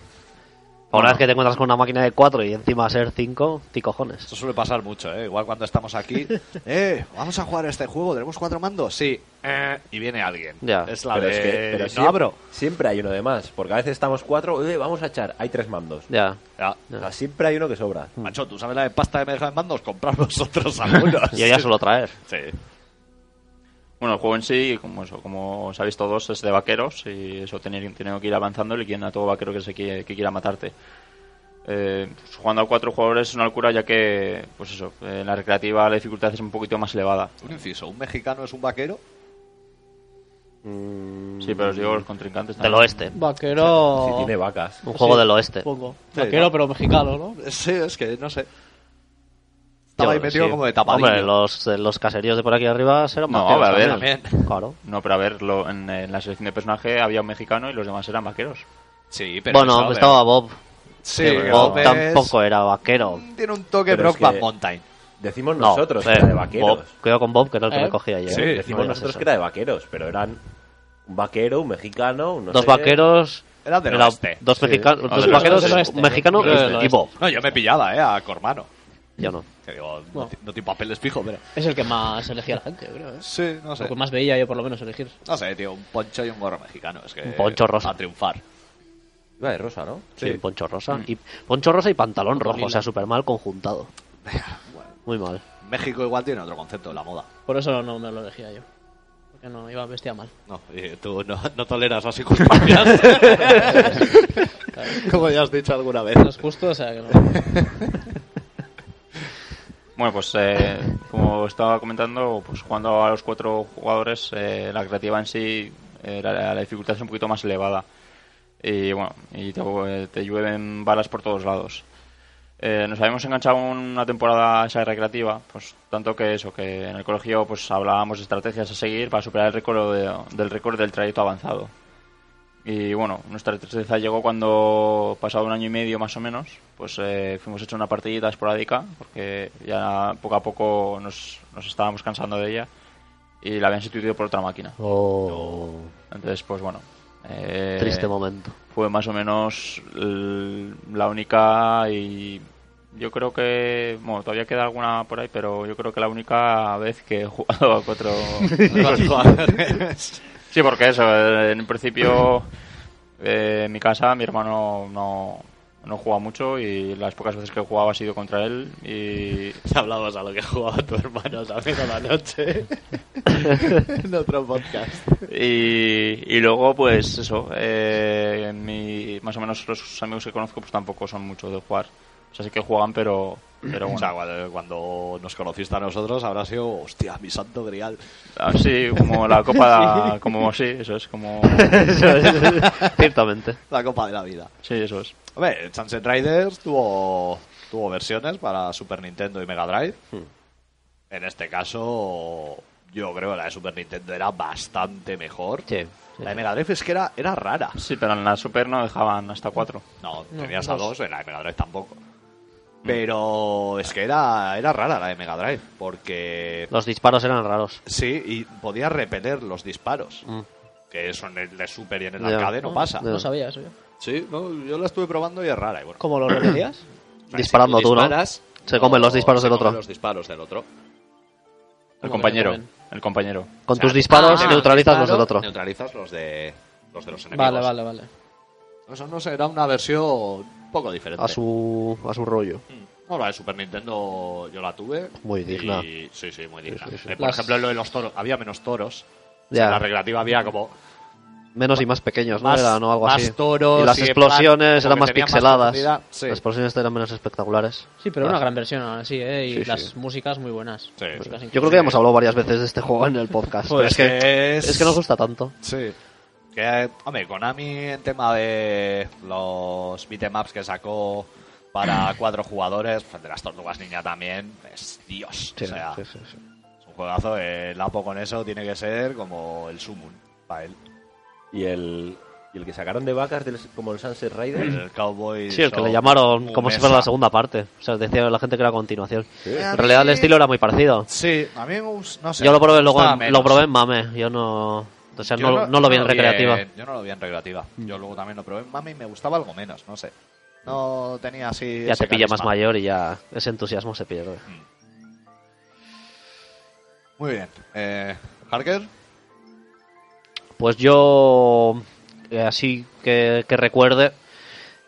[SPEAKER 4] Por
[SPEAKER 3] Bueno.
[SPEAKER 4] una vez que te encuentras con una máquina de 4 y encima ser 5, ti cojones.
[SPEAKER 1] Esto suele pasar mucho, ¿eh? Igual cuando estamos aquí. ¡Eh! Vamos a jugar a este juego. ¿Tenemos cuatro mandos? Sí. Eh, y viene alguien.
[SPEAKER 4] Ya.
[SPEAKER 1] Es la
[SPEAKER 7] Pero
[SPEAKER 1] de...
[SPEAKER 7] es que- pero
[SPEAKER 1] no
[SPEAKER 7] siempre,
[SPEAKER 1] abro.
[SPEAKER 7] siempre hay uno de más. Porque a veces estamos cuatro, "Eh, vamos a echar. Hay tres mandos.
[SPEAKER 4] Ya.
[SPEAKER 1] Ya.
[SPEAKER 7] O sea, siempre hay uno que sobra.
[SPEAKER 1] Macho, ¿tú sabes la de pasta que me dejan en mandos? Comprar vosotros algunos.
[SPEAKER 4] Yo ya suelo traer.
[SPEAKER 1] Sí.
[SPEAKER 3] Bueno, el juego en sí, como eso, como sabéis todos, es de vaqueros y eso tiene, tiene que ir avanzando y quieren a todo vaquero que se quie- que quiera matarte. Eh, pues, jugando a cuatro jugadores es una locura ya que, pues eso, eh, en la recreativa la dificultad es un poquito más elevada.
[SPEAKER 1] Un inciso. ¿Un mexicano es un vaquero?
[SPEAKER 3] Sí, pero os digo los contrincantes
[SPEAKER 4] Del
[SPEAKER 3] también.
[SPEAKER 4] oeste.
[SPEAKER 2] Vaquero.
[SPEAKER 7] Mm, Si tiene vacas.
[SPEAKER 4] Un juego
[SPEAKER 2] Sí.
[SPEAKER 4] del oeste.
[SPEAKER 2] Pongo.
[SPEAKER 1] Sí,
[SPEAKER 2] Vaquero,
[SPEAKER 1] ¿no?
[SPEAKER 2] pero mexicano, ¿no?
[SPEAKER 1] Sí, es que no sé. Estaba ahí
[SPEAKER 4] Yo-
[SPEAKER 1] metido
[SPEAKER 4] sí.
[SPEAKER 1] como de tapadillo.
[SPEAKER 4] Hombre, los, eh, los caseríos de por aquí arriba serán
[SPEAKER 3] No,
[SPEAKER 4] vaqueros
[SPEAKER 3] a ver,
[SPEAKER 4] también. Claro.
[SPEAKER 3] No, pero a ver, lo- en, en la selección de personaje había un mexicano y los demás eran vaqueros.
[SPEAKER 1] Sí, pero...
[SPEAKER 4] bueno,
[SPEAKER 1] eso de-
[SPEAKER 4] estaba Bob.
[SPEAKER 1] Sí,
[SPEAKER 4] que
[SPEAKER 1] pero
[SPEAKER 4] Bob
[SPEAKER 1] ves-
[SPEAKER 4] tampoco era vaquero.
[SPEAKER 1] Tiene un toque
[SPEAKER 7] Pero es
[SPEAKER 1] Brockback
[SPEAKER 7] que-
[SPEAKER 1] Mountain.
[SPEAKER 7] Decimos
[SPEAKER 4] No,
[SPEAKER 7] nosotros
[SPEAKER 4] eh,
[SPEAKER 7] que era de vaqueros.
[SPEAKER 4] Bob, cuidado con Bob, que era el que
[SPEAKER 2] ¿Eh?
[SPEAKER 4] me cogía ayer.
[SPEAKER 1] Sí,
[SPEAKER 4] No
[SPEAKER 7] Decimos
[SPEAKER 4] digas
[SPEAKER 7] nosotros
[SPEAKER 4] eso.
[SPEAKER 7] que era de vaqueros, pero eran un vaquero, un mexicano, un no
[SPEAKER 4] Dos
[SPEAKER 7] sé-
[SPEAKER 4] vaqueros.
[SPEAKER 1] Era del
[SPEAKER 4] era
[SPEAKER 1] oeste.
[SPEAKER 4] Dos, mexicanos,
[SPEAKER 1] Ah,
[SPEAKER 4] dos
[SPEAKER 1] del
[SPEAKER 4] vaqueros,
[SPEAKER 1] oeste,
[SPEAKER 4] un
[SPEAKER 1] del
[SPEAKER 2] oeste.
[SPEAKER 4] mexicano
[SPEAKER 2] Del oeste.
[SPEAKER 4] y Bob.
[SPEAKER 1] No, yo me pillaba, ¿eh? A Cormano.
[SPEAKER 4] Yo no.
[SPEAKER 1] Que digo, no,
[SPEAKER 2] Bueno.
[SPEAKER 1] ti- no tiene papeles fijo, pero...
[SPEAKER 2] Es el que más elegía la gente, yo creo. ¿eh?
[SPEAKER 1] Sí, no
[SPEAKER 2] Lo que más veía yo, por lo menos, elegir.
[SPEAKER 1] No sé, tío, un poncho y un gorro mexicano. Es que
[SPEAKER 4] Un poncho rosa.
[SPEAKER 1] A triunfar.
[SPEAKER 7] Iba de rosa, ¿no?
[SPEAKER 4] Sí, Poncho
[SPEAKER 1] Mm.
[SPEAKER 4] Rosa. Y, poncho Rosa y pantalón rojo.
[SPEAKER 2] lila.
[SPEAKER 4] O sea, súper mal conjuntado. Muy mal.
[SPEAKER 1] México igual tiene otro concepto de la moda.
[SPEAKER 2] Por eso no me lo elegía yo. Porque no, iba vestida mal.
[SPEAKER 1] No, y tú no, no toleras las circunstancias. Como ya has dicho alguna vez.
[SPEAKER 2] No es justo, o sea que no.
[SPEAKER 3] Bueno, pues eh, como estaba comentando, pues jugando a los cuatro jugadores, eh, la creativa en sí eh, eh, la, la dificultad es un poquito más elevada. Y bueno, y te, te llueven balas por todos lados. Eh, nos habíamos enganchado una temporada esa recreativa, pues tanto que eso, que en el colegio pues hablábamos de estrategias a seguir para superar el récord de- del récord del trayecto avanzado. Y bueno, nuestra tristeza llegó cuando, pasado un año y medio más o menos, pues eh, fuimos hecho una partidita esporádica, porque ya poco a poco nos, nos estábamos cansando de ella y la habían sustituido por otra máquina.
[SPEAKER 4] Oh,
[SPEAKER 3] Entonces, pues bueno. eh,
[SPEAKER 4] triste momento.
[SPEAKER 3] fue más o menos el- la única y yo creo que bueno todavía queda alguna por ahí pero yo creo que la única vez que he jugado a cuatro sí porque eso eh, en principio eh, en mi casa mi hermano no no juega mucho y las pocas veces que he jugado ha sido contra él y
[SPEAKER 1] Te hablabas a lo que jugaba tu hermano también a la noche. en otro podcast.
[SPEAKER 3] Y, y luego, pues eso, eh, mi- más o menos los amigos que conozco pues tampoco son muchos de jugar. O sea, sí que juegan, pero, pero
[SPEAKER 1] O sea,
[SPEAKER 3] bueno.
[SPEAKER 1] cuando, cuando nos conociste a nosotros habrá sido, hostia, mi santo grial.
[SPEAKER 3] Así como la copa, da- como sí, eso es, como...
[SPEAKER 4] Eso es, Ciertamente.
[SPEAKER 1] La copa de la vida.
[SPEAKER 3] Sí, eso es.
[SPEAKER 1] A ver, Sunset Riders tuvo, tuvo versiones para Super Nintendo y Mega Drive. En este caso, yo creo que la de Super Nintendo era bastante mejor.
[SPEAKER 4] Sí, sí.
[SPEAKER 1] La de Mega Drive es que era, era rara.
[SPEAKER 3] Sí, pero en la Super no dejaban hasta cuatro.
[SPEAKER 1] No,
[SPEAKER 2] No,
[SPEAKER 1] tenías a
[SPEAKER 2] dos.
[SPEAKER 1] dos, en la de Mega Drive tampoco. Pero es que era, era rara la de Mega Drive, porque
[SPEAKER 4] Los disparos eran raros.
[SPEAKER 1] sí, y podía repeler los disparos.
[SPEAKER 4] Mm.
[SPEAKER 1] Que eso en el de Super y en el
[SPEAKER 4] Ya.
[SPEAKER 1] arcade no pasa.
[SPEAKER 4] Ya.
[SPEAKER 2] No sabía eso yo.
[SPEAKER 1] Sí, no, yo la estuve probando y es rara. Y bueno,
[SPEAKER 2] ¿Cómo lo repetías?
[SPEAKER 4] Disparando
[SPEAKER 1] si
[SPEAKER 4] tú, ¿no?
[SPEAKER 1] disparas,
[SPEAKER 4] Se comen los disparos
[SPEAKER 1] se
[SPEAKER 4] del
[SPEAKER 1] comen
[SPEAKER 4] otro.
[SPEAKER 1] los disparos del otro.
[SPEAKER 3] El
[SPEAKER 2] Como
[SPEAKER 3] compañero,
[SPEAKER 2] que no
[SPEAKER 3] el compañero.
[SPEAKER 4] Con
[SPEAKER 1] O sea,
[SPEAKER 4] tus disparos
[SPEAKER 1] ah,
[SPEAKER 4] neutralizas los
[SPEAKER 1] disparo,
[SPEAKER 4] del otro.
[SPEAKER 1] Neutralizas los de los de los enemigos.
[SPEAKER 2] Vale, vale, vale.
[SPEAKER 1] Eso no será una versión un poco diferente.
[SPEAKER 4] A su, a su rollo.
[SPEAKER 1] No, la de Super Nintendo yo la tuve.
[SPEAKER 4] Muy
[SPEAKER 1] y-
[SPEAKER 4] digna.
[SPEAKER 1] Sí, sí, muy digna.
[SPEAKER 4] Sí, sí, sí.
[SPEAKER 1] Eh, por
[SPEAKER 2] Las-
[SPEAKER 1] ejemplo, lo de los toros. Había menos toros. En la
[SPEAKER 4] Ya,
[SPEAKER 1] recreativa había como
[SPEAKER 4] menos y más pequeños, ¿no?
[SPEAKER 1] más,
[SPEAKER 4] Era, ¿no? Algo
[SPEAKER 1] más
[SPEAKER 4] así.
[SPEAKER 1] toros.
[SPEAKER 4] Y las
[SPEAKER 1] en plan,
[SPEAKER 4] explosiones
[SPEAKER 1] como
[SPEAKER 4] eran
[SPEAKER 1] que
[SPEAKER 4] más
[SPEAKER 1] tenía
[SPEAKER 4] pixeladas.
[SPEAKER 1] profundidad. sí.
[SPEAKER 4] Las explosiones eran menos espectaculares.
[SPEAKER 2] Sí, pero una gran versión aún así, ¿eh? Y
[SPEAKER 4] Sí, sí.
[SPEAKER 2] las músicas muy buenas.
[SPEAKER 1] sí.
[SPEAKER 2] Músicas
[SPEAKER 4] Yo creo que ya hemos hablado varias veces de este juego en el podcast. pero
[SPEAKER 1] Pues
[SPEAKER 4] es que,
[SPEAKER 1] es-
[SPEAKER 4] es que nos gusta tanto.
[SPEAKER 1] Sí. Que, hombre, Konami en tema de los beatemaps que sacó para cuatro jugadores, pues, de las tortugas ninja también, es Dios.
[SPEAKER 4] Sí,
[SPEAKER 1] o sea,
[SPEAKER 4] sí, sí, sí.
[SPEAKER 1] es un juegazo. El Apo con eso tiene que ser como el Sumun para él.
[SPEAKER 7] Y el, y el que sacaron de vacas del- como el Sunset Rider.
[SPEAKER 1] El Cowboy.
[SPEAKER 4] Sí, el que
[SPEAKER 1] Show,
[SPEAKER 4] le llamaron como si
[SPEAKER 1] Umesa.
[SPEAKER 4] fuera la segunda parte. O sea, decía la gente que era continuación.
[SPEAKER 7] Sí.
[SPEAKER 4] En realidad el estilo era muy parecido.
[SPEAKER 1] Sí, a mí me gus- no sé.
[SPEAKER 4] Yo lo probé
[SPEAKER 1] me
[SPEAKER 4] luego
[SPEAKER 1] gustaba
[SPEAKER 4] en,
[SPEAKER 1] menos.
[SPEAKER 4] lo probé en Mame. Yo no. O sea,
[SPEAKER 1] Yo
[SPEAKER 4] no, no lo vi en recreativa.
[SPEAKER 1] en- yo no lo vi en recreativa. Yo luego también lo probé en Mami y me gustaba algo menos, no sé. No tenía así.
[SPEAKER 4] Ya
[SPEAKER 1] ese
[SPEAKER 4] te pilla más
[SPEAKER 1] carisma.
[SPEAKER 4] mayor y ya ese entusiasmo se pierde.
[SPEAKER 1] Muy bien. Eh, Harker.
[SPEAKER 4] Pues yo, eh, así que, que recuerde,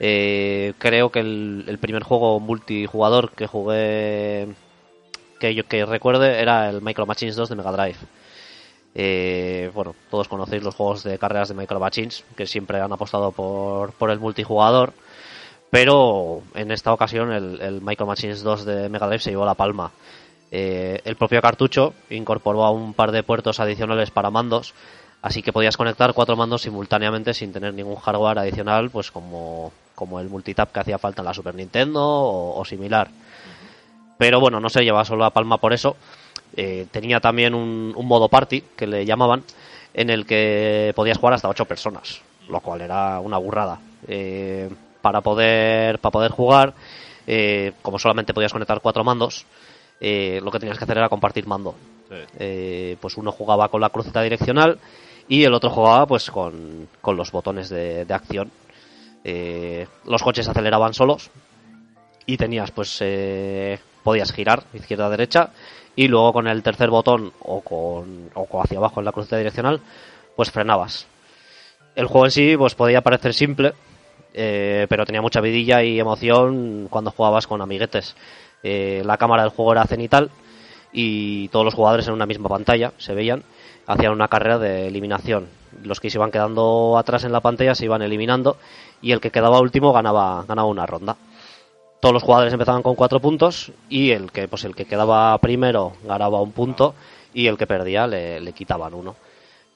[SPEAKER 4] eh, creo que el, el primer juego multijugador que jugué, que yo que recuerde, era el Micro Machines 2 de Mega Drive. Eh, bueno, todos conocéis los juegos de carreras de Micro Machines, que siempre han apostado por, por el multijugador. Pero en esta ocasión el, el Micro Machines 2 de Mega Drive se llevó la palma. Eh, el propio cartucho incorporó a un par de puertos adicionales para mandos, así que podías conectar cuatro mandos simultáneamente sin tener ningún hardware adicional, pues como, como el multitap que hacía falta en la Super Nintendo o, o similar. Pero bueno, no se llevaba solo la palma por eso. Eh, tenía también un, un modo party, que le llamaban, en el que podías jugar hasta ocho personas, lo cual era una burrada. Eh, para, poder, para poder jugar, eh, como solamente podías conectar cuatro mandos, eh, lo que tenías que hacer era compartir mando. Eh, pues uno jugaba con la cruceta direccional y el otro jugaba pues con, con los botones de, de acción. Eh, los coches se aceleraban solos y tenías pues eh, podías girar izquierda a derecha y luego con el tercer botón o con o con hacia abajo en la cruceta direccional pues frenabas. El juego en sí pues podía parecer simple, eh, pero tenía mucha vidilla y emoción cuando jugabas con amiguetes. Eh, la cámara del juego era cenital y todos los jugadores en una misma pantalla se veían, hacían una carrera de eliminación. Los que se iban quedando atrás en la pantalla se iban eliminando y el que quedaba último ganaba, ganaba una ronda. Todos los jugadores empezaban con cuatro puntos y el que, pues el que quedaba primero ganaba un punto y el que perdía le, le quitaban uno.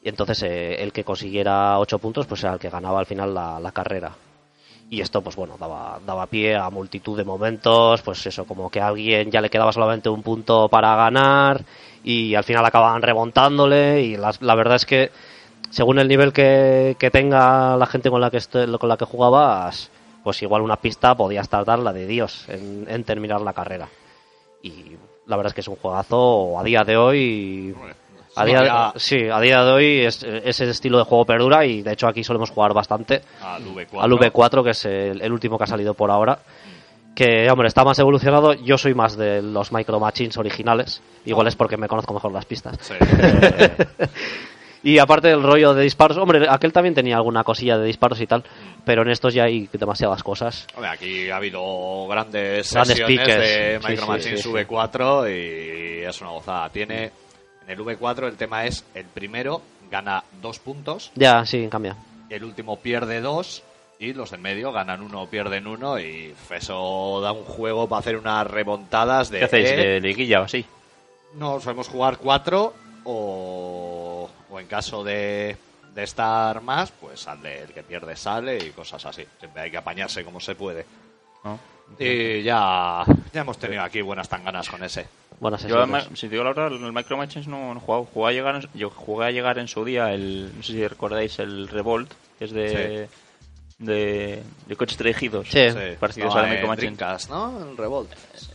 [SPEAKER 4] Y entonces eh, el que consiguiera ocho puntos, pues era el que ganaba al final la, la carrera. Y esto, pues bueno, daba, daba pie a multitud de momentos, pues eso, como que a alguien ya le quedaba solamente un punto para ganar y al final acababan remontándole y las- la, verdad es que según el nivel que, que tenga la gente con la que, esté- con la que jugabas, pues igual una pista podías tardar la de Dios en, en terminar la carrera. Y la verdad es que es un juegazo a día de hoy... A día,
[SPEAKER 1] ya-
[SPEAKER 4] sí, a día de hoy es, ese estilo de juego perdura y de hecho aquí solemos jugar bastante
[SPEAKER 1] Al V4.
[SPEAKER 4] al V4, que es el, el último que ha salido por ahora. Que, hombre, está más evolucionado. Yo soy más de los Micro Machines originales. Igual es porque me conozco mejor las pistas.
[SPEAKER 1] Sí.
[SPEAKER 4] Y aparte del rollo de disparos, hombre, aquel también tenía alguna cosilla de disparos y tal. Pero en estos ya hay demasiadas cosas.
[SPEAKER 1] Hombre, aquí ha habido grandes
[SPEAKER 4] Grandes
[SPEAKER 1] sesiones
[SPEAKER 4] piques.
[SPEAKER 1] de
[SPEAKER 4] Sí,
[SPEAKER 1] Micro
[SPEAKER 4] sí,
[SPEAKER 1] Machines
[SPEAKER 4] sí, sí.
[SPEAKER 1] V4 y es una gozada. Tiene en el V4 el tema es el primero gana dos puntos,
[SPEAKER 4] Ya, sí, cambia.
[SPEAKER 1] el último pierde dos y los del medio ganan uno o pierden uno y eso da un juego para hacer unas remontadas de
[SPEAKER 3] ¿Qué hacéis?
[SPEAKER 1] eh,
[SPEAKER 3] ¿De liguilla o así?
[SPEAKER 1] No, solemos jugar cuatro o, o en caso de, de estar más, pues sale el que pierde sale y cosas así. Siempre hay que apañarse como se puede.
[SPEAKER 3] ¿No?
[SPEAKER 1] Y ya, ya hemos tenido aquí buenas tanganas con ese.
[SPEAKER 4] Buenas
[SPEAKER 3] Yo,
[SPEAKER 4] sesiones.
[SPEAKER 3] además, si te digo la verdad, el Micro Machines no, no he jugado. Jugué a, llegar, yo jugué a llegar en su día, el, no sé si recordáis, el Revolt, que es de, de, de coches dirigidos.
[SPEAKER 4] Sí.
[SPEAKER 3] Parecidos
[SPEAKER 1] Estaba
[SPEAKER 3] al Micro
[SPEAKER 1] en
[SPEAKER 3] Machines.
[SPEAKER 1] Dreamcast, ¿no? En Revolt.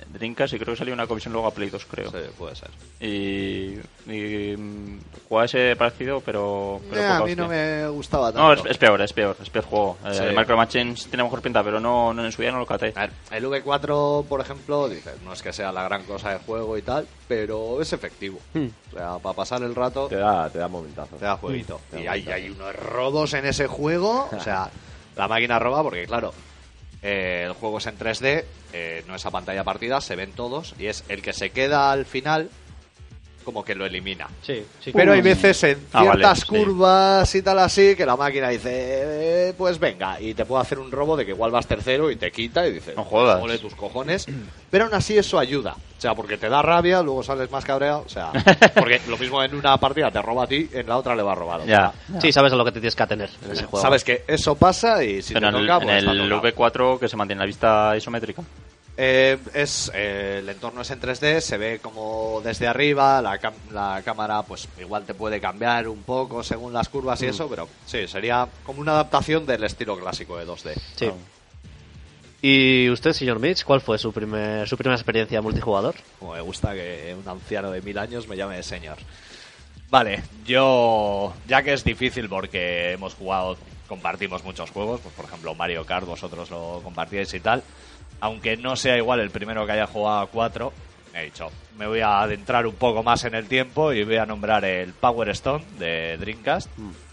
[SPEAKER 3] Drinkas y creo que salió una comisión luego a Play 2, creo.
[SPEAKER 1] Sí, puede ser.
[SPEAKER 3] Y, y mm, jugaba ese parecido, pero, pero
[SPEAKER 1] Eh, a
[SPEAKER 3] poca
[SPEAKER 1] mí no
[SPEAKER 3] hostia.
[SPEAKER 1] me gustaba
[SPEAKER 3] No,
[SPEAKER 1] tanto.
[SPEAKER 3] es, es peor, es peor, es peor juego. Eh,
[SPEAKER 1] Sí. Ah,
[SPEAKER 3] el Micro Machines tiene mejor pinta, pero no, no en su día no lo caté.
[SPEAKER 1] A ver, el V4, por ejemplo, dices, no es que sea la gran cosa de juego y tal, pero es efectivo. O sea, para pasar el rato...
[SPEAKER 7] Te da, te da momentazo.
[SPEAKER 1] Te da jueguito.
[SPEAKER 7] Te da
[SPEAKER 1] Y hay,
[SPEAKER 7] jueguito.
[SPEAKER 1] hay unos robos en ese juego. O sea, la máquina roba porque, claro, eh, el juego es en 3D, eh, no es a pantalla partida, se ven todos y es el que se queda al final como que lo elimina.
[SPEAKER 2] Sí, sí.
[SPEAKER 1] Pero hay veces en
[SPEAKER 3] Ah, vale,
[SPEAKER 1] ciertas
[SPEAKER 3] sí.
[SPEAKER 1] curvas y tal así que la máquina dice, eh, pues venga, y te puede hacer un robo de que igual vas tercero y te quita y dice,
[SPEAKER 3] No jodas.
[SPEAKER 1] ole tus cojones. Pero aún así eso ayuda. O sea, porque te da rabia, luego sales más cabreado. O sea, porque lo mismo en una partida te roba a ti, en la otra le va a robar a otro.
[SPEAKER 3] Ya.
[SPEAKER 4] Sí, sabes a lo que te tienes que atener en ese juego.
[SPEAKER 1] Sabes que eso pasa y si
[SPEAKER 3] pero
[SPEAKER 1] te
[SPEAKER 3] en el,
[SPEAKER 1] toca,
[SPEAKER 3] en
[SPEAKER 1] pues te ha
[SPEAKER 3] el
[SPEAKER 1] tocado.
[SPEAKER 3] V4 que se mantiene la vista isométrica.
[SPEAKER 1] Eh, es, eh, el entorno es en 3D, se ve como desde arriba, la, cam- la cámara pues igual te puede cambiar un poco según las curvas y eso, pero sí, sería como una adaptación del estilo clásico de 2D.
[SPEAKER 4] Sí. ¿Y usted, señor Mitch, cuál fue su, primer, su primera experiencia multijugador?
[SPEAKER 1] Como me gusta que un anciano de mil años me llame señor. Vale, yo, ya que es difícil porque hemos jugado, compartimos muchos juegos, pues por ejemplo Mario Kart, vosotros lo compartíais y tal, aunque no sea igual el primero que haya jugado a 4, he dicho, me voy a adentrar un poco más en el tiempo y voy a nombrar el Power Stone de Dreamcast,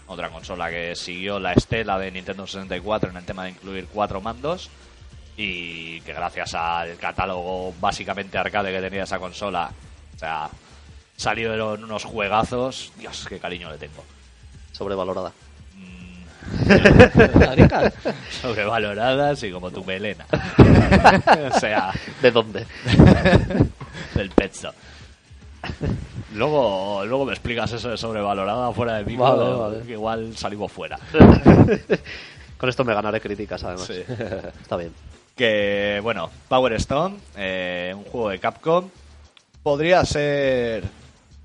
[SPEAKER 1] otra consola que siguió la estela de Nintendo 64 en el tema de incluir cuatro mandos y que gracias al catálogo básicamente arcade que tenía esa consola, o sea, salieron unos juegazos. Dios, qué cariño le tengo.
[SPEAKER 4] Sobrevalorada.
[SPEAKER 1] Sobrevaloradas y como tu melena. o sea,
[SPEAKER 4] ¿De dónde?
[SPEAKER 1] del pezzo. Luego, luego me explicas eso de sobrevalorada fuera de mí,
[SPEAKER 4] Vale, vale.
[SPEAKER 1] que igual salimos fuera.
[SPEAKER 4] Con esto me ganaré críticas, además.
[SPEAKER 1] Sí.
[SPEAKER 4] Está bien.
[SPEAKER 1] Que, bueno, Power Stone, eh, un juego de Capcom, podría ser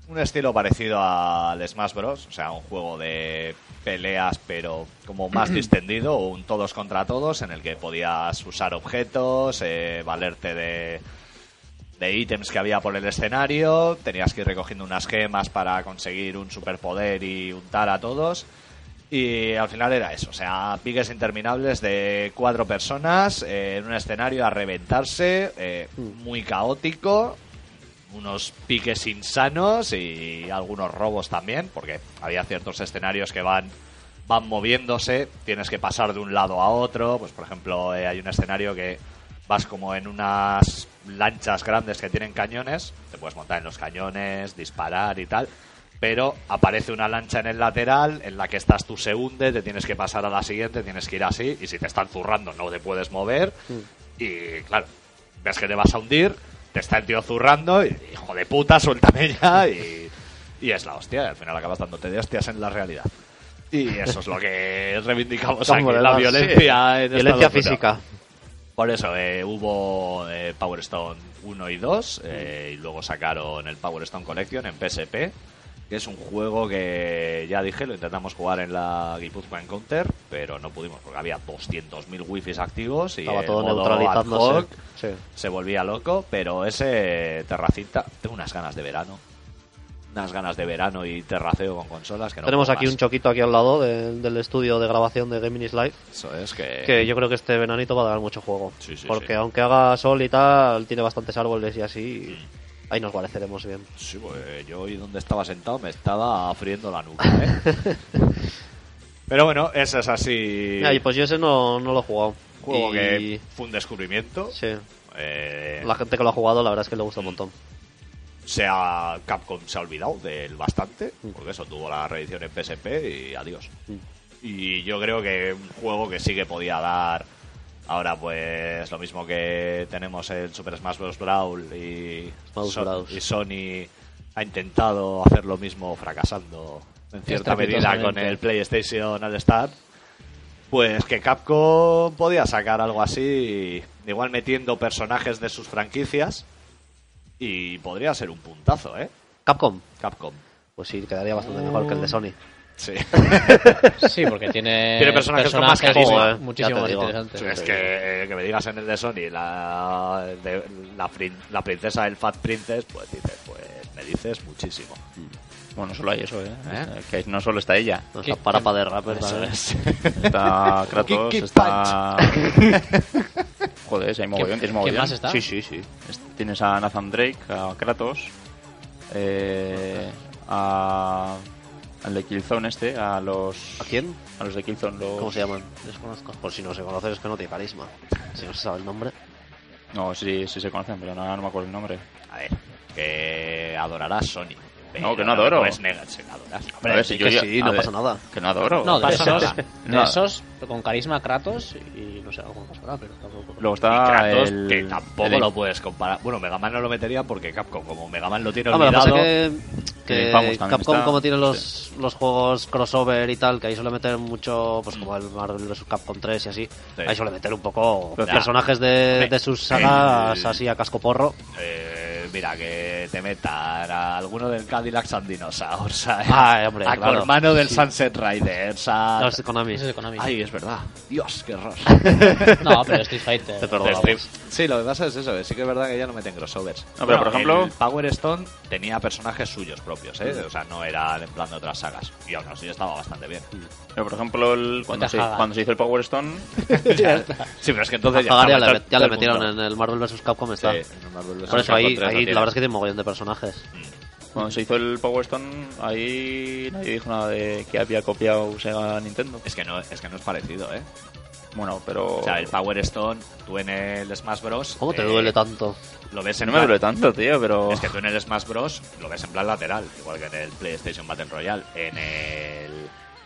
[SPEAKER 1] un estilo parecido al Smash Bros. O sea, un juego de peleas, pero como más distendido, o un todos contra todos, en el que podías usar objetos, eh, valerte de, de ítems que había por el escenario, tenías que ir recogiendo unas gemas para conseguir un superpoder y untar a todos. Y al final era eso, o sea, piques interminables de cuatro personas eh, en un escenario a reventarse, eh, muy caótico, unos piques insanos y algunos robos también, porque había ciertos escenarios que van van moviéndose, tienes que pasar de un lado a otro, pues por ejemplo eh, hay un escenario que vas como en unas lanchas grandes que tienen cañones, te puedes montar en los cañones, disparar y tal, pero aparece una lancha en el lateral en la que estás tú se hunde, te tienes que pasar a la siguiente, tienes que ir así y si te están zurrando no te puedes mover y claro, ves que te vas a hundir, te está el tío zurrando y hijo de puta, suéltame ya y Y es la hostia, y al final acabas dándote de hostias en la realidad. Y eso es lo que reivindicamos aquí,
[SPEAKER 4] Como le
[SPEAKER 1] la
[SPEAKER 4] das,
[SPEAKER 1] violencia. en
[SPEAKER 4] Violencia
[SPEAKER 1] estado puro.
[SPEAKER 4] física.
[SPEAKER 1] Por eso eh, hubo eh, Power Stone 1 y 2 eh, y luego sacaron el Power Stone Collection en PSP, que es un juego que ya dije, lo intentamos jugar en la Guipuzcoa Encounter, pero no pudimos porque había 200.000 wifis activos y
[SPEAKER 4] Estaba
[SPEAKER 1] el
[SPEAKER 4] todo
[SPEAKER 1] modo ad
[SPEAKER 4] neutralizándose.
[SPEAKER 1] hoc
[SPEAKER 4] Sí.
[SPEAKER 1] se volvía loco, pero ese terracita, tengo unas ganas de verano. Unas ganas de verano y terraceo con consolas que no
[SPEAKER 4] Tenemos
[SPEAKER 1] puedo
[SPEAKER 4] aquí
[SPEAKER 1] más.
[SPEAKER 4] un choquito aquí al lado de- del estudio de grabación de Gaminis Live.
[SPEAKER 1] Eso es que...
[SPEAKER 4] Que yo creo que este venanito va a dar mucho juego.
[SPEAKER 1] Sí, sí,
[SPEAKER 4] porque
[SPEAKER 1] sí.
[SPEAKER 4] aunque haga sol y tal, tiene bastantes árboles y así. y
[SPEAKER 1] Mm.
[SPEAKER 4] Ahí nos guareceremos bien.
[SPEAKER 1] Sí, pues yo hoy donde estaba sentado me estaba friendo la nuca, ¿eh? Pero bueno, eso es así.
[SPEAKER 4] Mira, y pues yo ese no, no lo he jugado.
[SPEAKER 1] Juego
[SPEAKER 4] Y-
[SPEAKER 1] que fue un descubrimiento.
[SPEAKER 4] Sí.
[SPEAKER 1] Eh,
[SPEAKER 4] La gente que lo ha jugado, la verdad es que le gusta un montón.
[SPEAKER 1] se ha- Capcom se ha olvidado del bastante,
[SPEAKER 4] Mm.
[SPEAKER 1] porque eso tuvo la reedición en PSP y adiós. Y yo creo que un juego que sí que podía dar ahora pues lo mismo que tenemos en Super Smash Bros. Brawl y,
[SPEAKER 4] Smash
[SPEAKER 1] Son-
[SPEAKER 4] Bros.
[SPEAKER 1] y Sony ha intentado hacer lo mismo fracasando en cierta medida con
[SPEAKER 2] Estrepitosamente.
[SPEAKER 1] el PlayStation All Star. Pues que Capcom podía sacar algo así, igual metiendo personajes de sus franquicias y podría ser un puntazo, ¿eh?
[SPEAKER 4] Capcom.
[SPEAKER 1] Capcom.
[SPEAKER 4] Pues sí, quedaría bastante mejor que el de Sony.
[SPEAKER 1] Sí.
[SPEAKER 2] Sí, porque tiene,
[SPEAKER 1] Tiene personajes con más
[SPEAKER 2] personajes
[SPEAKER 1] carisma,
[SPEAKER 2] mu-
[SPEAKER 4] eh,
[SPEAKER 2] muchísimo
[SPEAKER 4] ya te
[SPEAKER 2] más
[SPEAKER 4] digo.
[SPEAKER 2] interesantes.
[SPEAKER 1] es que, que me digas en el de Sony la, de- la, prin- la princesa del Fat Princess, pues dices, pues me dices muchísimo.
[SPEAKER 3] Bueno, no solo hay eso, ¿eh? Que no solo está ella.
[SPEAKER 4] No está para para de ¿eh? rapper, ¿sabes?
[SPEAKER 3] Está Kratos,
[SPEAKER 1] Kinky
[SPEAKER 3] está... Joder, si hay mogollón, tienes mogollón.
[SPEAKER 2] más está?
[SPEAKER 3] Sí, sí, sí. Es- Tienes a Nathan Drake, a Kratos, eh, a... al de Killzone este, a los...
[SPEAKER 4] ¿A quién?
[SPEAKER 3] A los de Killzone, los...
[SPEAKER 4] ¿Cómo se llaman? Desconozco. Por si no se conoces, es que no tiene carisma. Si no se sabe el nombre.
[SPEAKER 3] No, sí, sí se conocen, pero no, no me acuerdo el nombre.
[SPEAKER 1] A ver, que adorarás Sony.
[SPEAKER 3] No, que no adoro.
[SPEAKER 1] Es negarse, que adoras.
[SPEAKER 3] a ver, si yo
[SPEAKER 4] que
[SPEAKER 3] ya-
[SPEAKER 4] sí,
[SPEAKER 3] a
[SPEAKER 4] no
[SPEAKER 3] ver,
[SPEAKER 4] pasa nada.
[SPEAKER 3] Que no adoro.
[SPEAKER 2] No, de
[SPEAKER 1] Pasa
[SPEAKER 2] esos,
[SPEAKER 1] nada.
[SPEAKER 2] de
[SPEAKER 3] No.
[SPEAKER 2] esos, con carisma Kratos y no sé, algo más ahora, pero tampoco.
[SPEAKER 3] Luego
[SPEAKER 1] Y
[SPEAKER 3] está
[SPEAKER 1] Kratos,
[SPEAKER 3] el...
[SPEAKER 1] que tampoco
[SPEAKER 3] el-
[SPEAKER 1] lo puedes comparar. Bueno, Mega Man no lo metería porque Capcom, como Mega Man lo tiene
[SPEAKER 4] Ah, pero
[SPEAKER 1] olvidado,
[SPEAKER 4] lo que pasa es que,
[SPEAKER 3] que
[SPEAKER 4] que
[SPEAKER 3] Infamous también
[SPEAKER 4] Capcom
[SPEAKER 3] está.
[SPEAKER 4] como tiene los, los juegos crossover y tal, que ahí suele meter mucho, pues como el Marvel vs. Capcom 3 y así,
[SPEAKER 1] Sí.
[SPEAKER 4] ahí suele meter un poco
[SPEAKER 1] Pero,
[SPEAKER 4] personajes de,
[SPEAKER 1] hombre,
[SPEAKER 4] de sus sagas
[SPEAKER 1] el-
[SPEAKER 4] así a cascoporro.
[SPEAKER 1] eh, mira, que te metan a alguno del Cadillac Sandinosaurs, a,
[SPEAKER 4] Ah, hombre,
[SPEAKER 1] a
[SPEAKER 4] claro.
[SPEAKER 1] Cormano del Sunset Riders, a...
[SPEAKER 4] Los de Konami.
[SPEAKER 2] Ese Ah, es Konami.
[SPEAKER 1] Ay, es verdad. Dios, qué error.
[SPEAKER 2] No, pero Street Fighter.
[SPEAKER 4] Te perdonamos.
[SPEAKER 1] Stream. Sí, lo que pasa es eso, que sí que es verdad que ya no meten crossovers.
[SPEAKER 3] No, pero por ejemplo-
[SPEAKER 1] el Power Stone tenía personajes suyos propios, ¿eh? O sea, no era en plan de otras sagas. Y aún así estaba bastante bien.
[SPEAKER 3] Pero, eh, por ejemplo, el- cuando, se,
[SPEAKER 2] Tajada.
[SPEAKER 3] cuando se hizo el Power Stone,
[SPEAKER 1] Sí, pero es que entonces
[SPEAKER 4] Pagar ya,
[SPEAKER 1] estaba
[SPEAKER 4] le,
[SPEAKER 1] todo-
[SPEAKER 4] ya
[SPEAKER 1] todo
[SPEAKER 4] le
[SPEAKER 1] el
[SPEAKER 4] metieron
[SPEAKER 1] mundo.
[SPEAKER 4] en el Marvel vs. Capcom está.
[SPEAKER 1] Sí, en el Marvel vs.
[SPEAKER 4] Pues Por eso ahí,
[SPEAKER 3] Capcom 3 no
[SPEAKER 4] ahí
[SPEAKER 3] tiene.
[SPEAKER 4] la verdad es que tiene mogollón de personajes.
[SPEAKER 3] cuando se hizo el Power Stone, ahí nadie dijo nada de que había copiado Sega a Nintendo.
[SPEAKER 1] Es que, no, es que no es parecido, ¿eh?
[SPEAKER 3] Bueno, pero...
[SPEAKER 1] O sea, el Power Stone, tú en el Smash Bros.
[SPEAKER 4] ¿Cómo te
[SPEAKER 1] eh,
[SPEAKER 4] duele tanto?
[SPEAKER 1] Lo ves en
[SPEAKER 3] no me
[SPEAKER 1] plan-
[SPEAKER 3] duele tanto, tío, pero...
[SPEAKER 1] Es que tú en el Smash Bros. lo ves en plan lateral, igual que en el PlayStation Battle Royale. En el,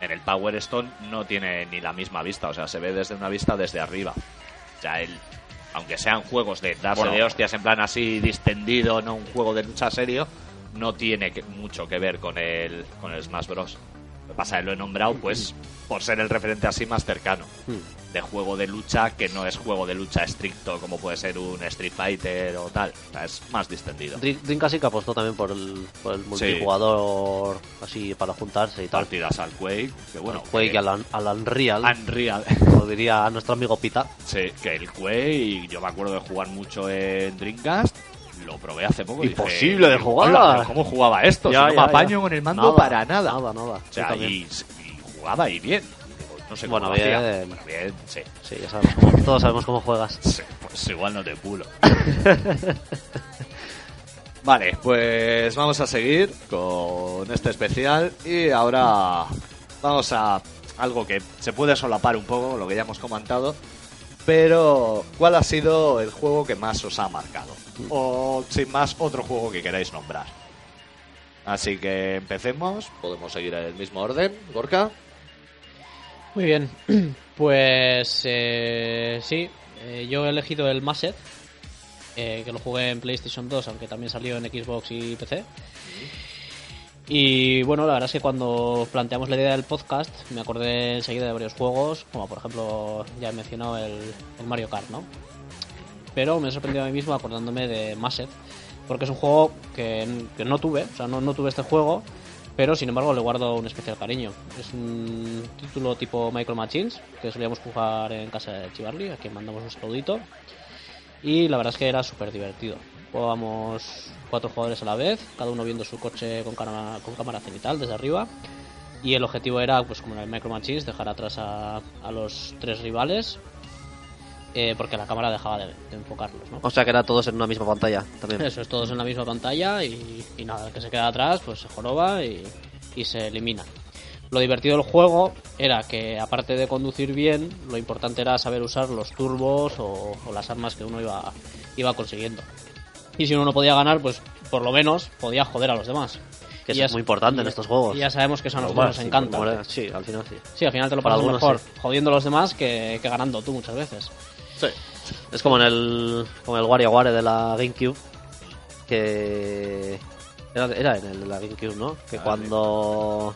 [SPEAKER 1] en el Power Stone no tiene ni la misma vista, o sea, se ve desde una vista desde arriba. O sea, el, aunque sean juegos de darse
[SPEAKER 3] Bueno.
[SPEAKER 1] de hostias en plan así distendido, no un juego de lucha serio, no tiene que- mucho que ver con el, con el Smash Bros. Lo que pasa es que lo he nombrado, pues, por ser el referente así más cercano. De juego de lucha que no es juego de lucha estricto como puede ser un Street Fighter o tal. O sea, es más distendido.
[SPEAKER 4] Dream- Dreamcast sí que apostó también por el, por el multijugador así para juntarse y tal.
[SPEAKER 1] partidas al Quake, que bueno,
[SPEAKER 4] Quake y
[SPEAKER 1] que-
[SPEAKER 4] al, un- al Unreal,
[SPEAKER 1] Unreal.
[SPEAKER 4] como diría nuestro amigo Pita.
[SPEAKER 1] Sí, que el Quake, yo me acuerdo de jugar mucho en Dreamcast, lo probé hace poco. y dije,
[SPEAKER 4] Imposible de jugar.
[SPEAKER 1] "Hola, pero ¿Cómo jugaba esto? Si
[SPEAKER 4] Ya,
[SPEAKER 1] no me
[SPEAKER 4] ya,
[SPEAKER 1] apaño
[SPEAKER 4] ya.
[SPEAKER 1] con el mando
[SPEAKER 4] Nada,
[SPEAKER 1] para nada.
[SPEAKER 4] Nada, nada.
[SPEAKER 1] O
[SPEAKER 4] Yo
[SPEAKER 1] sea,
[SPEAKER 4] también.
[SPEAKER 1] y, y jugaba y bien. Digo, No sé
[SPEAKER 4] Bueno,
[SPEAKER 1] cómo lo hacía.
[SPEAKER 4] bien.
[SPEAKER 1] Bueno, bien, sí.
[SPEAKER 4] Sí, ya sabemos cómo- todos sabemos cómo juegas.
[SPEAKER 1] Sí, Pues igual no te pulo. vale, pues vamos a seguir con este especial y ahora vamos a algo que se puede solapar un poco, lo que ya hemos comentado, pero ¿cuál ha sido el juego que más os ha marcado? O sin más, otro juego que queráis nombrar. Así que empecemos, podemos seguir en el mismo orden, Gorka.
[SPEAKER 2] Muy bien, pues eh, sí, eh, yo he elegido el Masset, eh, que lo jugué en PlayStation 2, aunque también salió en Xbox y PC. Y bueno, la verdad es que cuando planteamos la idea del podcast me acordé enseguida de varios juegos, como por ejemplo ya he mencionado el, el Mario Kart, ¿no? Pero me he sorprendido a mí mismo acordándome de Masset, porque es un juego que, que no tuve, o sea, no, no tuve este juego, pero sin embargo le guardo un especial cariño. Es un título tipo Micro Machines, que solíamos jugar en casa de Chivarly, a quien mandamos un saludito, y la verdad es que era súper divertido. Jugábamos cuatro jugadores a la vez, cada uno viendo su coche con, cámara- con cámara cenital desde arriba. Y el objetivo era, pues como en el Micro Machines, dejar atrás a, a los tres rivales, eh, porque la cámara dejaba de, de enfocarlos, ¿no?
[SPEAKER 4] O sea que era todos en una misma pantalla también.
[SPEAKER 2] Eso es, todos en la misma pantalla y, y nada, el que se queda atrás pues se joroba y, y se elimina. Lo divertido del juego era que aparte de conducir bien, lo importante era saber usar los turbos o, o las armas que uno iba, iba consiguiendo. Y si uno no podía ganar, pues por lo menos podía joder a los demás.
[SPEAKER 4] Que
[SPEAKER 2] Y
[SPEAKER 4] eso es muy importante en
[SPEAKER 2] y-
[SPEAKER 4] estos juegos.
[SPEAKER 2] y Ya sabemos que eso a
[SPEAKER 4] Lo
[SPEAKER 2] nosotros
[SPEAKER 4] más,
[SPEAKER 2] nos encanta.
[SPEAKER 4] Hombre, Sí, al final sí.
[SPEAKER 2] Sí, al final te lo
[SPEAKER 4] Para
[SPEAKER 2] pasas
[SPEAKER 4] algunos,
[SPEAKER 2] mejor jodiendo a los demás que, que ganando tú muchas veces.
[SPEAKER 4] Es como en el, como en el WarioWare de la GameCube. Que. Era, era en el de la GameCube, ¿no?
[SPEAKER 1] Ah,
[SPEAKER 4] Que cuando.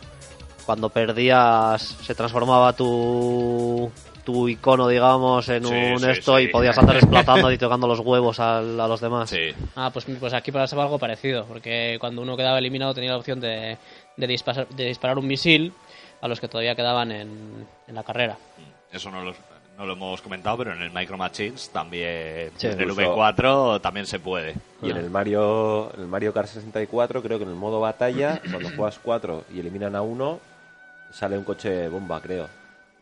[SPEAKER 4] Cuando perdías. Se transformaba tu. Tu icono, digamos, en
[SPEAKER 1] Sí,
[SPEAKER 4] un
[SPEAKER 1] sí,
[SPEAKER 4] esto
[SPEAKER 1] sí.
[SPEAKER 4] y podías andar explotando y tocando los huevos al- a los demás.
[SPEAKER 1] Sí.
[SPEAKER 2] Ah, pues, pues aquí pasaba algo parecido, porque cuando uno quedaba eliminado tenía la opción de, de, disparar, de disparar un misil a los que todavía quedaban en, en la carrera.
[SPEAKER 1] Eso no lo, no lo hemos comentado, pero en el Micro Machines también,
[SPEAKER 4] Sí,
[SPEAKER 1] en el
[SPEAKER 7] incluso-
[SPEAKER 1] V4 también se puede.
[SPEAKER 7] Y en el Mario, en el Mario Kart 64, creo que en el modo batalla, cuando juegas cuatro y eliminan a uno, sale un coche bomba, creo.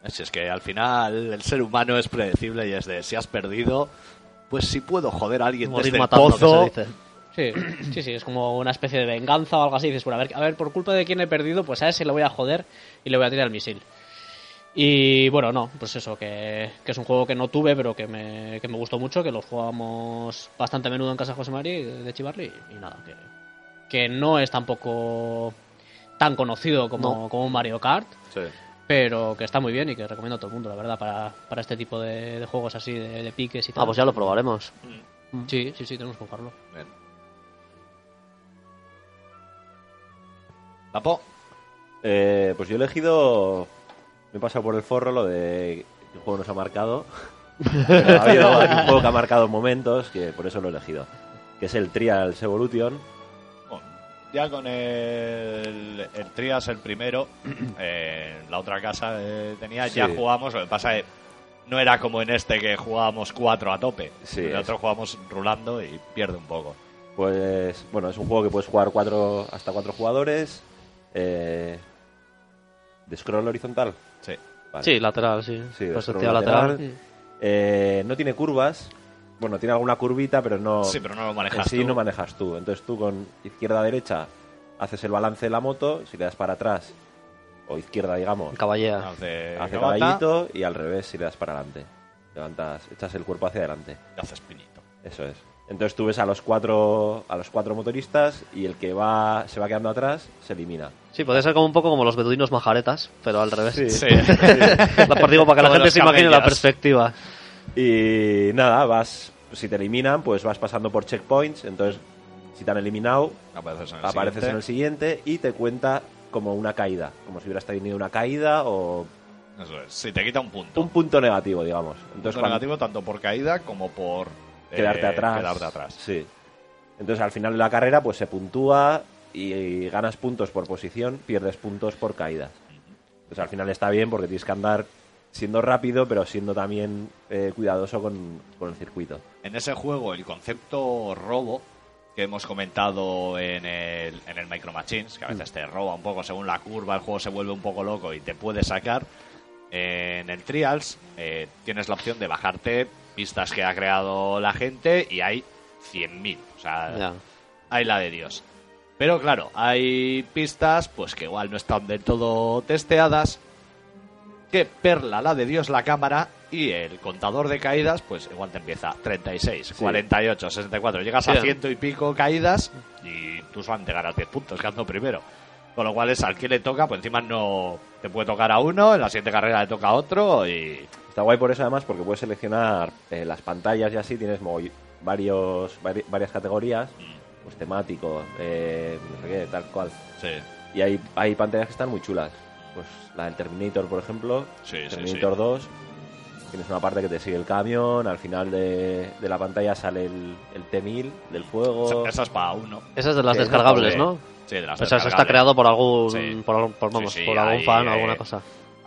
[SPEAKER 1] Si es que al final el ser humano es predecible y es de si has perdido, pues si puedo joder a alguien
[SPEAKER 4] Morir
[SPEAKER 1] desde el
[SPEAKER 4] matando, que
[SPEAKER 1] pozo.
[SPEAKER 4] se dice.
[SPEAKER 2] Sí, sí, sí, es como una especie de venganza o algo así. Dices, bueno, a ver, a ver, por culpa de quien he perdido, pues a ese le voy a joder y le voy a tirar el misil. Y bueno, no, pues eso, que, que es un juego que no tuve, pero que me, que me gustó mucho, que lo jugábamos bastante a menudo en casa de José Mari de Chivarli y nada, que, que no es tampoco tan conocido como, como un Mario Kart, pero que está muy bien y que recomiendo a todo el mundo, la verdad, para, para este tipo de, de juegos así, de, de piques y tal.
[SPEAKER 4] Ah, pues ya lo probaremos.
[SPEAKER 2] Sí, sí, sí, tenemos que jugarlo.
[SPEAKER 1] Bien. Papo,
[SPEAKER 7] Eh, pues yo he elegido. Me he pasado por el forro lo de. El juego nos ha marcado. Pero ha habido un juego que ha marcado momentos, que por eso lo he elegido. Que es el Trials Evolution.
[SPEAKER 1] ya con el, el Trias, el primero, eh, en la otra casa eh, tenía, ya
[SPEAKER 7] Sí.
[SPEAKER 1] jugamos, lo que pasa es no era como en este que jugábamos cuatro a tope.
[SPEAKER 7] Sí,
[SPEAKER 1] en el
[SPEAKER 7] es-
[SPEAKER 1] otro jugábamos rulando y pierde un poco.
[SPEAKER 7] Pues bueno, es un juego que puedes jugar cuatro, hasta cuatro jugadores. eh, de scroll horizontal.
[SPEAKER 1] Sí.
[SPEAKER 7] Vale.
[SPEAKER 4] Sí, lateral, sí.
[SPEAKER 7] Sí, de
[SPEAKER 4] Perspectiva
[SPEAKER 7] scroll lateral.
[SPEAKER 4] lateral.
[SPEAKER 7] Eh, no tiene curvas. Bueno, tiene alguna curvita, pero no.
[SPEAKER 1] Sí, pero no lo
[SPEAKER 7] Oh, en
[SPEAKER 1] manejas
[SPEAKER 7] sí
[SPEAKER 1] tú.
[SPEAKER 7] no manejas tú. Entonces tú con izquierda derecha haces el balance de la moto, si le das para atrás o izquierda, digamos,
[SPEAKER 1] Ah.
[SPEAKER 7] eh,
[SPEAKER 4] Caballea.
[SPEAKER 1] Hace,
[SPEAKER 7] hace
[SPEAKER 1] cabata
[SPEAKER 7] caballito y al revés si le das para adelante. Levantas, echas el cuerpo hacia adelante.
[SPEAKER 1] y haces pinito.
[SPEAKER 7] Eso es. Entonces tú ves a los cuatro a los cuatro motoristas y el que va se va quedando atrás se elimina.
[SPEAKER 4] Sí, podría ser como un poco como los beduinos majaretas, pero al revés.
[SPEAKER 1] Sí.
[SPEAKER 4] La digo para que la
[SPEAKER 1] Como
[SPEAKER 4] gente
[SPEAKER 1] los
[SPEAKER 4] se imagine la
[SPEAKER 1] camellas.
[SPEAKER 4] perspectiva.
[SPEAKER 7] Y nada, vas si te eliminan, pues vas pasando por checkpoints, entonces si te han eliminado,
[SPEAKER 1] Apareces en el
[SPEAKER 7] apareces en el
[SPEAKER 1] siguiente.
[SPEAKER 7] siguiente y te cuenta como una caída, como si hubieras tenido una caída o
[SPEAKER 1] Eso es. Sí, te quita un punto.
[SPEAKER 7] un punto negativo, digamos. Entonces,
[SPEAKER 1] punto
[SPEAKER 7] cuando-
[SPEAKER 1] negativo tanto por caída como por eh,
[SPEAKER 7] quedarte atrás.
[SPEAKER 1] quedarte atrás.
[SPEAKER 7] Sí. Entonces, al final de la carrera, pues se puntúa y, ganas puntos por posición, pierdes puntos por caídas. Entonces, al final está bien porque tienes que andar siendo rápido, pero siendo también eh, cuidadoso con, con el circuito.
[SPEAKER 1] En ese juego, el concepto robo que hemos comentado en el, en el Micro Machines, que a
[SPEAKER 7] Mm.
[SPEAKER 1] veces te roba un poco según la curva, el juego se vuelve un poco loco y te puede sacar. En el Trials eh, tienes la opción de bajarte pistas que ha creado la gente y hay 100.000. O sea,
[SPEAKER 4] Ya.
[SPEAKER 1] hay la de Dios. Pero claro, hay pistas pues que igual no están del todo testeadas. Que perla la de Dios la cámara y el contador de caídas, pues igual te empieza 36, 48, 64. Llegas a
[SPEAKER 4] Sí.
[SPEAKER 1] ciento y pico caídas y tú solamente ganas 10 puntos, quedando primero. Con lo cual es al que le toca, pues encima no te puede tocar a uno, en la siguiente carrera le toca a otro y
[SPEAKER 7] Está guay por eso, además, porque puedes seleccionar eh, las pantallas y así, tienes mogoll- varios, vari- varias categorías, pues temático, eh, no sé qué, tal cual.
[SPEAKER 1] sí,
[SPEAKER 7] Y hay, hay pantallas que están muy chulas. Pues la del Terminator, por ejemplo.
[SPEAKER 1] Sí, sí,
[SPEAKER 7] Terminator 2. Tienes una parte que te sigue el camión. Al final de, de la pantalla sale el, el T-1000 del fuego.
[SPEAKER 1] Esa es para uno.
[SPEAKER 4] Esa es de las
[SPEAKER 7] Sí,
[SPEAKER 4] descargables,
[SPEAKER 7] sí.
[SPEAKER 4] ¿no?
[SPEAKER 1] Sí, de las
[SPEAKER 4] O sea, eso está
[SPEAKER 1] descargables.
[SPEAKER 4] creado por algún,
[SPEAKER 1] Sí.
[SPEAKER 4] por, algún- por, vamos,
[SPEAKER 1] Sí, sí,
[SPEAKER 4] por algún
[SPEAKER 1] ahí,
[SPEAKER 4] fan o
[SPEAKER 1] eh,
[SPEAKER 4] alguna cosa.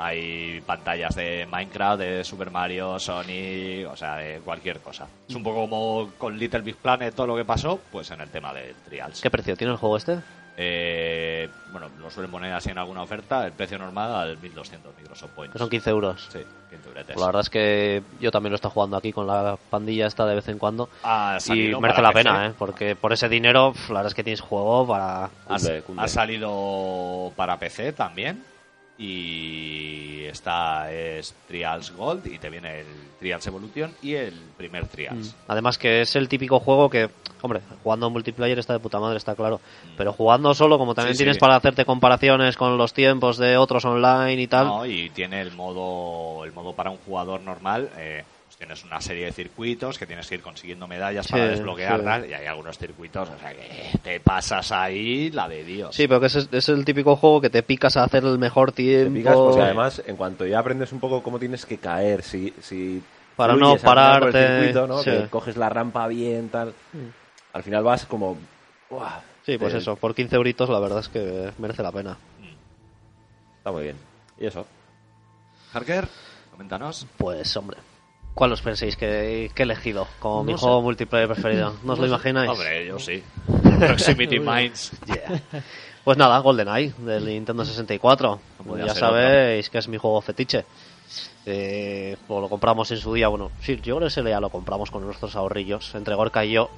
[SPEAKER 1] Hay pantallas de Minecraft, de Super Mario, Sony, o sea, de cualquier cosa. Es un poco como con Little Big Planet, todo lo que pasó, pues en el tema de Trials.
[SPEAKER 4] ¿Qué precio tiene el juego este?
[SPEAKER 1] Eh, bueno, lo suelen poner así en alguna oferta, el precio normal al 1200 Microsoft Points.
[SPEAKER 4] Que son 15 euros.
[SPEAKER 1] Sí, 15 euretes.
[SPEAKER 4] Pues la verdad es que yo también lo estoy jugando aquí con la pandilla esta de vez en cuando.
[SPEAKER 1] Ha
[SPEAKER 4] Y
[SPEAKER 1] salido
[SPEAKER 4] merece
[SPEAKER 1] para
[SPEAKER 4] la
[SPEAKER 1] PC.
[SPEAKER 4] pena, ¿eh? Porque por ese dinero, pf, la verdad es que tienes juego para...
[SPEAKER 1] Ha,
[SPEAKER 7] Cunde, cunde.
[SPEAKER 1] ha salido para PC también. Y está es Trials Gold y te viene el Trials Evolution y el primer Trials.
[SPEAKER 4] Mm. Además que es el típico juego que, hombre, jugando en multiplayer está de puta madre, está claro. Pero jugando solo, como también
[SPEAKER 1] Mm. Sí,
[SPEAKER 4] tienes
[SPEAKER 1] sí.
[SPEAKER 4] para hacerte comparaciones con los tiempos de otros online y tal,
[SPEAKER 1] ¿no? Y tiene el modo, el modo para un jugador normal. eh, pues tienes una serie de circuitos que tienes que ir consiguiendo medallas para
[SPEAKER 4] Sí,
[SPEAKER 1] desbloquear
[SPEAKER 4] sí.
[SPEAKER 1] tal, y hay algunos circuitos, o sea que te pasas ahí la de Dios.
[SPEAKER 4] Sí, pero que ese es, es el típico juego que te picas a hacer el mejor tiempo.
[SPEAKER 7] Te picas, porque además, en cuanto ya aprendes un poco cómo tienes que caer, si, si
[SPEAKER 4] Para
[SPEAKER 7] fluyes
[SPEAKER 4] no
[SPEAKER 7] al final por el
[SPEAKER 4] pararte,
[SPEAKER 7] circuito, ¿no?
[SPEAKER 4] sí.
[SPEAKER 7] Que coges la rampa bien, tal. Al final vas como. ¡buah!
[SPEAKER 4] Sí, pues
[SPEAKER 7] Te-
[SPEAKER 4] eso, por 15 euritos la verdad es que merece la pena.
[SPEAKER 7] Está muy bien. Y eso.
[SPEAKER 1] Harker, coméntanos.
[SPEAKER 4] Pues hombre, ¿cuál os penséis que, que he elegido como mi
[SPEAKER 2] No sé.
[SPEAKER 4] juego multiplayer preferido? ¿No os lo imagináis?
[SPEAKER 1] Hombre, yo sí. Proximity Minds.
[SPEAKER 4] Yeah. Pues nada, GoldenEye del Nintendo 64.
[SPEAKER 1] podía
[SPEAKER 4] ya
[SPEAKER 1] ser otro.
[SPEAKER 4] sabéis que es mi juego fetiche. Eh, o lo compramos en su día, bueno, sí, yo creo que ese día lo compramos con nuestros ahorrillos, entre Gorka y yo,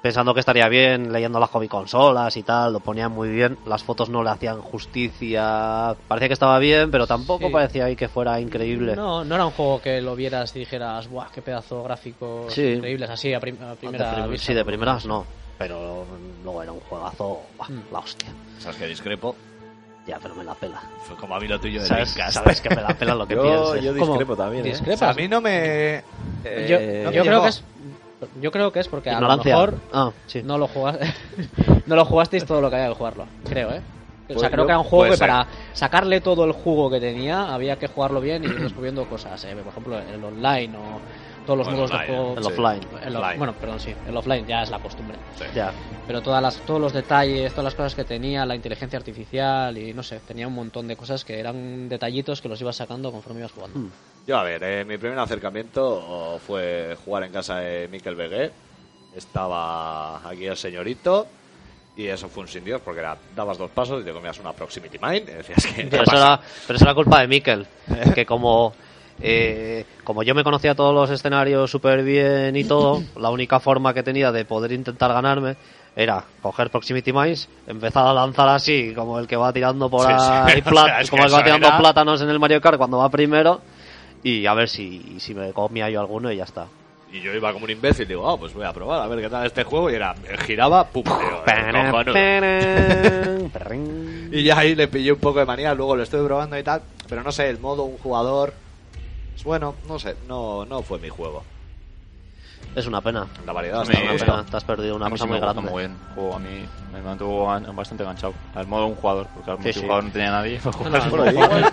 [SPEAKER 4] pensando que estaría bien leyendo las hobby consolas y tal, lo ponían muy bien, las fotos no le hacían justicia, parecía que estaba bien, pero tampoco
[SPEAKER 2] Sí.
[SPEAKER 4] parecía ahí que fuera increíble.
[SPEAKER 2] No, no era un juego que lo vieras y dijeras, ¡buah, qué pedazo gráfico!
[SPEAKER 4] Sí.
[SPEAKER 2] Increíbles, así a, prim- a primera
[SPEAKER 4] De prim-
[SPEAKER 2] vista.
[SPEAKER 4] sí, de primeras no, pero luego era un juegazo, buah, la hostia,
[SPEAKER 1] Sabes que discrepo.
[SPEAKER 4] ya, pero me la pela.
[SPEAKER 1] Fue como a mí lo tuyo de
[SPEAKER 4] ¿Sabes,
[SPEAKER 1] Dreamcast.
[SPEAKER 4] sabes que me la pela lo que
[SPEAKER 7] Yo,
[SPEAKER 4] pienses.
[SPEAKER 7] yo
[SPEAKER 2] ¿Cómo?
[SPEAKER 7] discrepo también. ¿eh?
[SPEAKER 1] O sea, a
[SPEAKER 2] ¿Discrepas?
[SPEAKER 1] mí no me.
[SPEAKER 2] yo,
[SPEAKER 7] eh,
[SPEAKER 2] yo
[SPEAKER 1] no me
[SPEAKER 2] creo
[SPEAKER 1] llegó.
[SPEAKER 2] que es, yo creo que es porque
[SPEAKER 4] Ignorancia.
[SPEAKER 2] a lo mejor
[SPEAKER 4] Ah, sí.
[SPEAKER 2] no lo, jugas- no lo jugasteis todo lo que había que jugarlo, creo, ¿eh? o sea,
[SPEAKER 7] Pues
[SPEAKER 2] creo
[SPEAKER 7] yo-
[SPEAKER 2] que era un juego
[SPEAKER 1] puede
[SPEAKER 2] que
[SPEAKER 1] ser.
[SPEAKER 2] para sacarle todo el jugo que tenía había que jugarlo bien y ir descubriendo cosas, ¿eh? por ejemplo, el online o todos los
[SPEAKER 1] Bueno,
[SPEAKER 2] nuevos de
[SPEAKER 1] online,
[SPEAKER 2] juego.
[SPEAKER 4] El offline.
[SPEAKER 2] el off-
[SPEAKER 1] Offline.
[SPEAKER 2] Bueno, perdón, sí, el offline ya es la costumbre.
[SPEAKER 4] Ya.
[SPEAKER 2] pero todas las, todos los detalles, todas las cosas que tenía, la inteligencia artificial y no sé, tenía un montón de cosas que eran detallitos que los ibas sacando conforme ibas jugando.
[SPEAKER 1] Yo, a ver, eh, mi primer acercamiento oh, fue jugar en casa de Miquel Begué. Estaba aquí el señorito. Y eso fue un sin Dios, porque era, dabas dos pasos y te comías una Proximity Mind. Y decías que.
[SPEAKER 4] Pero, eso era, pero eso era culpa de Mikkel. Que como, eh, como yo me conocía todos los escenarios súper bien y todo, la única forma que tenía de poder intentar ganarme era coger Proximity Mines, empezar a lanzar así, como el que va tirando por
[SPEAKER 1] Sí, sí.
[SPEAKER 4] ahí,
[SPEAKER 1] O sea,
[SPEAKER 4] plat-
[SPEAKER 1] es
[SPEAKER 4] como
[SPEAKER 1] que
[SPEAKER 4] el que va
[SPEAKER 1] eso
[SPEAKER 4] tirando
[SPEAKER 1] era-
[SPEAKER 4] plátanos en el Mario Kart cuando va primero, y a ver si, si me comía yo alguno y ya está.
[SPEAKER 1] Y yo iba como un imbécil, digo, ah, pues voy a probar, a ver qué tal este juego. Y era, giraba, pum, tío, eh, cojonudo. Y ya ahí le pillé un poco de manía, luego lo estuve probando y tal. Pero no sé, el modo, un jugador. es bueno, no sé, no, no fue mi juego.
[SPEAKER 4] Es una pena.
[SPEAKER 1] La variedad
[SPEAKER 3] Me
[SPEAKER 1] está
[SPEAKER 4] Una
[SPEAKER 1] muy
[SPEAKER 3] gusta.
[SPEAKER 1] bien.
[SPEAKER 4] pena, te has perdido una
[SPEAKER 3] a mí
[SPEAKER 4] cosa
[SPEAKER 3] sí me
[SPEAKER 4] muy
[SPEAKER 3] gusta
[SPEAKER 4] grande.
[SPEAKER 3] muy bien. el juego. a mí me mantuvo gan- bastante enganchado. Al modo un jugador, porque al
[SPEAKER 4] Sí,
[SPEAKER 3] multijugador
[SPEAKER 4] sí.
[SPEAKER 3] no tenía nadie. pues, para
[SPEAKER 2] No,
[SPEAKER 3] jugar.
[SPEAKER 2] no,
[SPEAKER 7] Bueno, igual-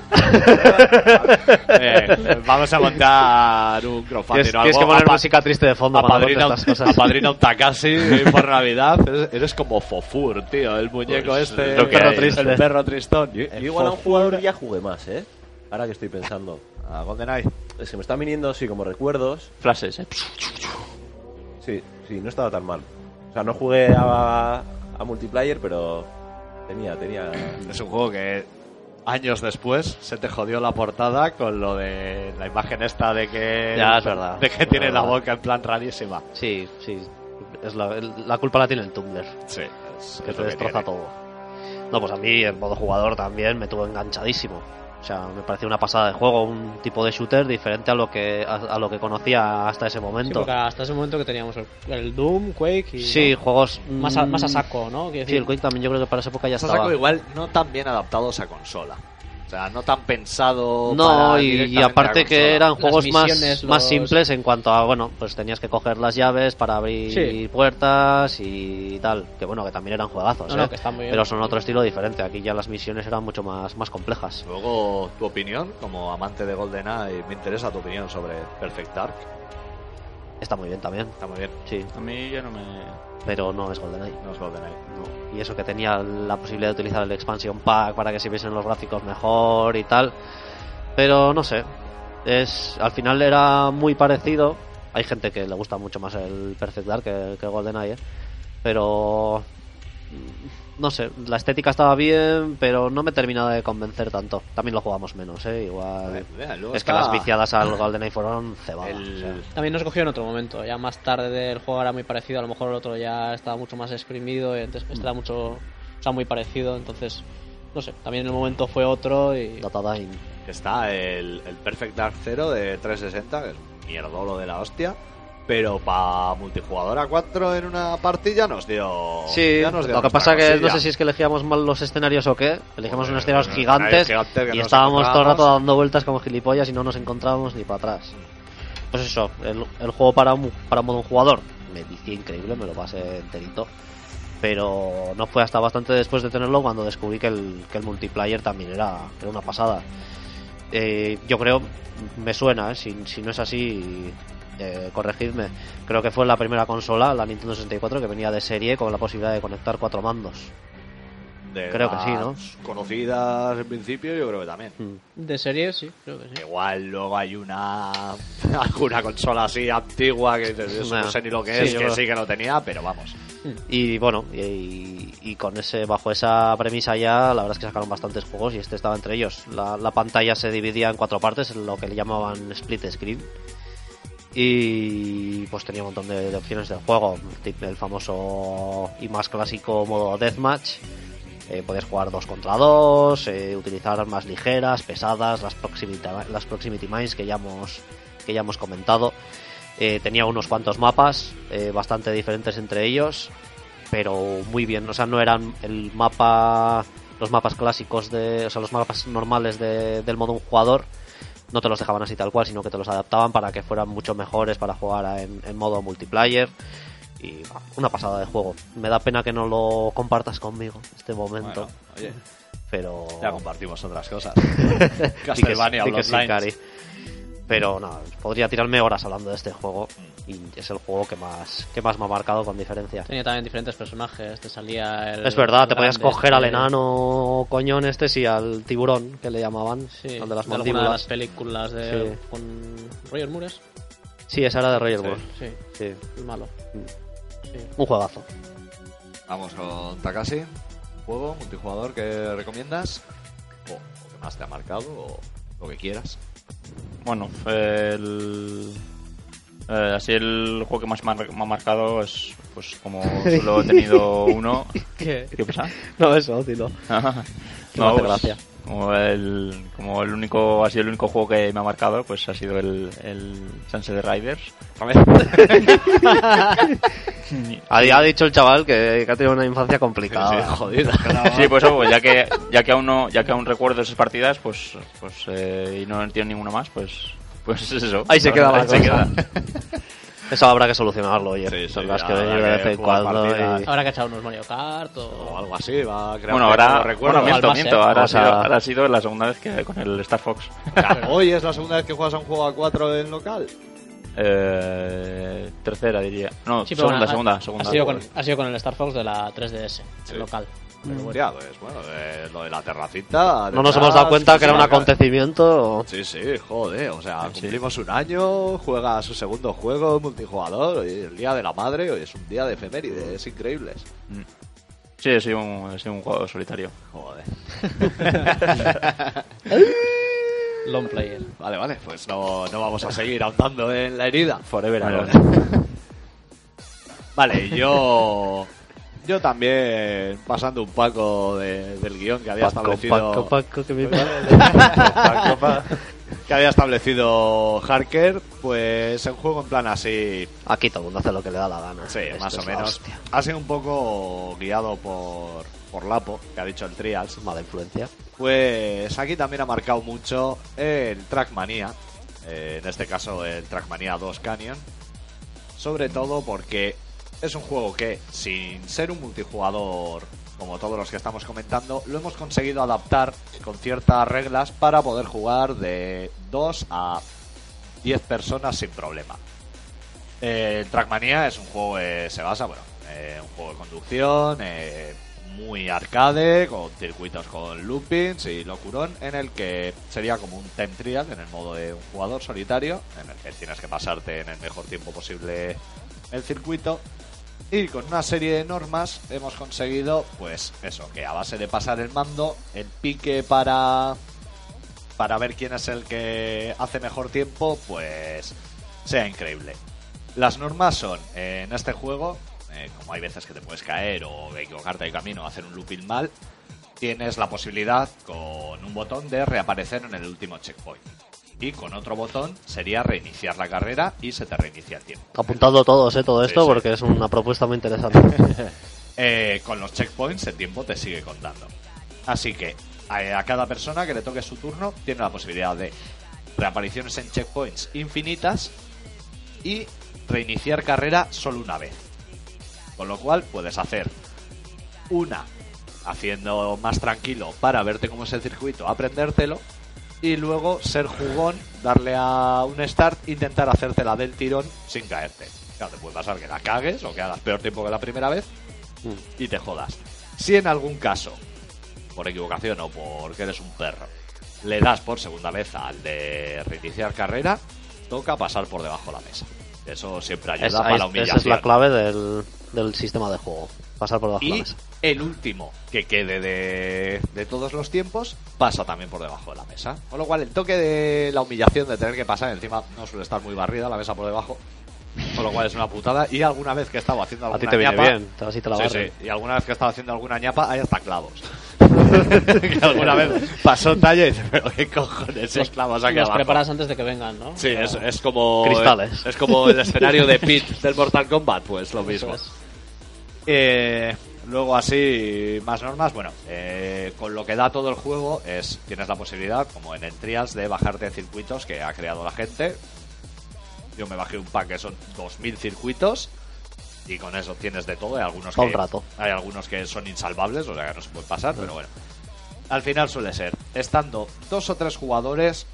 [SPEAKER 1] Eh, vamos a montar un crowdfunding
[SPEAKER 4] Tienes,
[SPEAKER 1] o
[SPEAKER 4] tienes
[SPEAKER 1] algo.
[SPEAKER 4] que poner
[SPEAKER 1] Apa-
[SPEAKER 4] música triste de fondo cuando
[SPEAKER 1] apadrina,
[SPEAKER 4] cuentas estas cosas.
[SPEAKER 1] apadrina un Takashi eh, por Navidad. Eres, eres como Fofur, tío. El muñeco
[SPEAKER 3] Pues,
[SPEAKER 1] este.
[SPEAKER 3] lo
[SPEAKER 1] El
[SPEAKER 3] que
[SPEAKER 1] perro,
[SPEAKER 3] hay.
[SPEAKER 1] triste, el perro tristón.
[SPEAKER 7] Yo, yo igual a un jugador ya jugué más, ¿eh? Ahora que estoy pensando.
[SPEAKER 1] A Ah, GoldenEye.
[SPEAKER 7] Es que me están viniendo así como recuerdos.
[SPEAKER 3] Flashes, eh.
[SPEAKER 7] Sí, sí, no estaba tan mal. O sea, no jugué a, a multiplayer, pero tenía, tenía.
[SPEAKER 1] Es un juego que años después se te jodió la portada con lo de la imagen esta de que.
[SPEAKER 4] Ya, es verdad.
[SPEAKER 1] De que tiene
[SPEAKER 4] Es
[SPEAKER 1] la
[SPEAKER 4] verdad.
[SPEAKER 1] boca en plan rarísima.
[SPEAKER 4] Sí, sí. Es la, el- la culpa la tiene el Tumblr,
[SPEAKER 1] Sí. es-
[SPEAKER 4] que
[SPEAKER 1] es lo
[SPEAKER 4] te
[SPEAKER 1] que
[SPEAKER 4] destroza
[SPEAKER 1] tiene.
[SPEAKER 4] todo. No, pues a mí el modo jugador también me tuvo enganchadísimo. O sea, me pareció una pasada de juego, un tipo de shooter diferente a lo que a, a lo que conocía hasta ese
[SPEAKER 2] Sí,
[SPEAKER 4] momento.
[SPEAKER 2] porque hasta ese momento que teníamos el, el Doom, Quake y.
[SPEAKER 4] Sí,
[SPEAKER 2] ¿no?
[SPEAKER 4] juegos
[SPEAKER 2] Más, a,
[SPEAKER 4] mm,
[SPEAKER 2] más a saco, ¿no? Quiero
[SPEAKER 4] Sí, el
[SPEAKER 2] decir,
[SPEAKER 4] Quake también yo creo que para esa época ya
[SPEAKER 1] Estos
[SPEAKER 4] estaba.
[SPEAKER 1] saco igual no tan bien adaptados a consola. O sea, no tan pensado.
[SPEAKER 4] No,
[SPEAKER 1] para
[SPEAKER 4] y, y
[SPEAKER 1] directamente
[SPEAKER 4] aparte
[SPEAKER 1] la
[SPEAKER 4] que
[SPEAKER 1] consola.
[SPEAKER 4] eran
[SPEAKER 2] Las
[SPEAKER 4] juegos más,
[SPEAKER 2] misiones,
[SPEAKER 4] más
[SPEAKER 2] los-
[SPEAKER 4] simples en cuanto a, bueno, pues tenías que coger las llaves para abrir
[SPEAKER 2] Sí.
[SPEAKER 4] puertas y tal. Que bueno, que también eran juegazos,
[SPEAKER 2] No, no,
[SPEAKER 4] ¿eh?
[SPEAKER 2] que está muy bien.
[SPEAKER 4] Pero son otro estilo diferente. Aquí ya las misiones eran mucho más, más complejas.
[SPEAKER 1] Luego, tu opinión, como amante de GoldenEye, me interesa tu opinión sobre Perfect Dark.
[SPEAKER 4] Está muy bien también,
[SPEAKER 1] Está muy bien,
[SPEAKER 4] sí.
[SPEAKER 3] A mí ya no me.
[SPEAKER 4] Pero no es GoldenEye.
[SPEAKER 1] no es GoldenEye.
[SPEAKER 4] Y eso que tenía la posibilidad de utilizar el expansion pack para que se viesen los gráficos mejor y tal. Pero no sé. Es, al final era muy parecido. Hay gente que le gusta mucho más el Perfect Dark que, que el GoldenEye. ¿eh? Pero. mm, No sé. La estética estaba bien, pero no me terminaba de convencer tanto. También lo jugamos menos, ¿eh? Igual.
[SPEAKER 1] Mira, luego
[SPEAKER 4] Es que
[SPEAKER 1] está
[SPEAKER 4] las viciadas al GoldenEye fueron cebadas.
[SPEAKER 1] Ah. el-
[SPEAKER 4] o sea.
[SPEAKER 2] También nos cogió en otro momento, ya más tarde del juego era muy parecido, a lo mejor el otro ya estaba mucho más exprimido, y
[SPEAKER 1] Mm.
[SPEAKER 2] entonces este era mucho, está muy parecido, entonces, no sé, también el momento fue otro y...
[SPEAKER 4] Datadine.
[SPEAKER 1] Está el, el Perfect Dark Zero de 360, que es un mierdolo de la hostia. Pero para multijugador a 4 en una partida nos dio.
[SPEAKER 4] Sí,
[SPEAKER 1] ya nos dio
[SPEAKER 4] lo que
[SPEAKER 1] nuestra
[SPEAKER 4] pasa que no
[SPEAKER 1] cosilla.
[SPEAKER 4] sé si es que elegíamos mal los escenarios o qué. Elegimos
[SPEAKER 1] Joder,
[SPEAKER 4] unos escenarios
[SPEAKER 1] unos
[SPEAKER 4] gigantes
[SPEAKER 1] escenarios gigantes que
[SPEAKER 4] y
[SPEAKER 1] nos
[SPEAKER 4] estábamos todo el rato
[SPEAKER 1] encontrábamos.
[SPEAKER 4] dando vueltas como gilipollas y no nos encontrábamos ni para atrás. Pues eso, el, el juego para un, para modo un jugador me dice increíble, me lo pasé enterito. Pero no fue hasta bastante después de tenerlo cuando descubrí que el, que el multiplayer también era, era una pasada. Eh, yo creo, me suena, eh, si, si no es así, eh, corregidme. Creo que fue la primera consola, la Nintendo 64, que venía de serie con la posibilidad de conectar cuatro mandos.
[SPEAKER 1] De
[SPEAKER 4] creo que sí, ¿no?
[SPEAKER 1] las Conocidas en principio, yo creo que también.
[SPEAKER 2] De serie, sí, creo que sí.
[SPEAKER 1] Igual luego hay una alguna consola así antigua que dices, "Eso
[SPEAKER 4] Nah.
[SPEAKER 1] no sé ni lo que
[SPEAKER 4] Sí,
[SPEAKER 1] es,
[SPEAKER 4] yo
[SPEAKER 1] que
[SPEAKER 4] creo.
[SPEAKER 1] sí que no tenía, pero vamos.
[SPEAKER 4] Y bueno, y, y con ese bajo esa premisa ya, la verdad es que sacaron bastantes juegos y este estaba entre ellos. La, la pantalla se dividía en cuatro partes, lo que le llamaban split screen. Y pues tenía un montón de, de opciones del juego. Tip- El famoso y más clásico modo deathmatch. Eh, podías jugar dos contra dos, eh, utilizar armas ligeras, pesadas, las proximity, las proximity mines que ya hemos, que ya hemos comentado. Eh, tenía unos cuantos mapas, eh, bastante diferentes entre ellos, pero muy bien. O sea, no eran el mapa, los mapas clásicos de, o sea, los mapas normales de- del modo un jugador. No te los dejaban así tal cual, sino que te los adaptaban para que fueran mucho mejores para jugar a- en, en modo multiplayer. Y bah, una pasada de juego. Me da pena que no lo compartas conmigo este momento,
[SPEAKER 1] Bueno, oye,
[SPEAKER 4] pero
[SPEAKER 1] ya compartimos otras cosas.
[SPEAKER 4] Di que sí,
[SPEAKER 1] Castlevania,
[SPEAKER 4] oh. di que sí,
[SPEAKER 1] Bloodlines.
[SPEAKER 4] Cari. Pero no, podría tirarme horas hablando de este juego y es el juego que más que más me ha marcado con diferencia.
[SPEAKER 2] Tenía también diferentes personajes, te salía el...
[SPEAKER 4] Es verdad,
[SPEAKER 2] el
[SPEAKER 4] te podías
[SPEAKER 2] grande,
[SPEAKER 4] coger al
[SPEAKER 2] este,
[SPEAKER 4] enano coñón este, sí, al tiburón que le llamaban,
[SPEAKER 2] Sí,
[SPEAKER 4] al de las
[SPEAKER 2] de alguna de las
[SPEAKER 4] mandíbulas.
[SPEAKER 2] películas de...
[SPEAKER 4] Sí.
[SPEAKER 2] con Roger Moore, ¿es?
[SPEAKER 4] Sí, esa era de Roger Moore.
[SPEAKER 2] sí,
[SPEAKER 4] Sí.
[SPEAKER 2] el malo.
[SPEAKER 4] Un juegazo.
[SPEAKER 1] Vamos con Takashi. Juego, multijugador que recomiendas. O lo que más te ha marcado, o lo que quieras.
[SPEAKER 3] Bueno, el. eh, así el juego que más mar- me ha marcado es, pues como solo he tenido uno.
[SPEAKER 4] ¿Qué?
[SPEAKER 3] ¿Qué pasa?
[SPEAKER 4] No, eso, dilo. Que me hace
[SPEAKER 3] pues,
[SPEAKER 4] gracia.
[SPEAKER 3] Como el, como el único, ha sido el único juego que me ha marcado, pues ha sido el, el Sunset Riders.
[SPEAKER 4] Ha, ha dicho el chaval que, que ha tenido una infancia complicada.
[SPEAKER 1] jodida.
[SPEAKER 3] Sí, pues, eso, pues ya que ya que aún no, ya que aún recuerdo esas partidas, pues pues eh, y no entiendo ninguna más, pues pues eso.
[SPEAKER 4] Ahí se queda la
[SPEAKER 3] Ahí se
[SPEAKER 4] cosa.
[SPEAKER 3] queda.
[SPEAKER 4] Eso habrá que solucionarlo, oye.
[SPEAKER 1] Sí, sí,
[SPEAKER 4] Tendrás que
[SPEAKER 1] habrá
[SPEAKER 4] venir
[SPEAKER 1] que
[SPEAKER 4] de vez en
[SPEAKER 1] jugar
[SPEAKER 4] cuando.
[SPEAKER 1] partidas.
[SPEAKER 4] y-
[SPEAKER 2] Habrá que echar unos Mario Kart o...
[SPEAKER 1] O algo así, va a crear
[SPEAKER 3] Bueno,
[SPEAKER 1] como
[SPEAKER 3] ahora,
[SPEAKER 1] recuerdo.
[SPEAKER 3] bueno, miento,
[SPEAKER 2] Almacén.
[SPEAKER 3] miento, ahora, ha
[SPEAKER 4] Vamos a-
[SPEAKER 3] sido, ahora ha sido la segunda vez que con el Star Fox.
[SPEAKER 1] Hoy es la segunda vez que juegas a un juego a 4 en local.
[SPEAKER 3] Eh, tercera diría. No,
[SPEAKER 2] Sí, pero bueno,
[SPEAKER 3] segunda,
[SPEAKER 2] ha-
[SPEAKER 3] segunda,
[SPEAKER 2] ha,
[SPEAKER 3] segunda.
[SPEAKER 2] sido con, ha sido con el Star Fox de la 3DS, el local.
[SPEAKER 1] Pero hostia, pues bueno, eh, lo de la terracita.
[SPEAKER 4] No nos
[SPEAKER 1] detrás,
[SPEAKER 4] hemos dado cuenta que era un
[SPEAKER 1] sí,
[SPEAKER 4] acontecimiento.
[SPEAKER 1] Sí, sí, joder, o sea,
[SPEAKER 3] Sí.
[SPEAKER 1] cumplimos un año, juega su segundo juego multijugador, hoy es el día de la madre, hoy es un día de efemérides increíbles.
[SPEAKER 3] Sí, ha sido un, ha sido un juego solitario.
[SPEAKER 1] Joder.
[SPEAKER 2] Long player.
[SPEAKER 1] Vale, vale, pues no, no vamos a seguir ahondando en la herida.
[SPEAKER 3] Forever alone.
[SPEAKER 1] Vale, yo. Yo también, pasando un poco de- del guión que había
[SPEAKER 4] Paco,
[SPEAKER 1] establecido.
[SPEAKER 4] Paco, Paco, que mi padre-
[SPEAKER 1] Que había establecido Harker, pues en juego en plan así.
[SPEAKER 4] Aquí todo el mundo hace lo que le da la gana.
[SPEAKER 1] Sí,
[SPEAKER 4] Esto
[SPEAKER 1] más o
[SPEAKER 4] es la
[SPEAKER 1] menos.
[SPEAKER 4] hostia.
[SPEAKER 1] Ha sido un poco guiado por, por Lapo, que ha dicho el Trials,
[SPEAKER 4] Mala influencia.
[SPEAKER 1] pues aquí también ha marcado mucho el Trackmania, eh, en este caso el Trackmania 2 Canyon, sobre todo porque es un juego que, sin ser un multijugador como todos los que estamos comentando, lo hemos conseguido adaptar con ciertas reglas para poder jugar de 2 a 10 personas sin problema. Eh, Trackmania es un juego que se basa, bueno, eh, un juego de conducción eh, muy arcade, con circuitos con loopings y locurón, en el que sería como un time trial en el modo de un jugador solitario, en el que tienes que pasarte en el mejor tiempo posible el circuito. Y con una serie de normas hemos conseguido, pues eso, que a base de pasar el mando, el pique para para ver quién es el que hace mejor tiempo, pues sea increíble. Las normas son, eh, en este juego, eh, como hay veces que te puedes caer o equivocarte de camino, hacer un looping mal, tienes la posibilidad con un botón de reaparecer en el último checkpoint. Y con otro botón sería reiniciar la carrera y se te reinicia el tiempo.
[SPEAKER 4] Apuntando todos, ¿eh? Todo
[SPEAKER 1] Sí,
[SPEAKER 4] esto
[SPEAKER 1] sí.
[SPEAKER 4] porque es una propuesta muy interesante.
[SPEAKER 1] Eh, con los checkpoints el tiempo te sigue contando. Así que a, a cada persona que le toque su turno tiene la posibilidad de reapariciones en checkpoints infinitas y reiniciar carrera solo una vez. Con lo cual puedes hacer una haciendo más tranquilo para verte cómo es el circuito, aprendértelo y luego ser jugón, darle a un start, intentar hacértela del tirón sin caerte. Claro, te puede pasar que la cagues o que hagas peor tiempo que la primera vez
[SPEAKER 4] Mm.
[SPEAKER 1] y te jodas. Si en algún caso, por equivocación o porque eres un perro, le das por segunda vez al de reiniciar carrera, toca pasar por debajo de la mesa. Eso siempre ayuda
[SPEAKER 4] Es- ahí-
[SPEAKER 1] para la
[SPEAKER 4] esa
[SPEAKER 1] humillación.
[SPEAKER 4] es la clave del, del sistema de juego. Pasar por debajo de la
[SPEAKER 1] Y
[SPEAKER 4] mesa.
[SPEAKER 1] el último que quede de, de todos los tiempos pasa también por debajo de la mesa. Con lo cual, el toque de la humillación de tener que pasar encima no suele estar muy barrida la mesa por debajo. Con lo cual es una putada. Y alguna vez que he estado haciendo
[SPEAKER 4] A ti
[SPEAKER 1] alguna
[SPEAKER 4] te viene
[SPEAKER 1] ñapa-
[SPEAKER 4] bien, te vas y te la
[SPEAKER 1] Sí,
[SPEAKER 4] barren.
[SPEAKER 1] sí. Y alguna vez que he estado haciendo alguna ñapa, hay hasta clavos. que alguna vez pasó talla y dice, pero qué cojones, esos clavos aquí
[SPEAKER 2] Los
[SPEAKER 1] abajo.
[SPEAKER 2] preparas antes de que vengan, ¿no?
[SPEAKER 1] Sí,
[SPEAKER 2] O sea,
[SPEAKER 1] es, es como.
[SPEAKER 4] Cristales.
[SPEAKER 1] Es como el escenario de Pit del Mortal Kombat, pues lo mismo.
[SPEAKER 2] eso es.
[SPEAKER 1] Eh, luego así, más normas. Bueno, eh, con lo que da todo el juego es tienes la posibilidad, como en el Trials, de bajarte circuitos que ha creado la gente. Yo me bajé un pack que son 2.000 circuitos y con eso tienes de todo. Hay algunos,
[SPEAKER 4] Todo
[SPEAKER 1] que,
[SPEAKER 4] el rato.
[SPEAKER 1] hay algunos que son insalvables, o sea que no se puede pasar, pero bueno. Al final suele ser, estando dos o tres jugadores,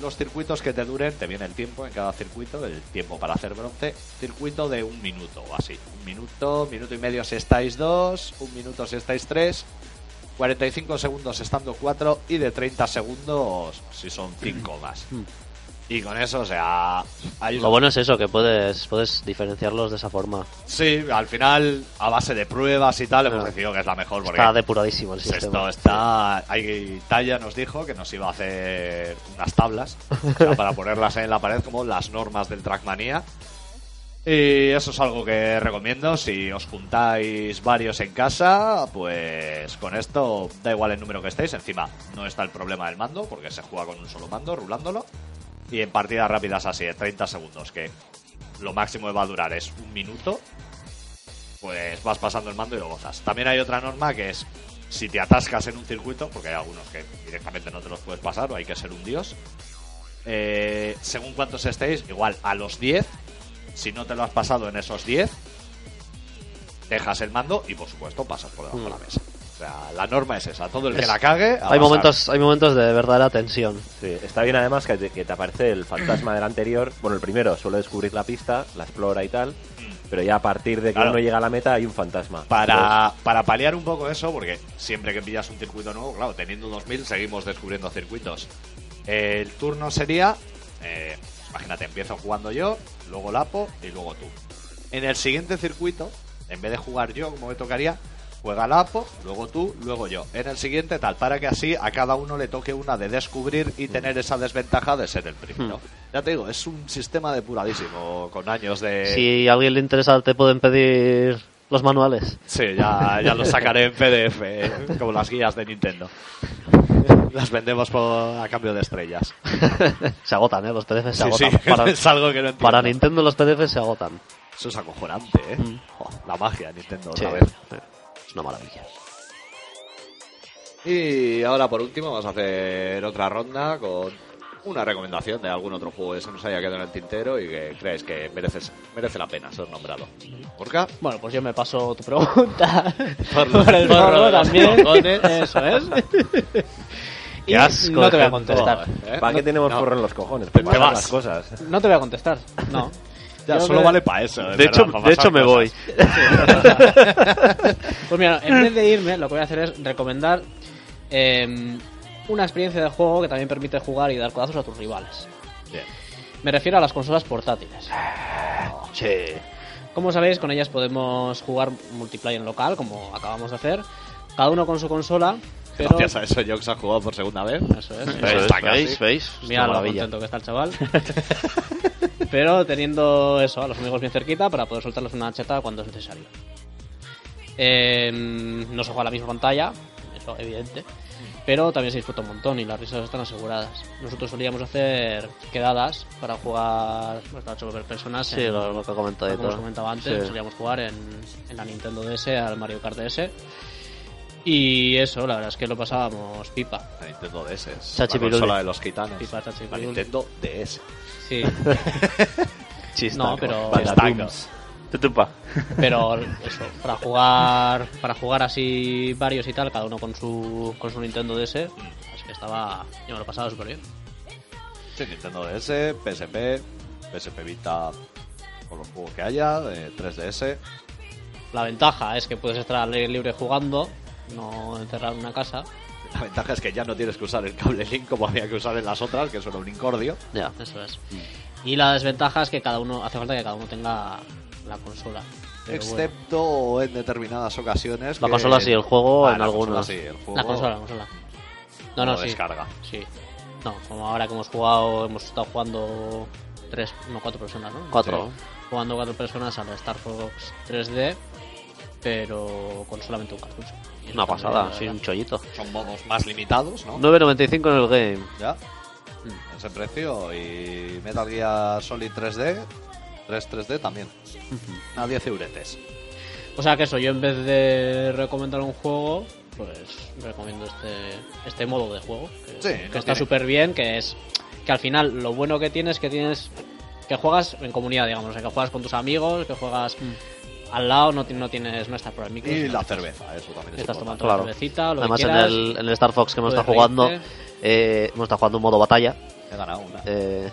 [SPEAKER 1] los circuitos que te duren, te viene el tiempo en cada circuito, el tiempo para hacer bronce, circuito de un minuto o así. Un minuto, minuto y medio si estáis dos, un minuto si estáis tres, 45 segundos estando cuatro y de 30 segundos si son cinco más. Y con eso, o sea, hay
[SPEAKER 4] Lo bueno es eso, que puedes, puedes diferenciarlos de esa forma.
[SPEAKER 1] Sí, al final, a base de pruebas y tal, hemos
[SPEAKER 4] Ah.
[SPEAKER 1] decidido que es la mejor porque
[SPEAKER 4] Está depuradísimo el
[SPEAKER 1] Pues esto
[SPEAKER 4] sistema.
[SPEAKER 1] está. Hay, Talla nos dijo que nos iba a hacer unas tablas o sea, para ponerlas en la pared como las normas del Trackmania. Y eso es algo que recomiendo. Si os juntáis varios en casa, pues con esto da igual el número que estéis. Encima no está el problema del mando porque se juega con un solo mando, rulándolo. Y en partidas rápidas así, de 30 segundos, que lo máximo que va a durar es un minuto, pues vas pasando el mando y lo gozas. También hay otra norma que es si te atascas en un circuito, porque hay algunos que directamente no te los puedes pasar o hay que ser un dios. eh, según cuántos estéis, igual a los 10, si no te lo has pasado en esos 10, dejas el mando y por supuesto pasas por debajo de la mesa. O sea, la norma es esa, todo el que
[SPEAKER 4] Mm. Es-
[SPEAKER 1] la cague. a
[SPEAKER 4] Hay
[SPEAKER 1] pasar.
[SPEAKER 4] momentos, hay momentos de verdadera tensión.
[SPEAKER 7] Sí, está bien además que te, que te aparece el fantasma del anterior. Bueno, el primero suele descubrir la pista, la explora y tal. Pero ya a partir de que
[SPEAKER 1] Claro.
[SPEAKER 7] uno llega a la meta hay un fantasma.
[SPEAKER 1] Para, para paliar un poco eso, porque siempre que pillas un circuito nuevo, claro, teniendo 2000 seguimos descubriendo circuitos. El turno sería, eh, pues imagínate, empiezo jugando yo, luego Lapo y luego tú. En el siguiente circuito, en vez de jugar yo como me tocaría, juega Lapo, luego tú, luego yo. En el siguiente tal, para que así a cada uno le toque una de descubrir y tener esa desventaja de ser el primero. Ya te digo, es un sistema depuradísimo con años de...
[SPEAKER 4] Si a alguien le interesa, te pueden pedir los manuales.
[SPEAKER 1] Sí, ya, ya lo sacaré en PDF, eh, como las guías de Nintendo. Las vendemos por- a cambio de estrellas.
[SPEAKER 4] Se agotan, ¿eh? Los PDFs se
[SPEAKER 1] Sí, sí,
[SPEAKER 4] agotan. Para,
[SPEAKER 1] es algo que no entiendo.
[SPEAKER 4] para Nintendo los PDFs se agotan.
[SPEAKER 1] Mm. Eso es acojonante, ¿eh? Jo, la magia de Nintendo, otra
[SPEAKER 4] Sí.
[SPEAKER 1] vez.
[SPEAKER 4] es una maravilla.
[SPEAKER 1] Y ahora por último vamos a hacer otra ronda con una recomendación de algún otro juego que se nos haya quedado en el tintero y que crees que merece, merece la pena ser nombrado. Porca,
[SPEAKER 2] Bueno, pues yo me paso tu pregunta.
[SPEAKER 1] Por los-
[SPEAKER 2] Por el
[SPEAKER 1] por los
[SPEAKER 2] forro también.
[SPEAKER 1] cojones.
[SPEAKER 2] Eso es.
[SPEAKER 4] Qué asco
[SPEAKER 2] no
[SPEAKER 4] de
[SPEAKER 2] te voy
[SPEAKER 4] gente.
[SPEAKER 2] a contestar.
[SPEAKER 1] ¿eh?
[SPEAKER 7] ¿Para qué tenemos
[SPEAKER 1] no.
[SPEAKER 7] porro en los cojones?
[SPEAKER 1] Te-
[SPEAKER 7] Te
[SPEAKER 1] te
[SPEAKER 7] vas.
[SPEAKER 1] vas.
[SPEAKER 7] las cosas.
[SPEAKER 2] No te voy a contestar. No.
[SPEAKER 1] ya
[SPEAKER 2] Yo
[SPEAKER 1] solo
[SPEAKER 2] me-
[SPEAKER 1] vale para eso. eh,
[SPEAKER 4] De hecho, de hecho me voy.
[SPEAKER 2] Pues mira, en vez de irme, lo que voy a hacer es recomendar eh, una experiencia de juego que también permite jugar y dar codazos a tus rivales. Me refiero a las consolas portátiles.
[SPEAKER 4] Che.
[SPEAKER 2] Como sabéis, con ellas podemos jugar multiplayer en local, como acabamos de hacer, cada uno con su consola, pero...
[SPEAKER 1] Gracias a eso, Jox ha jugado por segunda vez.
[SPEAKER 2] Eso es.
[SPEAKER 4] Eso es,
[SPEAKER 1] Está casi.
[SPEAKER 4] ¿Veis? ¿Veis? Es una
[SPEAKER 2] Mira lo
[SPEAKER 4] maravilla.
[SPEAKER 2] Pues contento que está el chaval. Pero teniendo eso, a los amigos bien cerquita para poder soltarles una cheta cuando es necesario. Eh, no se juega a la misma pantalla, eso evidente. Pero también se disfruta un montón y las risas están aseguradas. Nosotros solíamos hacer quedadas para jugar, pues, para ver personas.
[SPEAKER 4] Sí,
[SPEAKER 2] en-
[SPEAKER 4] lo, lo que ha comentado y
[SPEAKER 2] como os
[SPEAKER 4] todo.
[SPEAKER 2] comentaba antes,
[SPEAKER 4] Sí.
[SPEAKER 2] solíamos jugar en, en la Nintendo DS al Mario Kart DS. Y eso, la verdad es que lo pasábamos pipa.
[SPEAKER 1] La Nintendo DS. es La
[SPEAKER 4] Chachi Piruli.
[SPEAKER 1] consola de los gitanos.
[SPEAKER 2] Pipa, chachi,
[SPEAKER 1] La
[SPEAKER 2] pirul.
[SPEAKER 1] Nintendo DS.
[SPEAKER 2] Sí,
[SPEAKER 4] Chista.
[SPEAKER 2] no, pero,
[SPEAKER 1] Patatums.
[SPEAKER 3] Tutupa.
[SPEAKER 2] pero eso, para jugar, para jugar así varios y tal, cada uno con su, con su Nintendo DS, así que estaba, yo me lo pasaba súper bien.
[SPEAKER 1] Sí, Nintendo DS, PSP, PSP Vita, con los juegos que haya, eh, 3DS.
[SPEAKER 2] La ventaja es que puedes estar al aire libre jugando, no encerrado en una casa.
[SPEAKER 1] La ventaja es que ya no tienes que usar el cable link como había que usar en las otras, que eso era un incordio.
[SPEAKER 4] Ya.
[SPEAKER 2] Eso es. Y la desventaja es que cada uno, hace falta que cada uno tenga la consola. Pero bueno,
[SPEAKER 1] excepto en determinadas ocasiones.
[SPEAKER 4] La
[SPEAKER 1] que-
[SPEAKER 4] consola sí, el juego
[SPEAKER 1] Ah,
[SPEAKER 4] en
[SPEAKER 1] la consola
[SPEAKER 4] algunos.
[SPEAKER 1] sí, el juego
[SPEAKER 2] la consola, la consola. No,
[SPEAKER 1] lo
[SPEAKER 2] no, sí.
[SPEAKER 1] descarga.
[SPEAKER 2] Sí. No, como ahora que hemos jugado, hemos estado jugando tres, no cuatro personas, ¿no?
[SPEAKER 4] Cuatro.
[SPEAKER 2] Sí. Jugando cuatro personas al Star Fox 3D, pero con solamente un cartucho. Y eso
[SPEAKER 4] Una
[SPEAKER 2] también, la
[SPEAKER 4] pasada, sí,
[SPEAKER 2] verdad.
[SPEAKER 4] un chollito.
[SPEAKER 1] Son modos más limitados, ¿no?
[SPEAKER 4] 9.95 en el game.
[SPEAKER 1] Ya. Mm, Ese precio y Metal Gear Solid 3D, 3 3D también. A 10 euretes.
[SPEAKER 2] O sea que eso, yo en vez de recomendar un juego, pues recomiendo este, este modo de juego, que,
[SPEAKER 1] Sí,
[SPEAKER 2] que
[SPEAKER 1] no
[SPEAKER 2] está
[SPEAKER 1] tiene-
[SPEAKER 2] súper bien, que es que al final lo bueno que tienes que tienes que juegas en comunidad, digamos, o sea, que juegas con tus amigos, que juegas al lado, no, ti- no tienes no estás por el micro,
[SPEAKER 1] Mm. Y
[SPEAKER 2] sino
[SPEAKER 1] la
[SPEAKER 2] que estás-
[SPEAKER 1] cerveza, eso también es
[SPEAKER 2] estás
[SPEAKER 1] importante.
[SPEAKER 2] tomando la cervecita, lo que
[SPEAKER 4] Además, en
[SPEAKER 2] quieras.
[SPEAKER 4] el, en el Star Fox que hemos
[SPEAKER 2] puedes
[SPEAKER 4] estado jugando,
[SPEAKER 2] reírte.
[SPEAKER 4] eh, hemos estado jugando un modo batalla.
[SPEAKER 1] He ganado una.
[SPEAKER 4] Eh,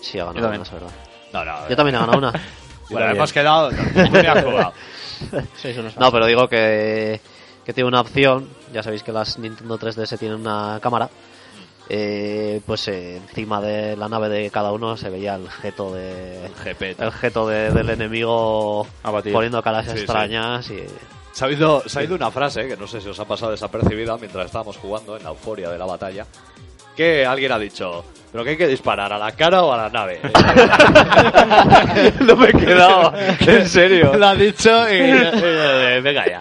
[SPEAKER 4] sí, ha ganado
[SPEAKER 3] Yo también.
[SPEAKER 4] una, es verdad.
[SPEAKER 1] No, no.
[SPEAKER 4] Yo también he ganado una.
[SPEAKER 1] Bueno,
[SPEAKER 7] Yo
[SPEAKER 1] hemos quedado. tú me has jugado.
[SPEAKER 2] Sois unos
[SPEAKER 4] No, pero digo que, que tiene una opción. Ya sabéis que las Nintendo 3DS tienen una cámara. Eh, pues eh, encima de la nave de cada uno se veía el jeto de
[SPEAKER 1] El jepeta.
[SPEAKER 4] el jeto de- del enemigo
[SPEAKER 3] A batir.
[SPEAKER 4] poniendo caras
[SPEAKER 1] Sí, sí.
[SPEAKER 4] extrañas y
[SPEAKER 1] Se ha, oído, se ha oído una frase que no sé si os ha pasado desapercibida mientras estábamos jugando en la euforia de la batalla. Que alguien ha dicho, ¿pero qué hay que disparar? ¿A la cara o a la nave? no me he quedado, en serio. Lo ha dicho y. y- y- venga ya.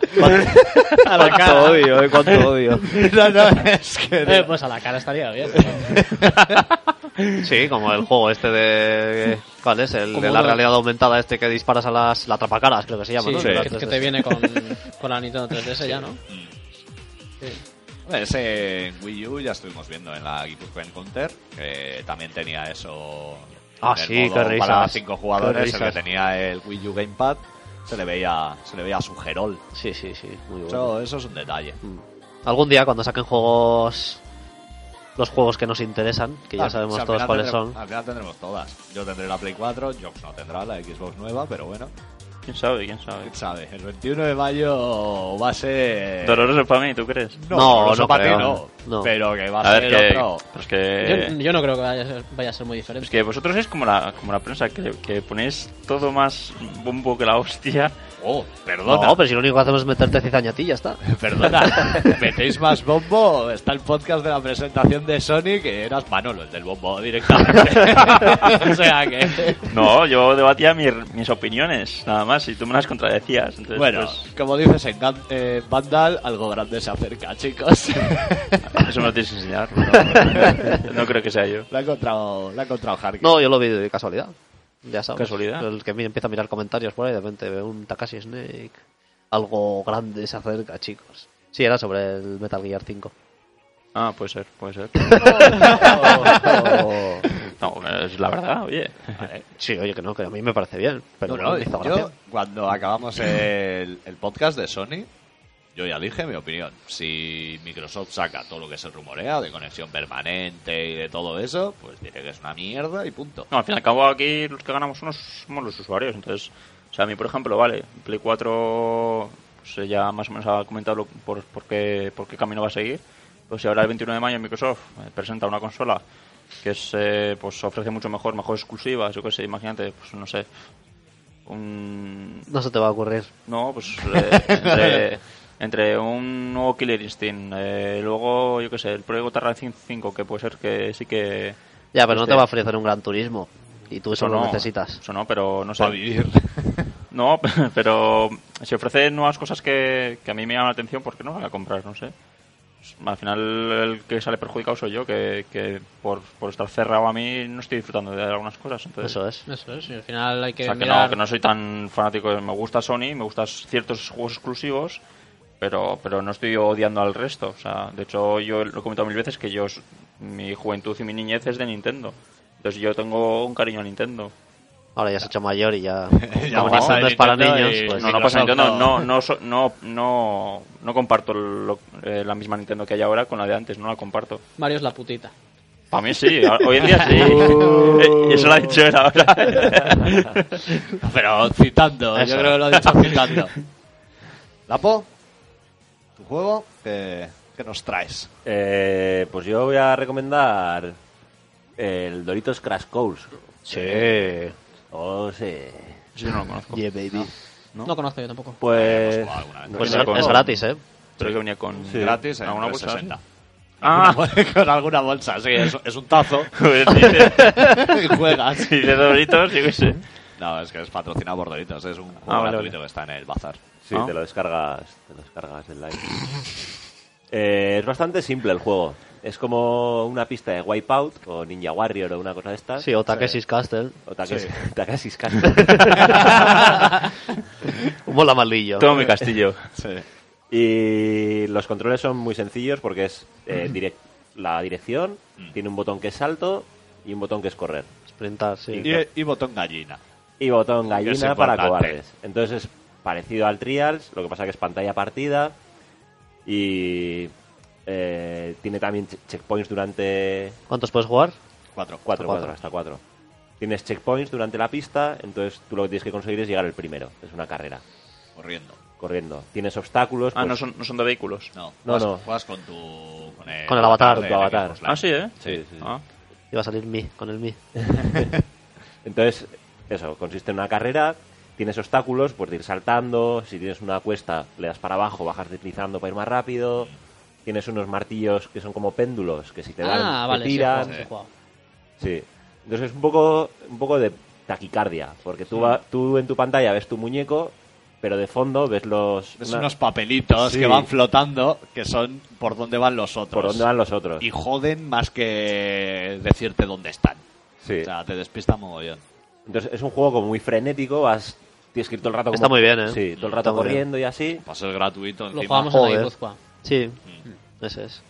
[SPEAKER 1] A la cara.
[SPEAKER 7] odio, eh, cuánto odio.
[SPEAKER 1] No, no, es que.
[SPEAKER 2] Eh, pues a la cara estaría bien.
[SPEAKER 4] sí como el juego este de ¿cuál es? el
[SPEAKER 2] Como
[SPEAKER 4] de la
[SPEAKER 2] la-
[SPEAKER 4] realidad aumentada este que disparas a las la atrapacaras creo que se llama
[SPEAKER 2] Sí,
[SPEAKER 4] ¿no?
[SPEAKER 1] Sí.
[SPEAKER 4] La
[SPEAKER 2] Que, que
[SPEAKER 4] 3DS.
[SPEAKER 2] te viene con, con la Nintendo 3DS ya, ¿no?
[SPEAKER 1] Ese en Wii U ya estuvimos viendo en la Gipuzkoan Counter, que también tenía eso.
[SPEAKER 4] Ah,
[SPEAKER 1] en el
[SPEAKER 4] sí,
[SPEAKER 1] modo
[SPEAKER 4] qué
[SPEAKER 1] Para
[SPEAKER 4] risas,
[SPEAKER 1] cinco
[SPEAKER 4] qué
[SPEAKER 1] jugadores, el que
[SPEAKER 4] risas.
[SPEAKER 1] tenía el Wii U Gamepad, se le veía, se le veía su gerol.
[SPEAKER 4] sí sí sí muy bueno
[SPEAKER 1] Eso, eso es un detalle.
[SPEAKER 4] algún día cuando saquen juegos los juegos que nos interesan que ya
[SPEAKER 1] Ah,
[SPEAKER 4] sabemos
[SPEAKER 1] si al
[SPEAKER 4] todos
[SPEAKER 1] final
[SPEAKER 4] cuáles
[SPEAKER 1] tendremos-
[SPEAKER 4] son
[SPEAKER 1] Al final tendremos todas. Yo tendré la Play 4, Jox no tendrá la Xbox nueva, pero bueno,
[SPEAKER 3] ¿Quién sabe? ¿Quién sabe?
[SPEAKER 1] quién sabe. El 21 de mayo va a ser.
[SPEAKER 3] Doloroso para mí, ¿tú crees?
[SPEAKER 4] No,
[SPEAKER 1] doloroso
[SPEAKER 4] no
[SPEAKER 1] para ti
[SPEAKER 4] creo,
[SPEAKER 1] no,
[SPEAKER 4] no.
[SPEAKER 1] Pero que va a,
[SPEAKER 3] A
[SPEAKER 1] ser
[SPEAKER 3] ver, que,
[SPEAKER 1] otro.
[SPEAKER 3] pero es que...
[SPEAKER 4] Eh.
[SPEAKER 2] Yo, yo no creo que vaya a ser, vaya a ser muy diferente.
[SPEAKER 3] Es que vosotros es como la, como la prensa, que, que ponéis todo más bombo que la hostia.
[SPEAKER 1] Oh, perdona.
[SPEAKER 4] Ah, no pero si lo único que hacemos es meterte cizaña a ti ya está
[SPEAKER 1] Perdona, metéis más bombo. Está el podcast de la presentación de Sony que eras Manolo, el del bombo directamente. o sea que.
[SPEAKER 3] No, yo debatía mi- mis opiniones, nada más, y tú me las contradecías. Entonces,
[SPEAKER 1] Bueno,
[SPEAKER 3] pues,
[SPEAKER 1] como dices en Gan- eh, Vandal, algo grande se acerca, chicos.
[SPEAKER 3] eso me lo tienes que enseñar. No, No creo que sea yo.
[SPEAKER 1] la ha encontrado, la ha encontrado Harkin.
[SPEAKER 4] No, yo lo vi de casualidad. Ya sabes.
[SPEAKER 3] ¿Casualidad?
[SPEAKER 4] El que mi- empieza a mirar comentarios por ahí, de repente ve un Takashi Snake. algo grande se acerca, chicos. Sí, era sobre el Metal Gear 5.
[SPEAKER 3] Ah, puede ser, puede ser.
[SPEAKER 7] Oh,
[SPEAKER 3] No, es la verdad, oye.
[SPEAKER 4] Sí, oye, que no, que a mí me parece bien, pero
[SPEAKER 1] No,
[SPEAKER 4] no,
[SPEAKER 1] no,
[SPEAKER 4] me hizo
[SPEAKER 1] yo,
[SPEAKER 4] gracia.
[SPEAKER 1] cuando acabamos el, el podcast de Sony, yo ya dije mi opinión. Si Microsoft saca todo lo que se rumorea de conexión permanente y de todo eso, pues diré que es una mierda y punto.
[SPEAKER 3] No, al fin y al cabo aquí los que ganamos unos somos los usuarios, entonces, o sea, a mí por ejemplo, vale, Play 4 pues, ya más o menos ha comentado lo- por, por, qué, por qué camino va a seguir, pues si ahora el 21 de mayo Microsoft eh, presenta una consola que es, eh, pues ofrece mucho mejor, mejores exclusivas, yo qué sé, imagínate, pues no sé, un,
[SPEAKER 4] No se te va a ocurrir.
[SPEAKER 3] no, pues eh, entre, entre un nuevo Killer Instinct, eh, luego, yo qué sé, el Proyecto Terra 5, que puede ser que sí que...
[SPEAKER 4] Ya, pero no
[SPEAKER 3] este,
[SPEAKER 4] te va a ofrecer un gran turismo. Y tú eso lo necesitas.
[SPEAKER 3] Eso no, pero no sé.
[SPEAKER 1] Para vivir.
[SPEAKER 3] No, pero se ofrecen nuevas cosas que, que a mí me llaman la atención porque no las voy a comprar, no sé. Al final el que sale perjudicado soy yo, que, que por, por estar cerrado a mí no estoy disfrutando de algunas cosas. Entonces,
[SPEAKER 4] Eso es.
[SPEAKER 2] Eso es, y al final hay que
[SPEAKER 3] o sea, que
[SPEAKER 2] mirar...
[SPEAKER 3] no, que no soy tan fanático. Me gusta Sony, me gustan ciertos juegos exclusivos, pero, pero no estoy odiando al resto. O sea, de hecho, yo lo he comentado mil veces que yo s- mi juventud y mi niñez es de Nintendo. Entonces yo tengo un cariño a Nintendo.
[SPEAKER 4] Ahora ya se ha hecho mayor y ya.
[SPEAKER 1] Ya
[SPEAKER 4] Como
[SPEAKER 3] pasa
[SPEAKER 4] no
[SPEAKER 1] de
[SPEAKER 4] es para
[SPEAKER 1] Nintendo
[SPEAKER 4] niños,
[SPEAKER 1] y-
[SPEAKER 4] pues.
[SPEAKER 3] no, no
[SPEAKER 1] sí,
[SPEAKER 3] pasa
[SPEAKER 1] claro,
[SPEAKER 3] Nintendo,
[SPEAKER 1] no.
[SPEAKER 3] no, no, so- no, no, no comparto lo- eh, la misma Nintendo que hay ahora con la de antes, no la comparto.
[SPEAKER 2] Mario es la putita.
[SPEAKER 3] Para mí sí, a- hoy en día sí. Eh, Eso lo ha dicho él ahora.
[SPEAKER 1] Pero citando,
[SPEAKER 4] Eso.
[SPEAKER 1] yo creo que lo he dicho citando. Lapo, tu juego, ¿qué, qué nos traes?
[SPEAKER 7] eh, pues yo voy a recomendar el Doritos Crash Course.
[SPEAKER 1] Eh,
[SPEAKER 4] Sí.
[SPEAKER 7] Oh, sí.
[SPEAKER 3] Eso yo no lo conozco.
[SPEAKER 4] Yeah, baby.
[SPEAKER 2] No, conozco yo tampoco.
[SPEAKER 7] Pues.
[SPEAKER 1] jugado alguna vez.
[SPEAKER 4] Pues
[SPEAKER 3] Venía
[SPEAKER 4] es,
[SPEAKER 3] con-
[SPEAKER 4] es gratis, ¿eh?
[SPEAKER 3] Creo que venía con
[SPEAKER 7] Sí.
[SPEAKER 1] Gratis en
[SPEAKER 3] alguna bolsa.
[SPEAKER 1] 360.
[SPEAKER 3] Ah,
[SPEAKER 1] Con alguna bolsa, sí, es, es un tazo
[SPEAKER 3] joder, dice,
[SPEAKER 1] y juegas.
[SPEAKER 3] dice Doritos, yo qué sé.
[SPEAKER 1] No, es que es patrocinado por Doritos, es un juego
[SPEAKER 3] Ah, vale,
[SPEAKER 1] gratuito
[SPEAKER 3] vale.
[SPEAKER 1] que está en el bazar.
[SPEAKER 7] Sí,
[SPEAKER 3] ¿No?
[SPEAKER 7] te lo descargas, te lo descargas del live. Eh, es bastante simple el juego. Es como una pista de Wipeout o Ninja Warrior o una cosa de estas.
[SPEAKER 4] Sí, o Takeshi's Castle.
[SPEAKER 7] O Takes-
[SPEAKER 1] Sí.
[SPEAKER 7] Takashi's Castle.
[SPEAKER 4] Mola malillo.
[SPEAKER 3] Todo mi castillo.
[SPEAKER 1] Sí.
[SPEAKER 7] Y los controles son muy sencillos porque es eh, direc- la dirección, tiene un botón que es salto y un botón que es correr.
[SPEAKER 4] Sprintar, sí.
[SPEAKER 1] Y, y botón gallina.
[SPEAKER 7] Y botón
[SPEAKER 1] Es
[SPEAKER 7] gallina para
[SPEAKER 1] importante.
[SPEAKER 7] cobardes. Entonces es parecido al Trials, lo que pasa que es pantalla partida y eh, tiene también che- checkpoints durante
[SPEAKER 4] ¿Cuántos puedes jugar?
[SPEAKER 1] Cuatro.
[SPEAKER 7] Cuatro,
[SPEAKER 4] Hasta
[SPEAKER 7] cuatro, hasta cuatro. Tienes checkpoints durante la pista, entonces tú lo que tienes que conseguir es llegar el primero. Es una carrera,
[SPEAKER 1] Corriendo.
[SPEAKER 7] corriendo. Tienes obstáculos.
[SPEAKER 3] Ah,
[SPEAKER 7] pues,
[SPEAKER 3] no son, no son de vehículos.
[SPEAKER 1] No,
[SPEAKER 7] No,
[SPEAKER 1] juegas,
[SPEAKER 7] no.
[SPEAKER 1] juegas con tu. Con el,
[SPEAKER 4] Con el avatar,
[SPEAKER 1] de
[SPEAKER 7] tu avatar.
[SPEAKER 1] Xbox Live.
[SPEAKER 3] Ah, sí, ¿eh?
[SPEAKER 7] Sí, sí.
[SPEAKER 3] Ah,
[SPEAKER 4] Iba a salir mi, con el mi.
[SPEAKER 7] Entonces, eso, consiste en una carrera. Tienes obstáculos, pues de ir saltando. Si tienes una cuesta, le das para abajo, bajas deslizando para ir más rápido. Tienes unos martillos que son como péndulos, que si te dan,
[SPEAKER 2] ah,
[SPEAKER 7] te
[SPEAKER 2] vale, sí, he
[SPEAKER 7] tiran.
[SPEAKER 4] eh,
[SPEAKER 2] jugado, sí, he jugado.
[SPEAKER 7] Sí. Entonces es un poco, un poco de taquicardia, porque tú, va- tú en tu pantalla ves tu muñeco, pero de fondo ves los...
[SPEAKER 1] Ves
[SPEAKER 7] una-
[SPEAKER 1] unos papelitos
[SPEAKER 7] Sí.
[SPEAKER 1] que van flotando que son por dónde van los otros.
[SPEAKER 7] por dónde van los otros.
[SPEAKER 1] Y joden más que decirte dónde están.
[SPEAKER 7] Sí.
[SPEAKER 1] O sea, te despista mogollón.
[SPEAKER 7] Entonces es un juego como muy frenético, vas, tienes que ir todo el rato... como-
[SPEAKER 4] Está muy bien, ¿eh?
[SPEAKER 7] Sí, todo el
[SPEAKER 4] Está
[SPEAKER 7] rato
[SPEAKER 4] muy bien.
[SPEAKER 7] corriendo y así.
[SPEAKER 1] Para ser gratuito,
[SPEAKER 2] Lo
[SPEAKER 1] encima.
[SPEAKER 2] jugamos en
[SPEAKER 4] Joder.
[SPEAKER 2] Guipúzcoa.
[SPEAKER 4] Sí, ese es.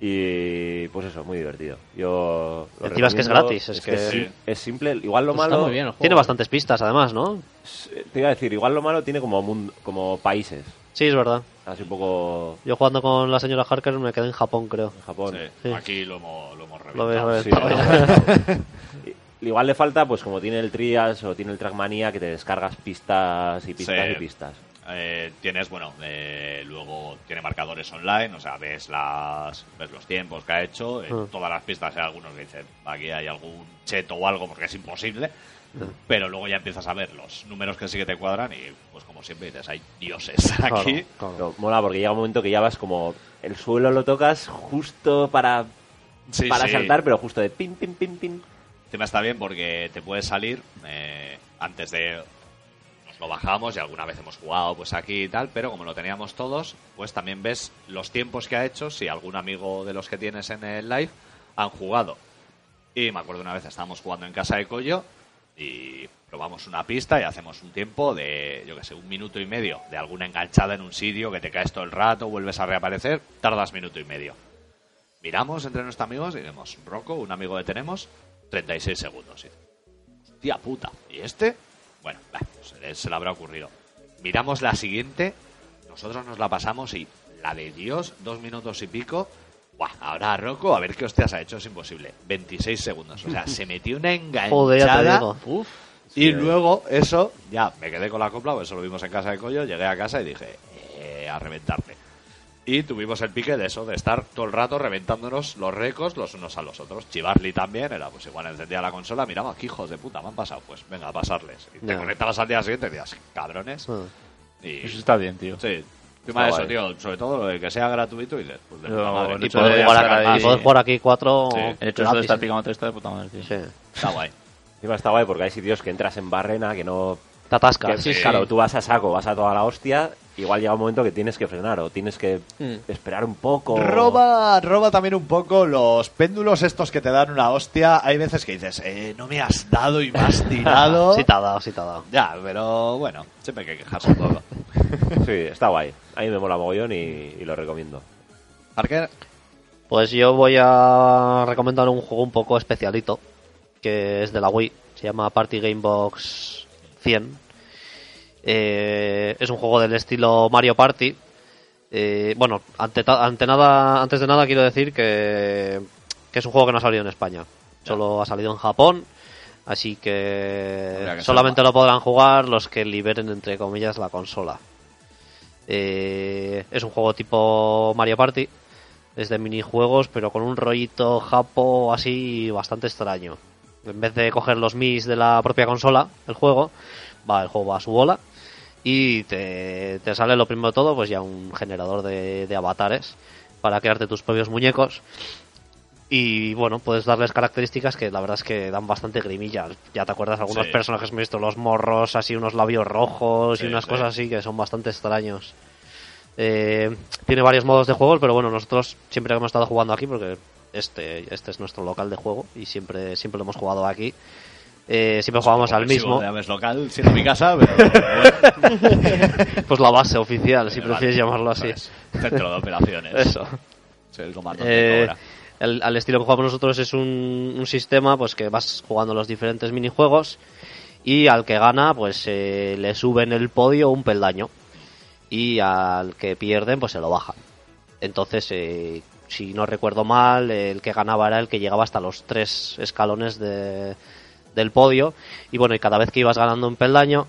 [SPEAKER 7] Y pues eso, muy divertido. Yo... lo
[SPEAKER 4] Encima es que es
[SPEAKER 7] recomiendo,
[SPEAKER 4] gratis, es que-
[SPEAKER 7] es, sim- es simple, igual lo
[SPEAKER 2] Pues está
[SPEAKER 7] malo... eh,
[SPEAKER 2] muy bien el juego.
[SPEAKER 4] Tiene bastantes pistas, además, ¿no?
[SPEAKER 7] Te iba a decir, igual lo malo tiene como, mundo, como países.
[SPEAKER 4] Sí, es verdad.
[SPEAKER 7] Así un poco
[SPEAKER 4] Yo jugando con la señora Harker me quedé en Japón, creo.
[SPEAKER 7] en Japón.
[SPEAKER 1] Sí,
[SPEAKER 4] Sí.
[SPEAKER 1] Aquí lo hemos, lo hemos reventado.
[SPEAKER 4] Lo ves, lo ves.
[SPEAKER 7] Sí,
[SPEAKER 4] Está bien.
[SPEAKER 7] Y- Igual le falta, pues como tiene el Trias o tiene el Trackmania, que te descargas pistas y pistas
[SPEAKER 1] Sí.
[SPEAKER 7] y pistas.
[SPEAKER 1] Eh, tienes, bueno, eh, luego tiene marcadores online, o sea, ves las ves los tiempos que ha hecho, en
[SPEAKER 7] Ah.
[SPEAKER 4] Mm.
[SPEAKER 1] todas las pistas hay algunos que dicen, aquí hay algún cheto o algo porque es imposible,
[SPEAKER 7] Ah.
[SPEAKER 1] pero luego ya empiezas a ver los números que sí que te cuadran y pues como siempre dices, hay dioses aquí.
[SPEAKER 4] Claro, claro.
[SPEAKER 7] Pero mola porque llega un momento que ya vas como el suelo lo tocas justo para,
[SPEAKER 1] Sí,
[SPEAKER 7] para
[SPEAKER 1] sí.
[SPEAKER 7] saltar, pero justo de pin, pin, pin, pin.
[SPEAKER 1] Encima está bien porque te puedes salir eh, antes de... Nos lo bajamos y alguna vez hemos jugado pues aquí y tal, pero como lo teníamos todos, pues también ves los tiempos que ha hecho, si algún amigo de los que tienes en el live han jugado. Y me acuerdo una vez estábamos jugando en casa de Coyo y probamos una pista y hacemos un tiempo de, yo que sé, un minuto y medio de alguna enganchada en un sitio que te caes todo el rato, vuelves a reaparecer, tardas minuto y medio. Miramos entre nuestros amigos y vemos, Rocco, un amigo que tenemos, 36 segundos. Y, Hostia puta. ¿Y este? Bueno, bah, se, le, se le habrá ocurrido. Miramos la siguiente, nosotros nos la pasamos y la de Dios, dos minutos y pico. Buah, ahora Rocco, a ver qué hostias ha hecho, es imposible. 26 segundos. O sea, se metió una enganchada.
[SPEAKER 4] Joder, ya te digo.
[SPEAKER 1] Uf. Y luego eso, ya, me quedé con la copla, pues eso lo vimos en casa de Collo, llegué a casa y dije, eh, a reventarte. Y tuvimos el pique de eso, de estar todo el rato reventándonos los récords los unos a los otros. Chivarly también, era pues igual encendía la consola, miraba, aquí hijos de puta, me han pasado, pues venga, a pasarles. Y te
[SPEAKER 4] Ya.
[SPEAKER 1] conectabas al día siguiente y decías, cabrones.
[SPEAKER 4] Ah.
[SPEAKER 1] Y
[SPEAKER 3] Pues
[SPEAKER 8] Eso está bien, tío.
[SPEAKER 1] sí, encima de
[SPEAKER 8] Está
[SPEAKER 1] eso, tío, sobre todo lo de que sea gratuito y después de
[SPEAKER 8] No,
[SPEAKER 1] puta madre.
[SPEAKER 8] no
[SPEAKER 1] Y
[SPEAKER 8] he hecho podría
[SPEAKER 1] poder
[SPEAKER 4] Poder jugar
[SPEAKER 8] estar
[SPEAKER 4] aquí,
[SPEAKER 8] ahí.
[SPEAKER 4] poder jugar aquí cuatro.
[SPEAKER 1] Sí.
[SPEAKER 8] El
[SPEAKER 3] Ah,
[SPEAKER 8] hecho eso de
[SPEAKER 4] gratis.
[SPEAKER 8] estar picando está de puta madre, tío.
[SPEAKER 4] Sí.
[SPEAKER 1] Está guay.
[SPEAKER 7] Encima está guay porque hay sitios que entras en barrena que no.
[SPEAKER 4] Te
[SPEAKER 7] que,
[SPEAKER 4] atascas.
[SPEAKER 1] Sí, sí.
[SPEAKER 7] Claro, tú vas a saco, vas a toda la hostia. Igual llega un momento que tienes que frenar o tienes que
[SPEAKER 2] Mm.
[SPEAKER 7] esperar un poco.
[SPEAKER 1] Roba, roba también un poco los péndulos estos que te dan una hostia. Hay veces que dices, eh, no me has dado y me has tirado.
[SPEAKER 4] Sí te ha dado, sí te ha dado.
[SPEAKER 1] ya, pero bueno, siempre hay que quejarse un poco.
[SPEAKER 7] Sí, está guay. A mí me mola mogollón y, y lo recomiendo.
[SPEAKER 1] Parker,
[SPEAKER 4] Pues yo voy a recomendar un juego un poco especialito, que es de la Wii. Se llama Party Game Box 100. Eh, es un juego del estilo Mario Party. Eh, bueno, ante, ta- ante nada, antes de nada quiero decir que, que es un juego que no ha salido en España. Solo ha salido en Japón. Así que
[SPEAKER 1] Habría que
[SPEAKER 4] solamente
[SPEAKER 1] salvar.
[SPEAKER 4] lo podrán jugar los que liberen, entre comillas, la consola. Eh, es un juego tipo Mario Party. Es de minijuegos, pero con un rollito japo así bastante extraño. En vez de coger los mis de la propia consola, el juego, va, el juego va a su bola. Y te, te sale lo primero de todo, pues ya un generador de, de avatares para crearte tus propios muñecos. Y bueno, puedes darles características que la verdad es que dan bastante grimilla. Ya te acuerdas algunos
[SPEAKER 1] Sí.
[SPEAKER 4] personajes, me he visto los morros, así unos labios rojos
[SPEAKER 1] Sí,
[SPEAKER 4] y unas
[SPEAKER 1] sí.
[SPEAKER 4] cosas así que son bastante extraños. Eh, tiene varios modos de juego, pero bueno, nosotros siempre hemos estado jugando aquí porque este, este es nuestro local de juego y siempre, siempre lo hemos jugado aquí. Eh, siempre jugamos al mismo.
[SPEAKER 1] de Aves Local, siendo mi casa, pero bueno,
[SPEAKER 4] Pues la base oficial, si prefieres
[SPEAKER 1] vale,
[SPEAKER 4] llamarlo así.
[SPEAKER 1] pues, Centro de operaciones.
[SPEAKER 4] Eso.
[SPEAKER 1] Soy el comandante
[SPEAKER 4] Eh,
[SPEAKER 1] de Cobra.
[SPEAKER 4] el- al estilo que jugamos nosotros es un, un sistema pues que vas jugando los diferentes minijuegos y al que gana pues eh, le suben el podio un peldaño y al que pierden pues se lo bajan. Entonces, eh, si no recuerdo mal, el que ganaba era el que llegaba hasta los tres escalones de- del podio. Y bueno, y cada vez que ibas ganando un peldaño,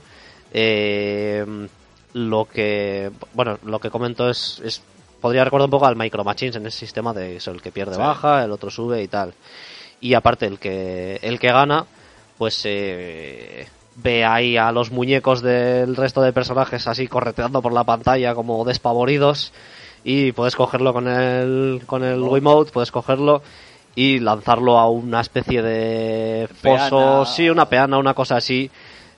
[SPEAKER 4] eh, lo que bueno, lo que comento es, es- podría recordar un poco al Micro Machines en ese sistema de eso, el que pierde baja, el otro sube y tal. Y aparte el que el que gana, pues eh, ve ahí a los muñecos del resto de personajes así correteando por la pantalla como despavoridos y puedes cogerlo con el con el Wiimote, puedes cogerlo y lanzarlo a una especie de
[SPEAKER 1] Peana.
[SPEAKER 4] foso, sí, una peana, una cosa así,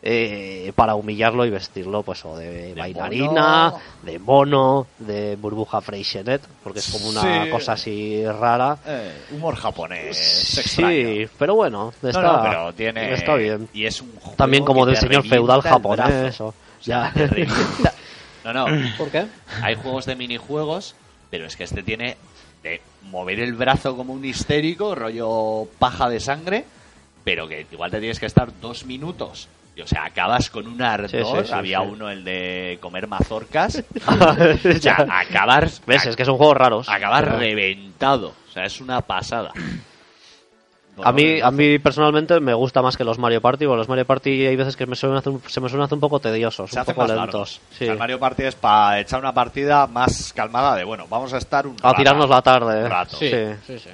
[SPEAKER 4] eh, para humillarlo y vestirlo, pues, o de, bailarina,
[SPEAKER 1] mono.
[SPEAKER 4] de mono, de burbuja Freixenet, porque es como una
[SPEAKER 1] Sí.
[SPEAKER 4] cosa así rara.
[SPEAKER 1] Eh, humor japonés. extraño.
[SPEAKER 4] Sí, pero bueno, está,
[SPEAKER 1] no, no, pero tiene.
[SPEAKER 4] está bien.
[SPEAKER 1] Y es un juego
[SPEAKER 4] También como
[SPEAKER 1] que
[SPEAKER 4] del
[SPEAKER 1] te
[SPEAKER 4] señor
[SPEAKER 1] revienta
[SPEAKER 4] feudal
[SPEAKER 1] el
[SPEAKER 4] japonés.
[SPEAKER 1] brazo.
[SPEAKER 4] o-
[SPEAKER 1] O sea,
[SPEAKER 4] ya.
[SPEAKER 1] te revienta. No, no.
[SPEAKER 2] ¿Por qué?
[SPEAKER 1] Hay juegos de minijuegos, pero es que este tiene de mover el brazo como un histérico, rollo paja de sangre, pero que igual te tienes que estar dos minutos. Y, o sea, acabas con un ardor.
[SPEAKER 4] Sí, sí, sí,
[SPEAKER 1] Había
[SPEAKER 4] sí.
[SPEAKER 1] uno, el de comer mazorcas. o sea, acabar,
[SPEAKER 4] ¿Ves? Es que son juegos raros.
[SPEAKER 1] acabar reventado. O sea, es una pasada.
[SPEAKER 4] A mí, a mí personalmente me gusta más que los Mario Party, porque los Mario Party hay veces que me suelen hacer un- se me suelen hacer un poco tediosos,
[SPEAKER 1] se
[SPEAKER 4] un
[SPEAKER 1] hacen
[SPEAKER 4] poco
[SPEAKER 1] más
[SPEAKER 4] lentos.
[SPEAKER 1] largos.
[SPEAKER 4] Sí.
[SPEAKER 1] O sea, el Mario Party es para echar una partida más calmada de, bueno, vamos a estar un
[SPEAKER 4] A
[SPEAKER 1] rato.
[SPEAKER 4] tirarnos la tarde.
[SPEAKER 1] Un rato.
[SPEAKER 4] Sí.
[SPEAKER 2] sí, sí.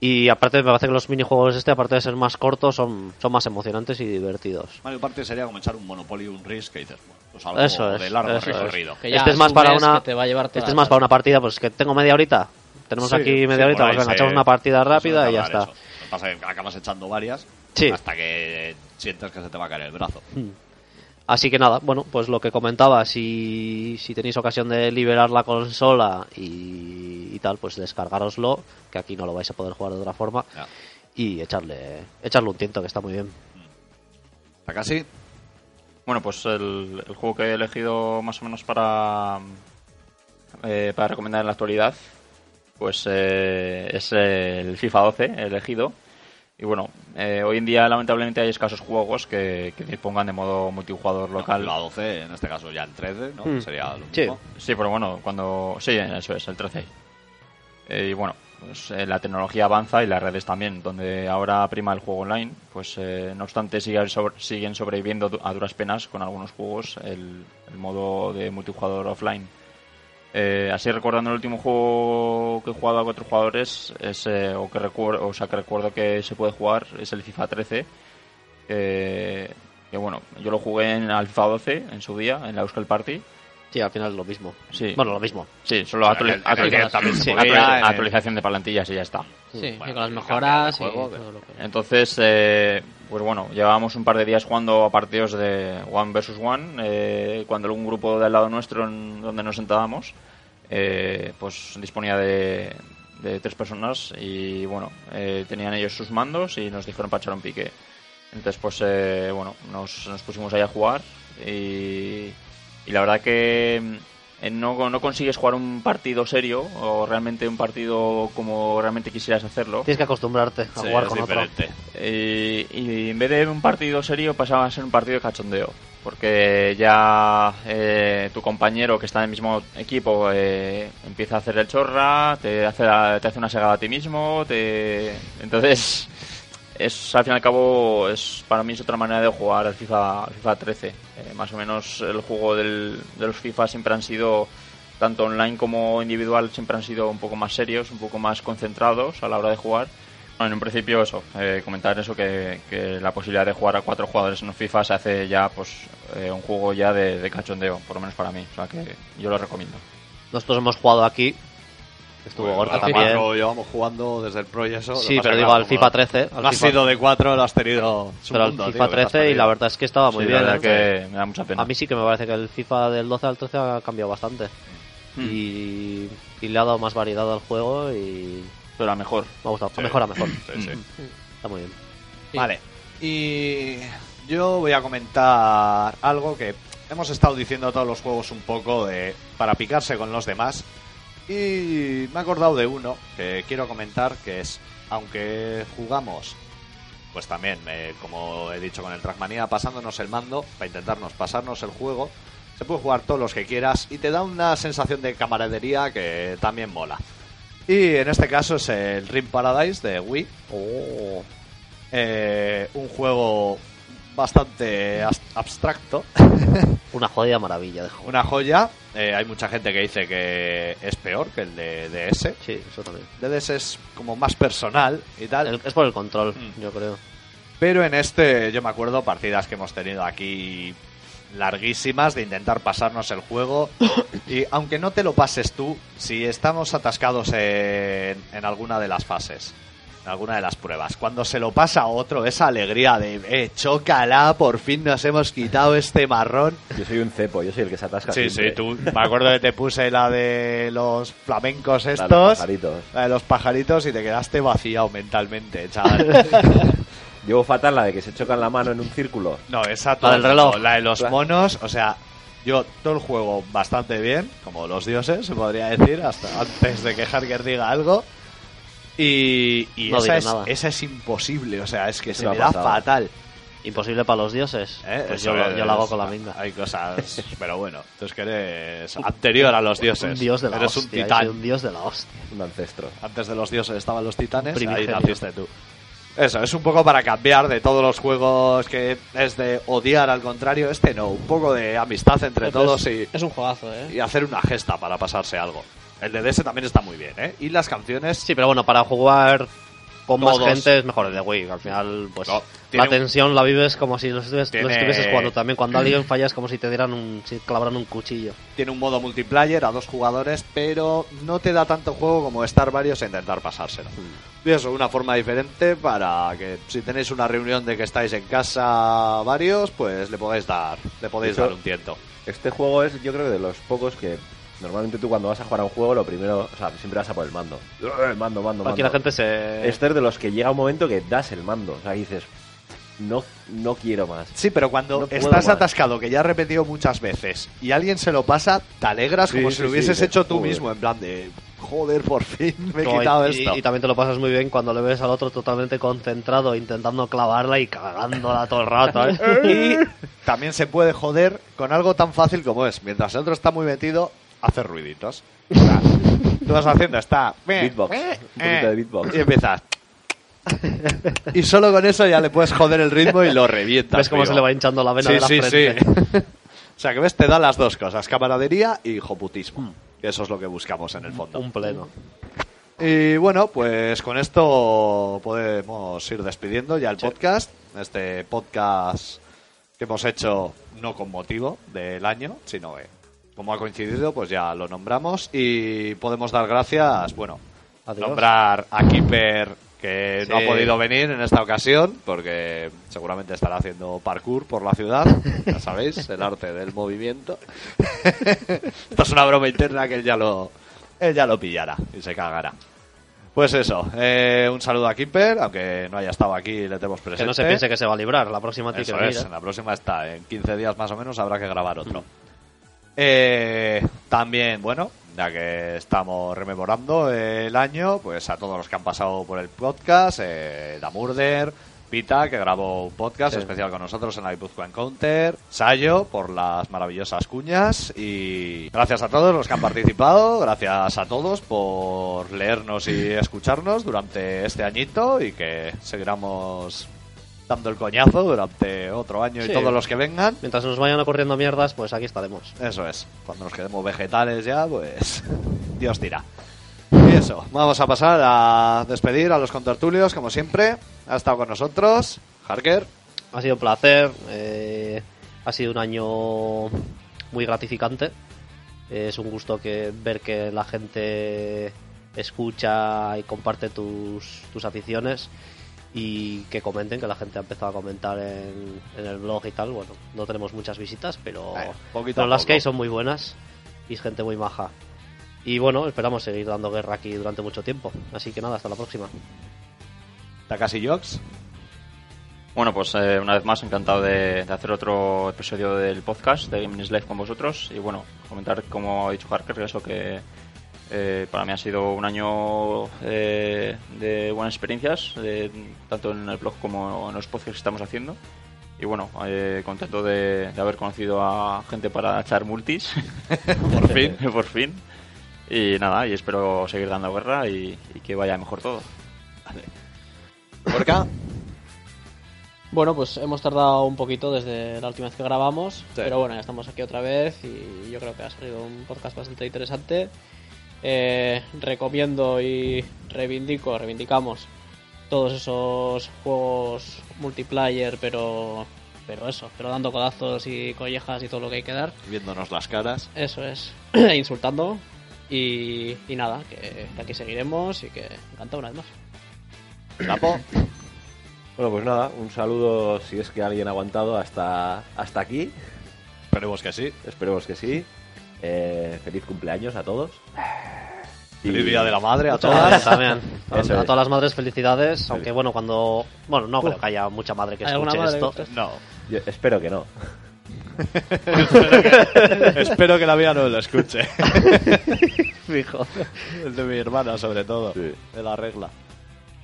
[SPEAKER 4] Y aparte me parece que los minijuegos este, aparte de ser más cortos, son, son más emocionantes y divertidos.
[SPEAKER 1] Mario Party sería como echar un Monopoly o un Risk que dices, bueno, pues algo
[SPEAKER 4] Eso es,
[SPEAKER 1] de largo
[SPEAKER 4] eso es.
[SPEAKER 1] recorrido.
[SPEAKER 2] Que ya
[SPEAKER 4] este es más para
[SPEAKER 2] asumes
[SPEAKER 4] una
[SPEAKER 2] que te va a llevar toda
[SPEAKER 4] este es
[SPEAKER 2] la
[SPEAKER 4] más
[SPEAKER 2] tarde.
[SPEAKER 4] para una partida, pues que tengo media horita. Tenemos
[SPEAKER 1] Sí,
[SPEAKER 4] aquí media
[SPEAKER 1] sí,
[SPEAKER 4] horita,
[SPEAKER 1] por ahí
[SPEAKER 4] pues venga,
[SPEAKER 1] se-
[SPEAKER 4] echamos una partida
[SPEAKER 1] se suele
[SPEAKER 4] rápida y ya
[SPEAKER 1] acabar
[SPEAKER 4] está.
[SPEAKER 1] eso. Lo que pasa es que acabas echando varias
[SPEAKER 4] Sí. Mm.
[SPEAKER 1] hasta que sientas que se te va a caer el brazo.
[SPEAKER 4] Así que nada, bueno, pues lo que comentaba, si, si tenéis ocasión de liberar la consola y, y tal, pues descargaroslo, que aquí no lo vais a poder jugar de otra forma,
[SPEAKER 1] Ya.
[SPEAKER 4] y echarle, echarle un tiento, que está muy bien.
[SPEAKER 1] Casi.
[SPEAKER 3] Bueno, pues el, el juego que he elegido más o menos para, eh, para recomendar en la actualidad, pues eh, es eh, el FIFA 12 he elegido. Y bueno, eh, hoy en día lamentablemente hay escasos juegos que, que dispongan de modo multijugador local.
[SPEAKER 1] La 12, en este caso ya el 13, ¿no?
[SPEAKER 4] Mm.
[SPEAKER 1] Sería lo
[SPEAKER 4] Sí.
[SPEAKER 1] mismo.
[SPEAKER 3] Sí, pero bueno, cuando... Sí, eso es, el 13. Eh, y bueno, pues, eh, la tecnología avanza y las redes también, donde ahora prima el juego online, pues eh, no obstante sigue sobre- siguen sobreviviendo du- a duras penas con algunos juegos el, el modo de multijugador offline. Eh, así recordando el último juego que he jugado a cuatro jugadores, es, eh, o, que recuerdo, o sea, que recuerdo que se puede jugar, es el FIFA 13, eh, que bueno, yo lo jugué en al FIFA 12 en su día, en la Euskal Party,
[SPEAKER 4] Sí, al final lo mismo.
[SPEAKER 3] Sí.
[SPEAKER 4] Bueno, lo mismo.
[SPEAKER 3] Sí, solo
[SPEAKER 1] Aquel-
[SPEAKER 3] actuali-
[SPEAKER 1] aquel
[SPEAKER 3] actualiza-
[SPEAKER 1] que también se eh.
[SPEAKER 3] sí,
[SPEAKER 1] podía,
[SPEAKER 3] actualiza-
[SPEAKER 1] en el-
[SPEAKER 3] actualización de plantillas y ya está.
[SPEAKER 2] Sí, y
[SPEAKER 1] Bueno,
[SPEAKER 2] con las
[SPEAKER 1] y
[SPEAKER 2] mejoras y
[SPEAKER 1] cambiar el juego,
[SPEAKER 2] todo lo que-
[SPEAKER 3] Entonces, eh, pues bueno, llevábamos un par de días jugando a partidos de One versus One, eh, cuando un grupo de al lado nuestro, en donde nos sentábamos, eh, pues disponía de, de tres personas y bueno, eh, tenían ellos sus mandos y nos dijeron para echar un pique. Entonces, pues eh, bueno, nos, nos pusimos ahí a jugar y, y la verdad que mm, eh, no, no consigues jugar un partido serio o realmente un partido como realmente quisieras hacerlo.
[SPEAKER 4] Tienes que acostumbrarte a
[SPEAKER 1] Sí,
[SPEAKER 4] jugar
[SPEAKER 1] es
[SPEAKER 4] con otro.
[SPEAKER 1] diferente.
[SPEAKER 3] Y, y en vez de un partido serio pasaba a ser un partido de cachondeo. Porque ya eh, tu compañero que está en el mismo equipo eh, empieza a hacer el chorra, te hace, la- te hace una segada a ti mismo. Te... Entonces, es al fin y al cabo, es, para mí es otra manera de jugar al FIFA, al FIFA 13. Eh, más o menos el juego del- de los FIFA siempre han sido, tanto online como individual, siempre han sido un poco más serios, un poco más concentrados a la hora de jugar. Bueno, en un principio eso, eh, comentar eso, que, que la posibilidad de jugar a cuatro jugadores en un FIFA se hace ya pues eh, un juego ya de, de cachondeo, por lo menos para mí. O sea que yo lo recomiendo.
[SPEAKER 4] Nosotros hemos jugado aquí. Estuvo
[SPEAKER 1] Bueno,
[SPEAKER 4] Gorka
[SPEAKER 1] Rafa
[SPEAKER 4] también.
[SPEAKER 1] Pues Marco llevamos jugando desde el Pro y eso.
[SPEAKER 4] Sí,
[SPEAKER 1] Lo que
[SPEAKER 4] pero
[SPEAKER 1] pasa
[SPEAKER 4] digo
[SPEAKER 1] que,
[SPEAKER 4] al
[SPEAKER 1] claro,
[SPEAKER 4] FIFA
[SPEAKER 1] como
[SPEAKER 4] 13. Al
[SPEAKER 1] No has
[SPEAKER 4] FIFA,
[SPEAKER 1] sido de 4, lo has tenido. es un
[SPEAKER 4] pero al
[SPEAKER 1] mundo,
[SPEAKER 4] FIFA
[SPEAKER 1] tío, que te has
[SPEAKER 4] 13 y la
[SPEAKER 1] perdido.
[SPEAKER 4] verdad es que estaba muy
[SPEAKER 3] Sí,
[SPEAKER 4] bien.
[SPEAKER 3] La
[SPEAKER 4] ¿eh?
[SPEAKER 3] verdad que me da mucha pena.
[SPEAKER 4] A mí sí que me parece que el FIFA del 12 al 13 ha cambiado bastante.
[SPEAKER 1] Mm.
[SPEAKER 4] Y, y le ha dado más variedad al juego y
[SPEAKER 3] Pero la mejor.
[SPEAKER 4] me ha gustado.
[SPEAKER 1] Sí.
[SPEAKER 4] Mejora mejor.
[SPEAKER 1] Sí, sí.
[SPEAKER 4] Está muy bien.
[SPEAKER 2] Sí.
[SPEAKER 1] Vale. Y yo voy a comentar algo que hemos estado diciendo a todos los juegos un poco de para picarse con los demás. Y me he acordado de uno que quiero comentar que es, aunque jugamos, pues también, eh, como he dicho con el Trackmania, pasándonos el mando, para intentarnos pasarnos el juego, se puede jugar todos los que quieras y te da una sensación de camaradería que también mola. Y en este caso es el Rim Paradise de Wii, eh, un juego bastante as- abstracto,
[SPEAKER 4] Una jodida maravilla de juego.
[SPEAKER 1] una joya. Eh, hay mucha gente que dice que es peor que el de DS.
[SPEAKER 4] Sí, eso también.
[SPEAKER 1] DS es como más personal y tal.
[SPEAKER 4] El- es por el control,
[SPEAKER 1] Mm.
[SPEAKER 4] yo creo.
[SPEAKER 1] Pero en este, yo me acuerdo partidas que hemos tenido aquí larguísimas de intentar pasarnos el juego. Y aunque no te lo pases tú, si estamos atascados en, en alguna de las fases, en alguna de las pruebas, cuando se lo pasa a otro, esa alegría de, eh, chócala, por fin nos hemos quitado este marrón.
[SPEAKER 7] Yo soy un cepo, yo soy el que se atasca.
[SPEAKER 1] Sí, sí,
[SPEAKER 7] siempre.
[SPEAKER 1] tú, me acuerdo que te puse la de los flamencos
[SPEAKER 7] Claro,
[SPEAKER 1] estos.
[SPEAKER 7] pajaritos.
[SPEAKER 1] La de los pajaritos y te quedaste vaciado mentalmente, chaval.
[SPEAKER 7] Llevo fatal la de que se chocan la mano en un círculo.
[SPEAKER 1] No, esa
[SPEAKER 4] La
[SPEAKER 1] todo el
[SPEAKER 4] del reloj.
[SPEAKER 1] mundo, La de los
[SPEAKER 7] La-
[SPEAKER 1] monos, o sea, yo todo el juego bastante bien, como los dioses, se podría decir, hasta antes de que Harker diga algo. Y, y
[SPEAKER 4] No
[SPEAKER 1] esa,
[SPEAKER 4] diré
[SPEAKER 1] es,
[SPEAKER 4] nada.
[SPEAKER 1] esa es imposible, o sea, es que se
[SPEAKER 7] Una
[SPEAKER 1] me da
[SPEAKER 7] pasada.
[SPEAKER 1] fatal.
[SPEAKER 4] Imposible para los dioses.
[SPEAKER 1] ¿eh?
[SPEAKER 4] Pues
[SPEAKER 1] Eso
[SPEAKER 4] yo, lo-
[SPEAKER 1] es-
[SPEAKER 4] yo lo hago con la minga.
[SPEAKER 1] Hay cosas, pero bueno, tú es que eres anterior a los dioses.
[SPEAKER 4] Un dios de la
[SPEAKER 1] eres
[SPEAKER 4] hostia.
[SPEAKER 1] un
[SPEAKER 4] yo eh, soy
[SPEAKER 1] titán.
[SPEAKER 4] un dios de la hostia.
[SPEAKER 7] Un ancestro.
[SPEAKER 1] Antes de los dioses estaban los titanes,
[SPEAKER 4] Un
[SPEAKER 1] ahí
[SPEAKER 4] primigenio.
[SPEAKER 1] naciste tú. Eso, es un poco para cambiar de todos los juegos que es de odiar al contrario. Este no, un poco de amistad entre
[SPEAKER 2] Pero
[SPEAKER 1] todos
[SPEAKER 2] es,
[SPEAKER 1] y,
[SPEAKER 2] es un juegazo, ¿eh?
[SPEAKER 1] y hacer una gesta para pasarse algo. El de DS también está muy bien, ¿eh? Y las canciones.
[SPEAKER 4] Sí, pero bueno, para jugar con
[SPEAKER 1] Todos.
[SPEAKER 4] más gente es mejor el de Wii. Al final, pues
[SPEAKER 1] No, tiene
[SPEAKER 4] la
[SPEAKER 1] un-
[SPEAKER 4] tensión la vives como si lo estuvieses, lo
[SPEAKER 1] Tiene-
[SPEAKER 4] estuvieses jugando también. Cuando alguien falla es como si te dieran un, si te clavaran un cuchillo.
[SPEAKER 1] Tiene un modo multiplayer a dos jugadores, pero no te da tanto juego como estar varios e intentar pasárselo.
[SPEAKER 4] Mm.
[SPEAKER 1] Y eso, una forma diferente para que si tenéis una reunión de que estáis en casa varios, pues le podéis dar, le podéis
[SPEAKER 7] Eso-
[SPEAKER 1] dar un tiento.
[SPEAKER 7] Este juego es, yo creo, que de los pocos que normalmente tú cuando vas a jugar a un juego, lo primero, o sea, siempre vas a por el mando. Mando, mando, mando.
[SPEAKER 4] Aquí la gente se...
[SPEAKER 1] Este
[SPEAKER 7] Este es de los que llega un momento que das el mando. O sea, que dices, no, no quiero más.
[SPEAKER 1] Sí, pero cuando
[SPEAKER 7] No puedo
[SPEAKER 1] estás
[SPEAKER 7] más.
[SPEAKER 1] atascado, que ya has repetido muchas veces, y alguien se lo pasa, te alegras
[SPEAKER 7] Sí,
[SPEAKER 1] como
[SPEAKER 7] sí,
[SPEAKER 1] si lo
[SPEAKER 7] sí,
[SPEAKER 1] hubieses
[SPEAKER 7] dices,
[SPEAKER 1] hecho tú
[SPEAKER 7] "Joder".
[SPEAKER 1] mismo, en plan de, joder, por fin me he
[SPEAKER 4] No, y-
[SPEAKER 1] quitado
[SPEAKER 4] y,
[SPEAKER 1] esto.
[SPEAKER 4] y también te lo pasas muy bien cuando le ves al otro totalmente concentrado, intentando clavarla y cagándola todo el rato. ¿eh?
[SPEAKER 1] Y también se puede joder con algo tan fácil como es. Mientras el otro está muy metido, hace ruiditos. O sea, tú vas haciendo, está.
[SPEAKER 7] Beatbox, un poquito de beatbox.
[SPEAKER 1] eh, Y empiezas. Y solo con eso ya le puedes joder el ritmo y lo revientas.
[SPEAKER 4] ¿Ves cómo
[SPEAKER 1] tío.
[SPEAKER 4] se le va hinchando la vena
[SPEAKER 1] Sí,
[SPEAKER 4] de la
[SPEAKER 1] sí,
[SPEAKER 4] frente?
[SPEAKER 1] sí. O sea, que ves, te da las dos cosas, camaradería y joputismo. Que Eso es lo que buscamos en el fondo.
[SPEAKER 4] Un pleno.
[SPEAKER 1] Y bueno, pues con esto podemos ir despidiendo ya el podcast. Este podcast que hemos hecho no con motivo del año, sino que como ha coincidido, pues ya lo nombramos. Y podemos dar gracias, bueno,
[SPEAKER 4] Adiós.
[SPEAKER 1] nombrar a Keeper, que no
[SPEAKER 4] Sí.
[SPEAKER 1] ha podido venir en esta ocasión, porque seguramente estará haciendo parkour por la ciudad, ya sabéis, el arte del movimiento. Esto es una broma interna que él ya lo, él ya lo pillará y se cagará. Pues eso, eh, un saludo a Keeper, aunque no haya estado aquí, le tenemos presente.
[SPEAKER 4] Que no se piense que se va a librar la próxima tiene que
[SPEAKER 1] Eso
[SPEAKER 4] venir,
[SPEAKER 1] es,
[SPEAKER 4] ¿eh?
[SPEAKER 1] en la próxima está. En 15 días más o menos habrá que grabar otro. Eh, también, bueno, ya que estamos rememorando el año, pues a todos los que han pasado por el podcast, eh, La Murder, Pita, que grabó un podcast especial con nosotros en la Guipúzcoa Encounter, Sayo, por las maravillosas cuñas, y gracias a todos los que han participado, gracias a todos por leernos y escucharnos durante este añito y que seguiremos dando el coñazo durante otro año
[SPEAKER 4] Sí.
[SPEAKER 1] y todos los que vengan.
[SPEAKER 4] Mientras nos vayan ocurriendo mierdas, pues aquí estaremos.
[SPEAKER 1] Eso es. Cuando nos quedemos vegetales ya, pues Dios dirá. Y eso, vamos a pasar a despedir a los contertulios, como siempre. Ha estado con nosotros Harker.
[SPEAKER 4] Ha sido un placer, eh, ha sido un año muy gratificante. Es un gusto que ver que la gente escucha y comparte tus, tus aficiones y que comenten, que la gente ha empezado a comentar en, en el blog y tal. Bueno, no tenemos muchas visitas, pero,
[SPEAKER 1] Bueno, poquito
[SPEAKER 4] pero
[SPEAKER 1] a
[SPEAKER 4] las
[SPEAKER 1] poco.
[SPEAKER 4] que hay son muy buenas y es gente muy maja. Y bueno, esperamos seguir dando guerra aquí durante mucho tiempo. Así que nada, hasta la próxima.
[SPEAKER 1] Takashi Jox.
[SPEAKER 3] Bueno, pues eh, una vez más, encantado de, de hacer otro episodio del podcast de Game is Life con vosotros. Y bueno, comentar, como ha dicho Harker, que eso que eh, para mí ha sido un año eh, de buenas experiencias, eh, tanto en el blog como en los podcasts que estamos haciendo. Y bueno, eh, contento de, de haber conocido a gente para echar multis. por fin, por fin. Y nada, y espero seguir dando guerra y- y que vaya mejor todo.
[SPEAKER 1] Porca.
[SPEAKER 2] Bueno, pues hemos tardado un poquito desde la última vez que grabamos, pero bueno, ya estamos aquí otra vez y yo creo que ha salido un podcast bastante interesante. Eh, recomiendo y reivindico, reivindicamos todos esos juegos multiplayer, pero pero eso, pero dando codazos y collejas y todo lo que hay que dar.
[SPEAKER 1] Viéndonos las caras.
[SPEAKER 2] Eso es, insultando y, y nada, que, que aquí seguiremos y que encanta una vez más.
[SPEAKER 1] Capo.
[SPEAKER 7] Bueno, pues nada, un saludo si es que alguien ha aguantado hasta, hasta aquí.
[SPEAKER 1] Esperemos que sí.
[SPEAKER 7] Esperemos que sí. Eh, feliz cumpleaños a todos. Y-
[SPEAKER 1] Feliz Día de la Madre a
[SPEAKER 4] Muchas
[SPEAKER 1] todas.
[SPEAKER 4] gracias también. A
[SPEAKER 7] Eso es.
[SPEAKER 4] todas las madres, felicidades. Aunque bueno, cuando. Bueno, no creo que haya mucha madre que
[SPEAKER 2] ¿Hay alguna
[SPEAKER 4] escuche
[SPEAKER 2] madre
[SPEAKER 4] esto.
[SPEAKER 2] que escuche?
[SPEAKER 1] No.
[SPEAKER 7] Yo espero que no.
[SPEAKER 1] Espero que la mía no lo escuche.
[SPEAKER 4] Fijo.
[SPEAKER 1] El de mi hermana, sobre todo. De la regla.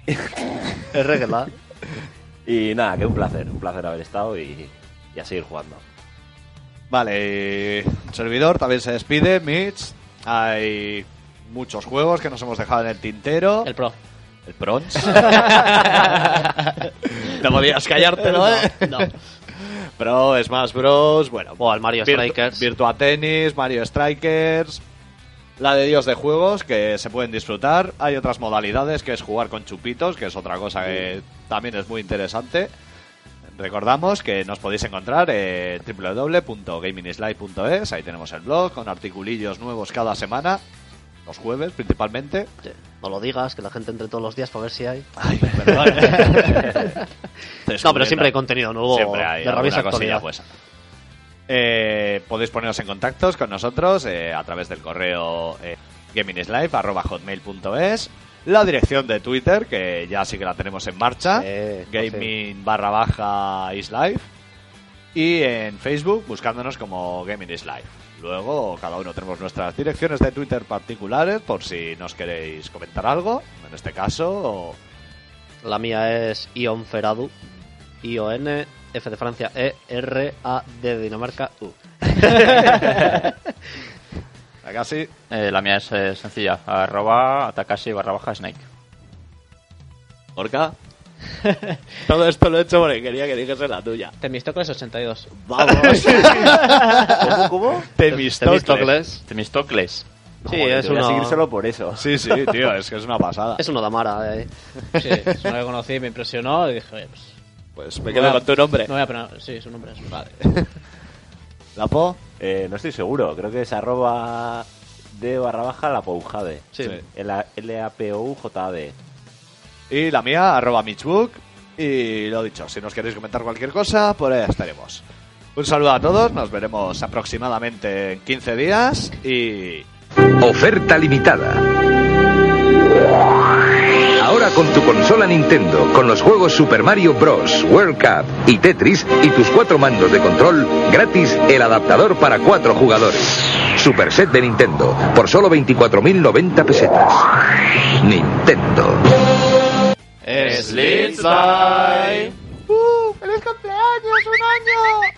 [SPEAKER 4] Es regla.
[SPEAKER 7] Y nada, que un placer, un placer haber estado y, y a seguir jugando.
[SPEAKER 1] Vale, y el servidor también se despide, Mitch. Hay muchos juegos que nos hemos dejado en el tintero.
[SPEAKER 2] El pro.
[SPEAKER 1] El Prons. no podías callártelo, ¿eh?
[SPEAKER 2] No.
[SPEAKER 1] Pro, Smash Bros. Bueno,
[SPEAKER 4] O al Mario
[SPEAKER 1] Virtu-
[SPEAKER 4] Strikers.
[SPEAKER 1] Virtua Tennis, Mario Strikers. La de Dios de juegos que se pueden disfrutar. Hay otras modalidades que es jugar con chupitos, que es otra cosa que también es muy interesante. Recordamos que nos podéis encontrar en www.gamingislive.es. Ahí tenemos el blog con articulillos nuevos cada semana, los jueves principalmente.
[SPEAKER 4] No lo digas, que la gente entre todos los días para ver si hay.
[SPEAKER 1] Ay, perdón.
[SPEAKER 4] No, pero siempre hay contenido nuevo
[SPEAKER 1] Siempre hay
[SPEAKER 4] de rabiosa
[SPEAKER 1] alguna cosilla,
[SPEAKER 4] actualidad.
[SPEAKER 1] pues. Eh, podéis poneros en contactos con nosotros eh, a través del correo eh, gamingslife@hotmail.es La dirección de Twitter, que ya sí que la tenemos en marcha.
[SPEAKER 4] Eh,
[SPEAKER 1] gaming barra baja is life. Y en Facebook buscándonos como Gaming is life. Luego cada uno tenemos nuestras direcciones de Twitter particulares por si nos queréis comentar algo. En este caso,
[SPEAKER 4] La mía es Ion Feradu. I-O-N, F de Francia, E, R, A, D de Dinamarca, U.
[SPEAKER 1] acá sí.
[SPEAKER 3] Eh, la mía es eh, sencilla, arroba atacasi barra baja snake.
[SPEAKER 1] Orca. Todo esto lo he hecho porque quería que dijese la tuya.
[SPEAKER 2] Temistocles 82.
[SPEAKER 1] Vamos. ¿Cómo, cómo? Temistocles.
[SPEAKER 4] Temistocles.
[SPEAKER 3] Temistocles.
[SPEAKER 4] Sí,
[SPEAKER 7] Joder,
[SPEAKER 4] es
[SPEAKER 7] te voy a seguir
[SPEAKER 4] uno,
[SPEAKER 7] solo por eso.
[SPEAKER 1] Sí, sí, tío, es que es una pasada.
[SPEAKER 4] es uno de Amara. eh.
[SPEAKER 2] Sí, es una que conocí, me impresionó y dije, oye, pues.
[SPEAKER 1] Pues me
[SPEAKER 2] voy
[SPEAKER 1] quedo
[SPEAKER 2] a-
[SPEAKER 1] con tu nombre.
[SPEAKER 2] No voy a pronunciar. Sí, su nombre es. Vale.
[SPEAKER 1] ¿La po?
[SPEAKER 7] Eh, no estoy seguro, creo que es arroba de barra baja la poujade.
[SPEAKER 4] Sí.
[SPEAKER 7] L-A-P-O-U-J-A-D.
[SPEAKER 1] Y la mía, arroba Mitchbook. Y lo dicho, si nos queréis comentar cualquier cosa, por ahí estaremos. Un saludo a todos, nos veremos aproximadamente en 15 días y...
[SPEAKER 9] Oferta limitada. Ahora con tu consola Nintendo, con los juegos Super Mario Bros., World Cup y Tetris y tus cuatro mandos de control, gratis el adaptador para cuatro jugadores. Super set de Nintendo, por solo 24.090 pesetas. Nintendo.
[SPEAKER 3] Sleep Bye.
[SPEAKER 1] ¡Feliz cumpleaños, un año!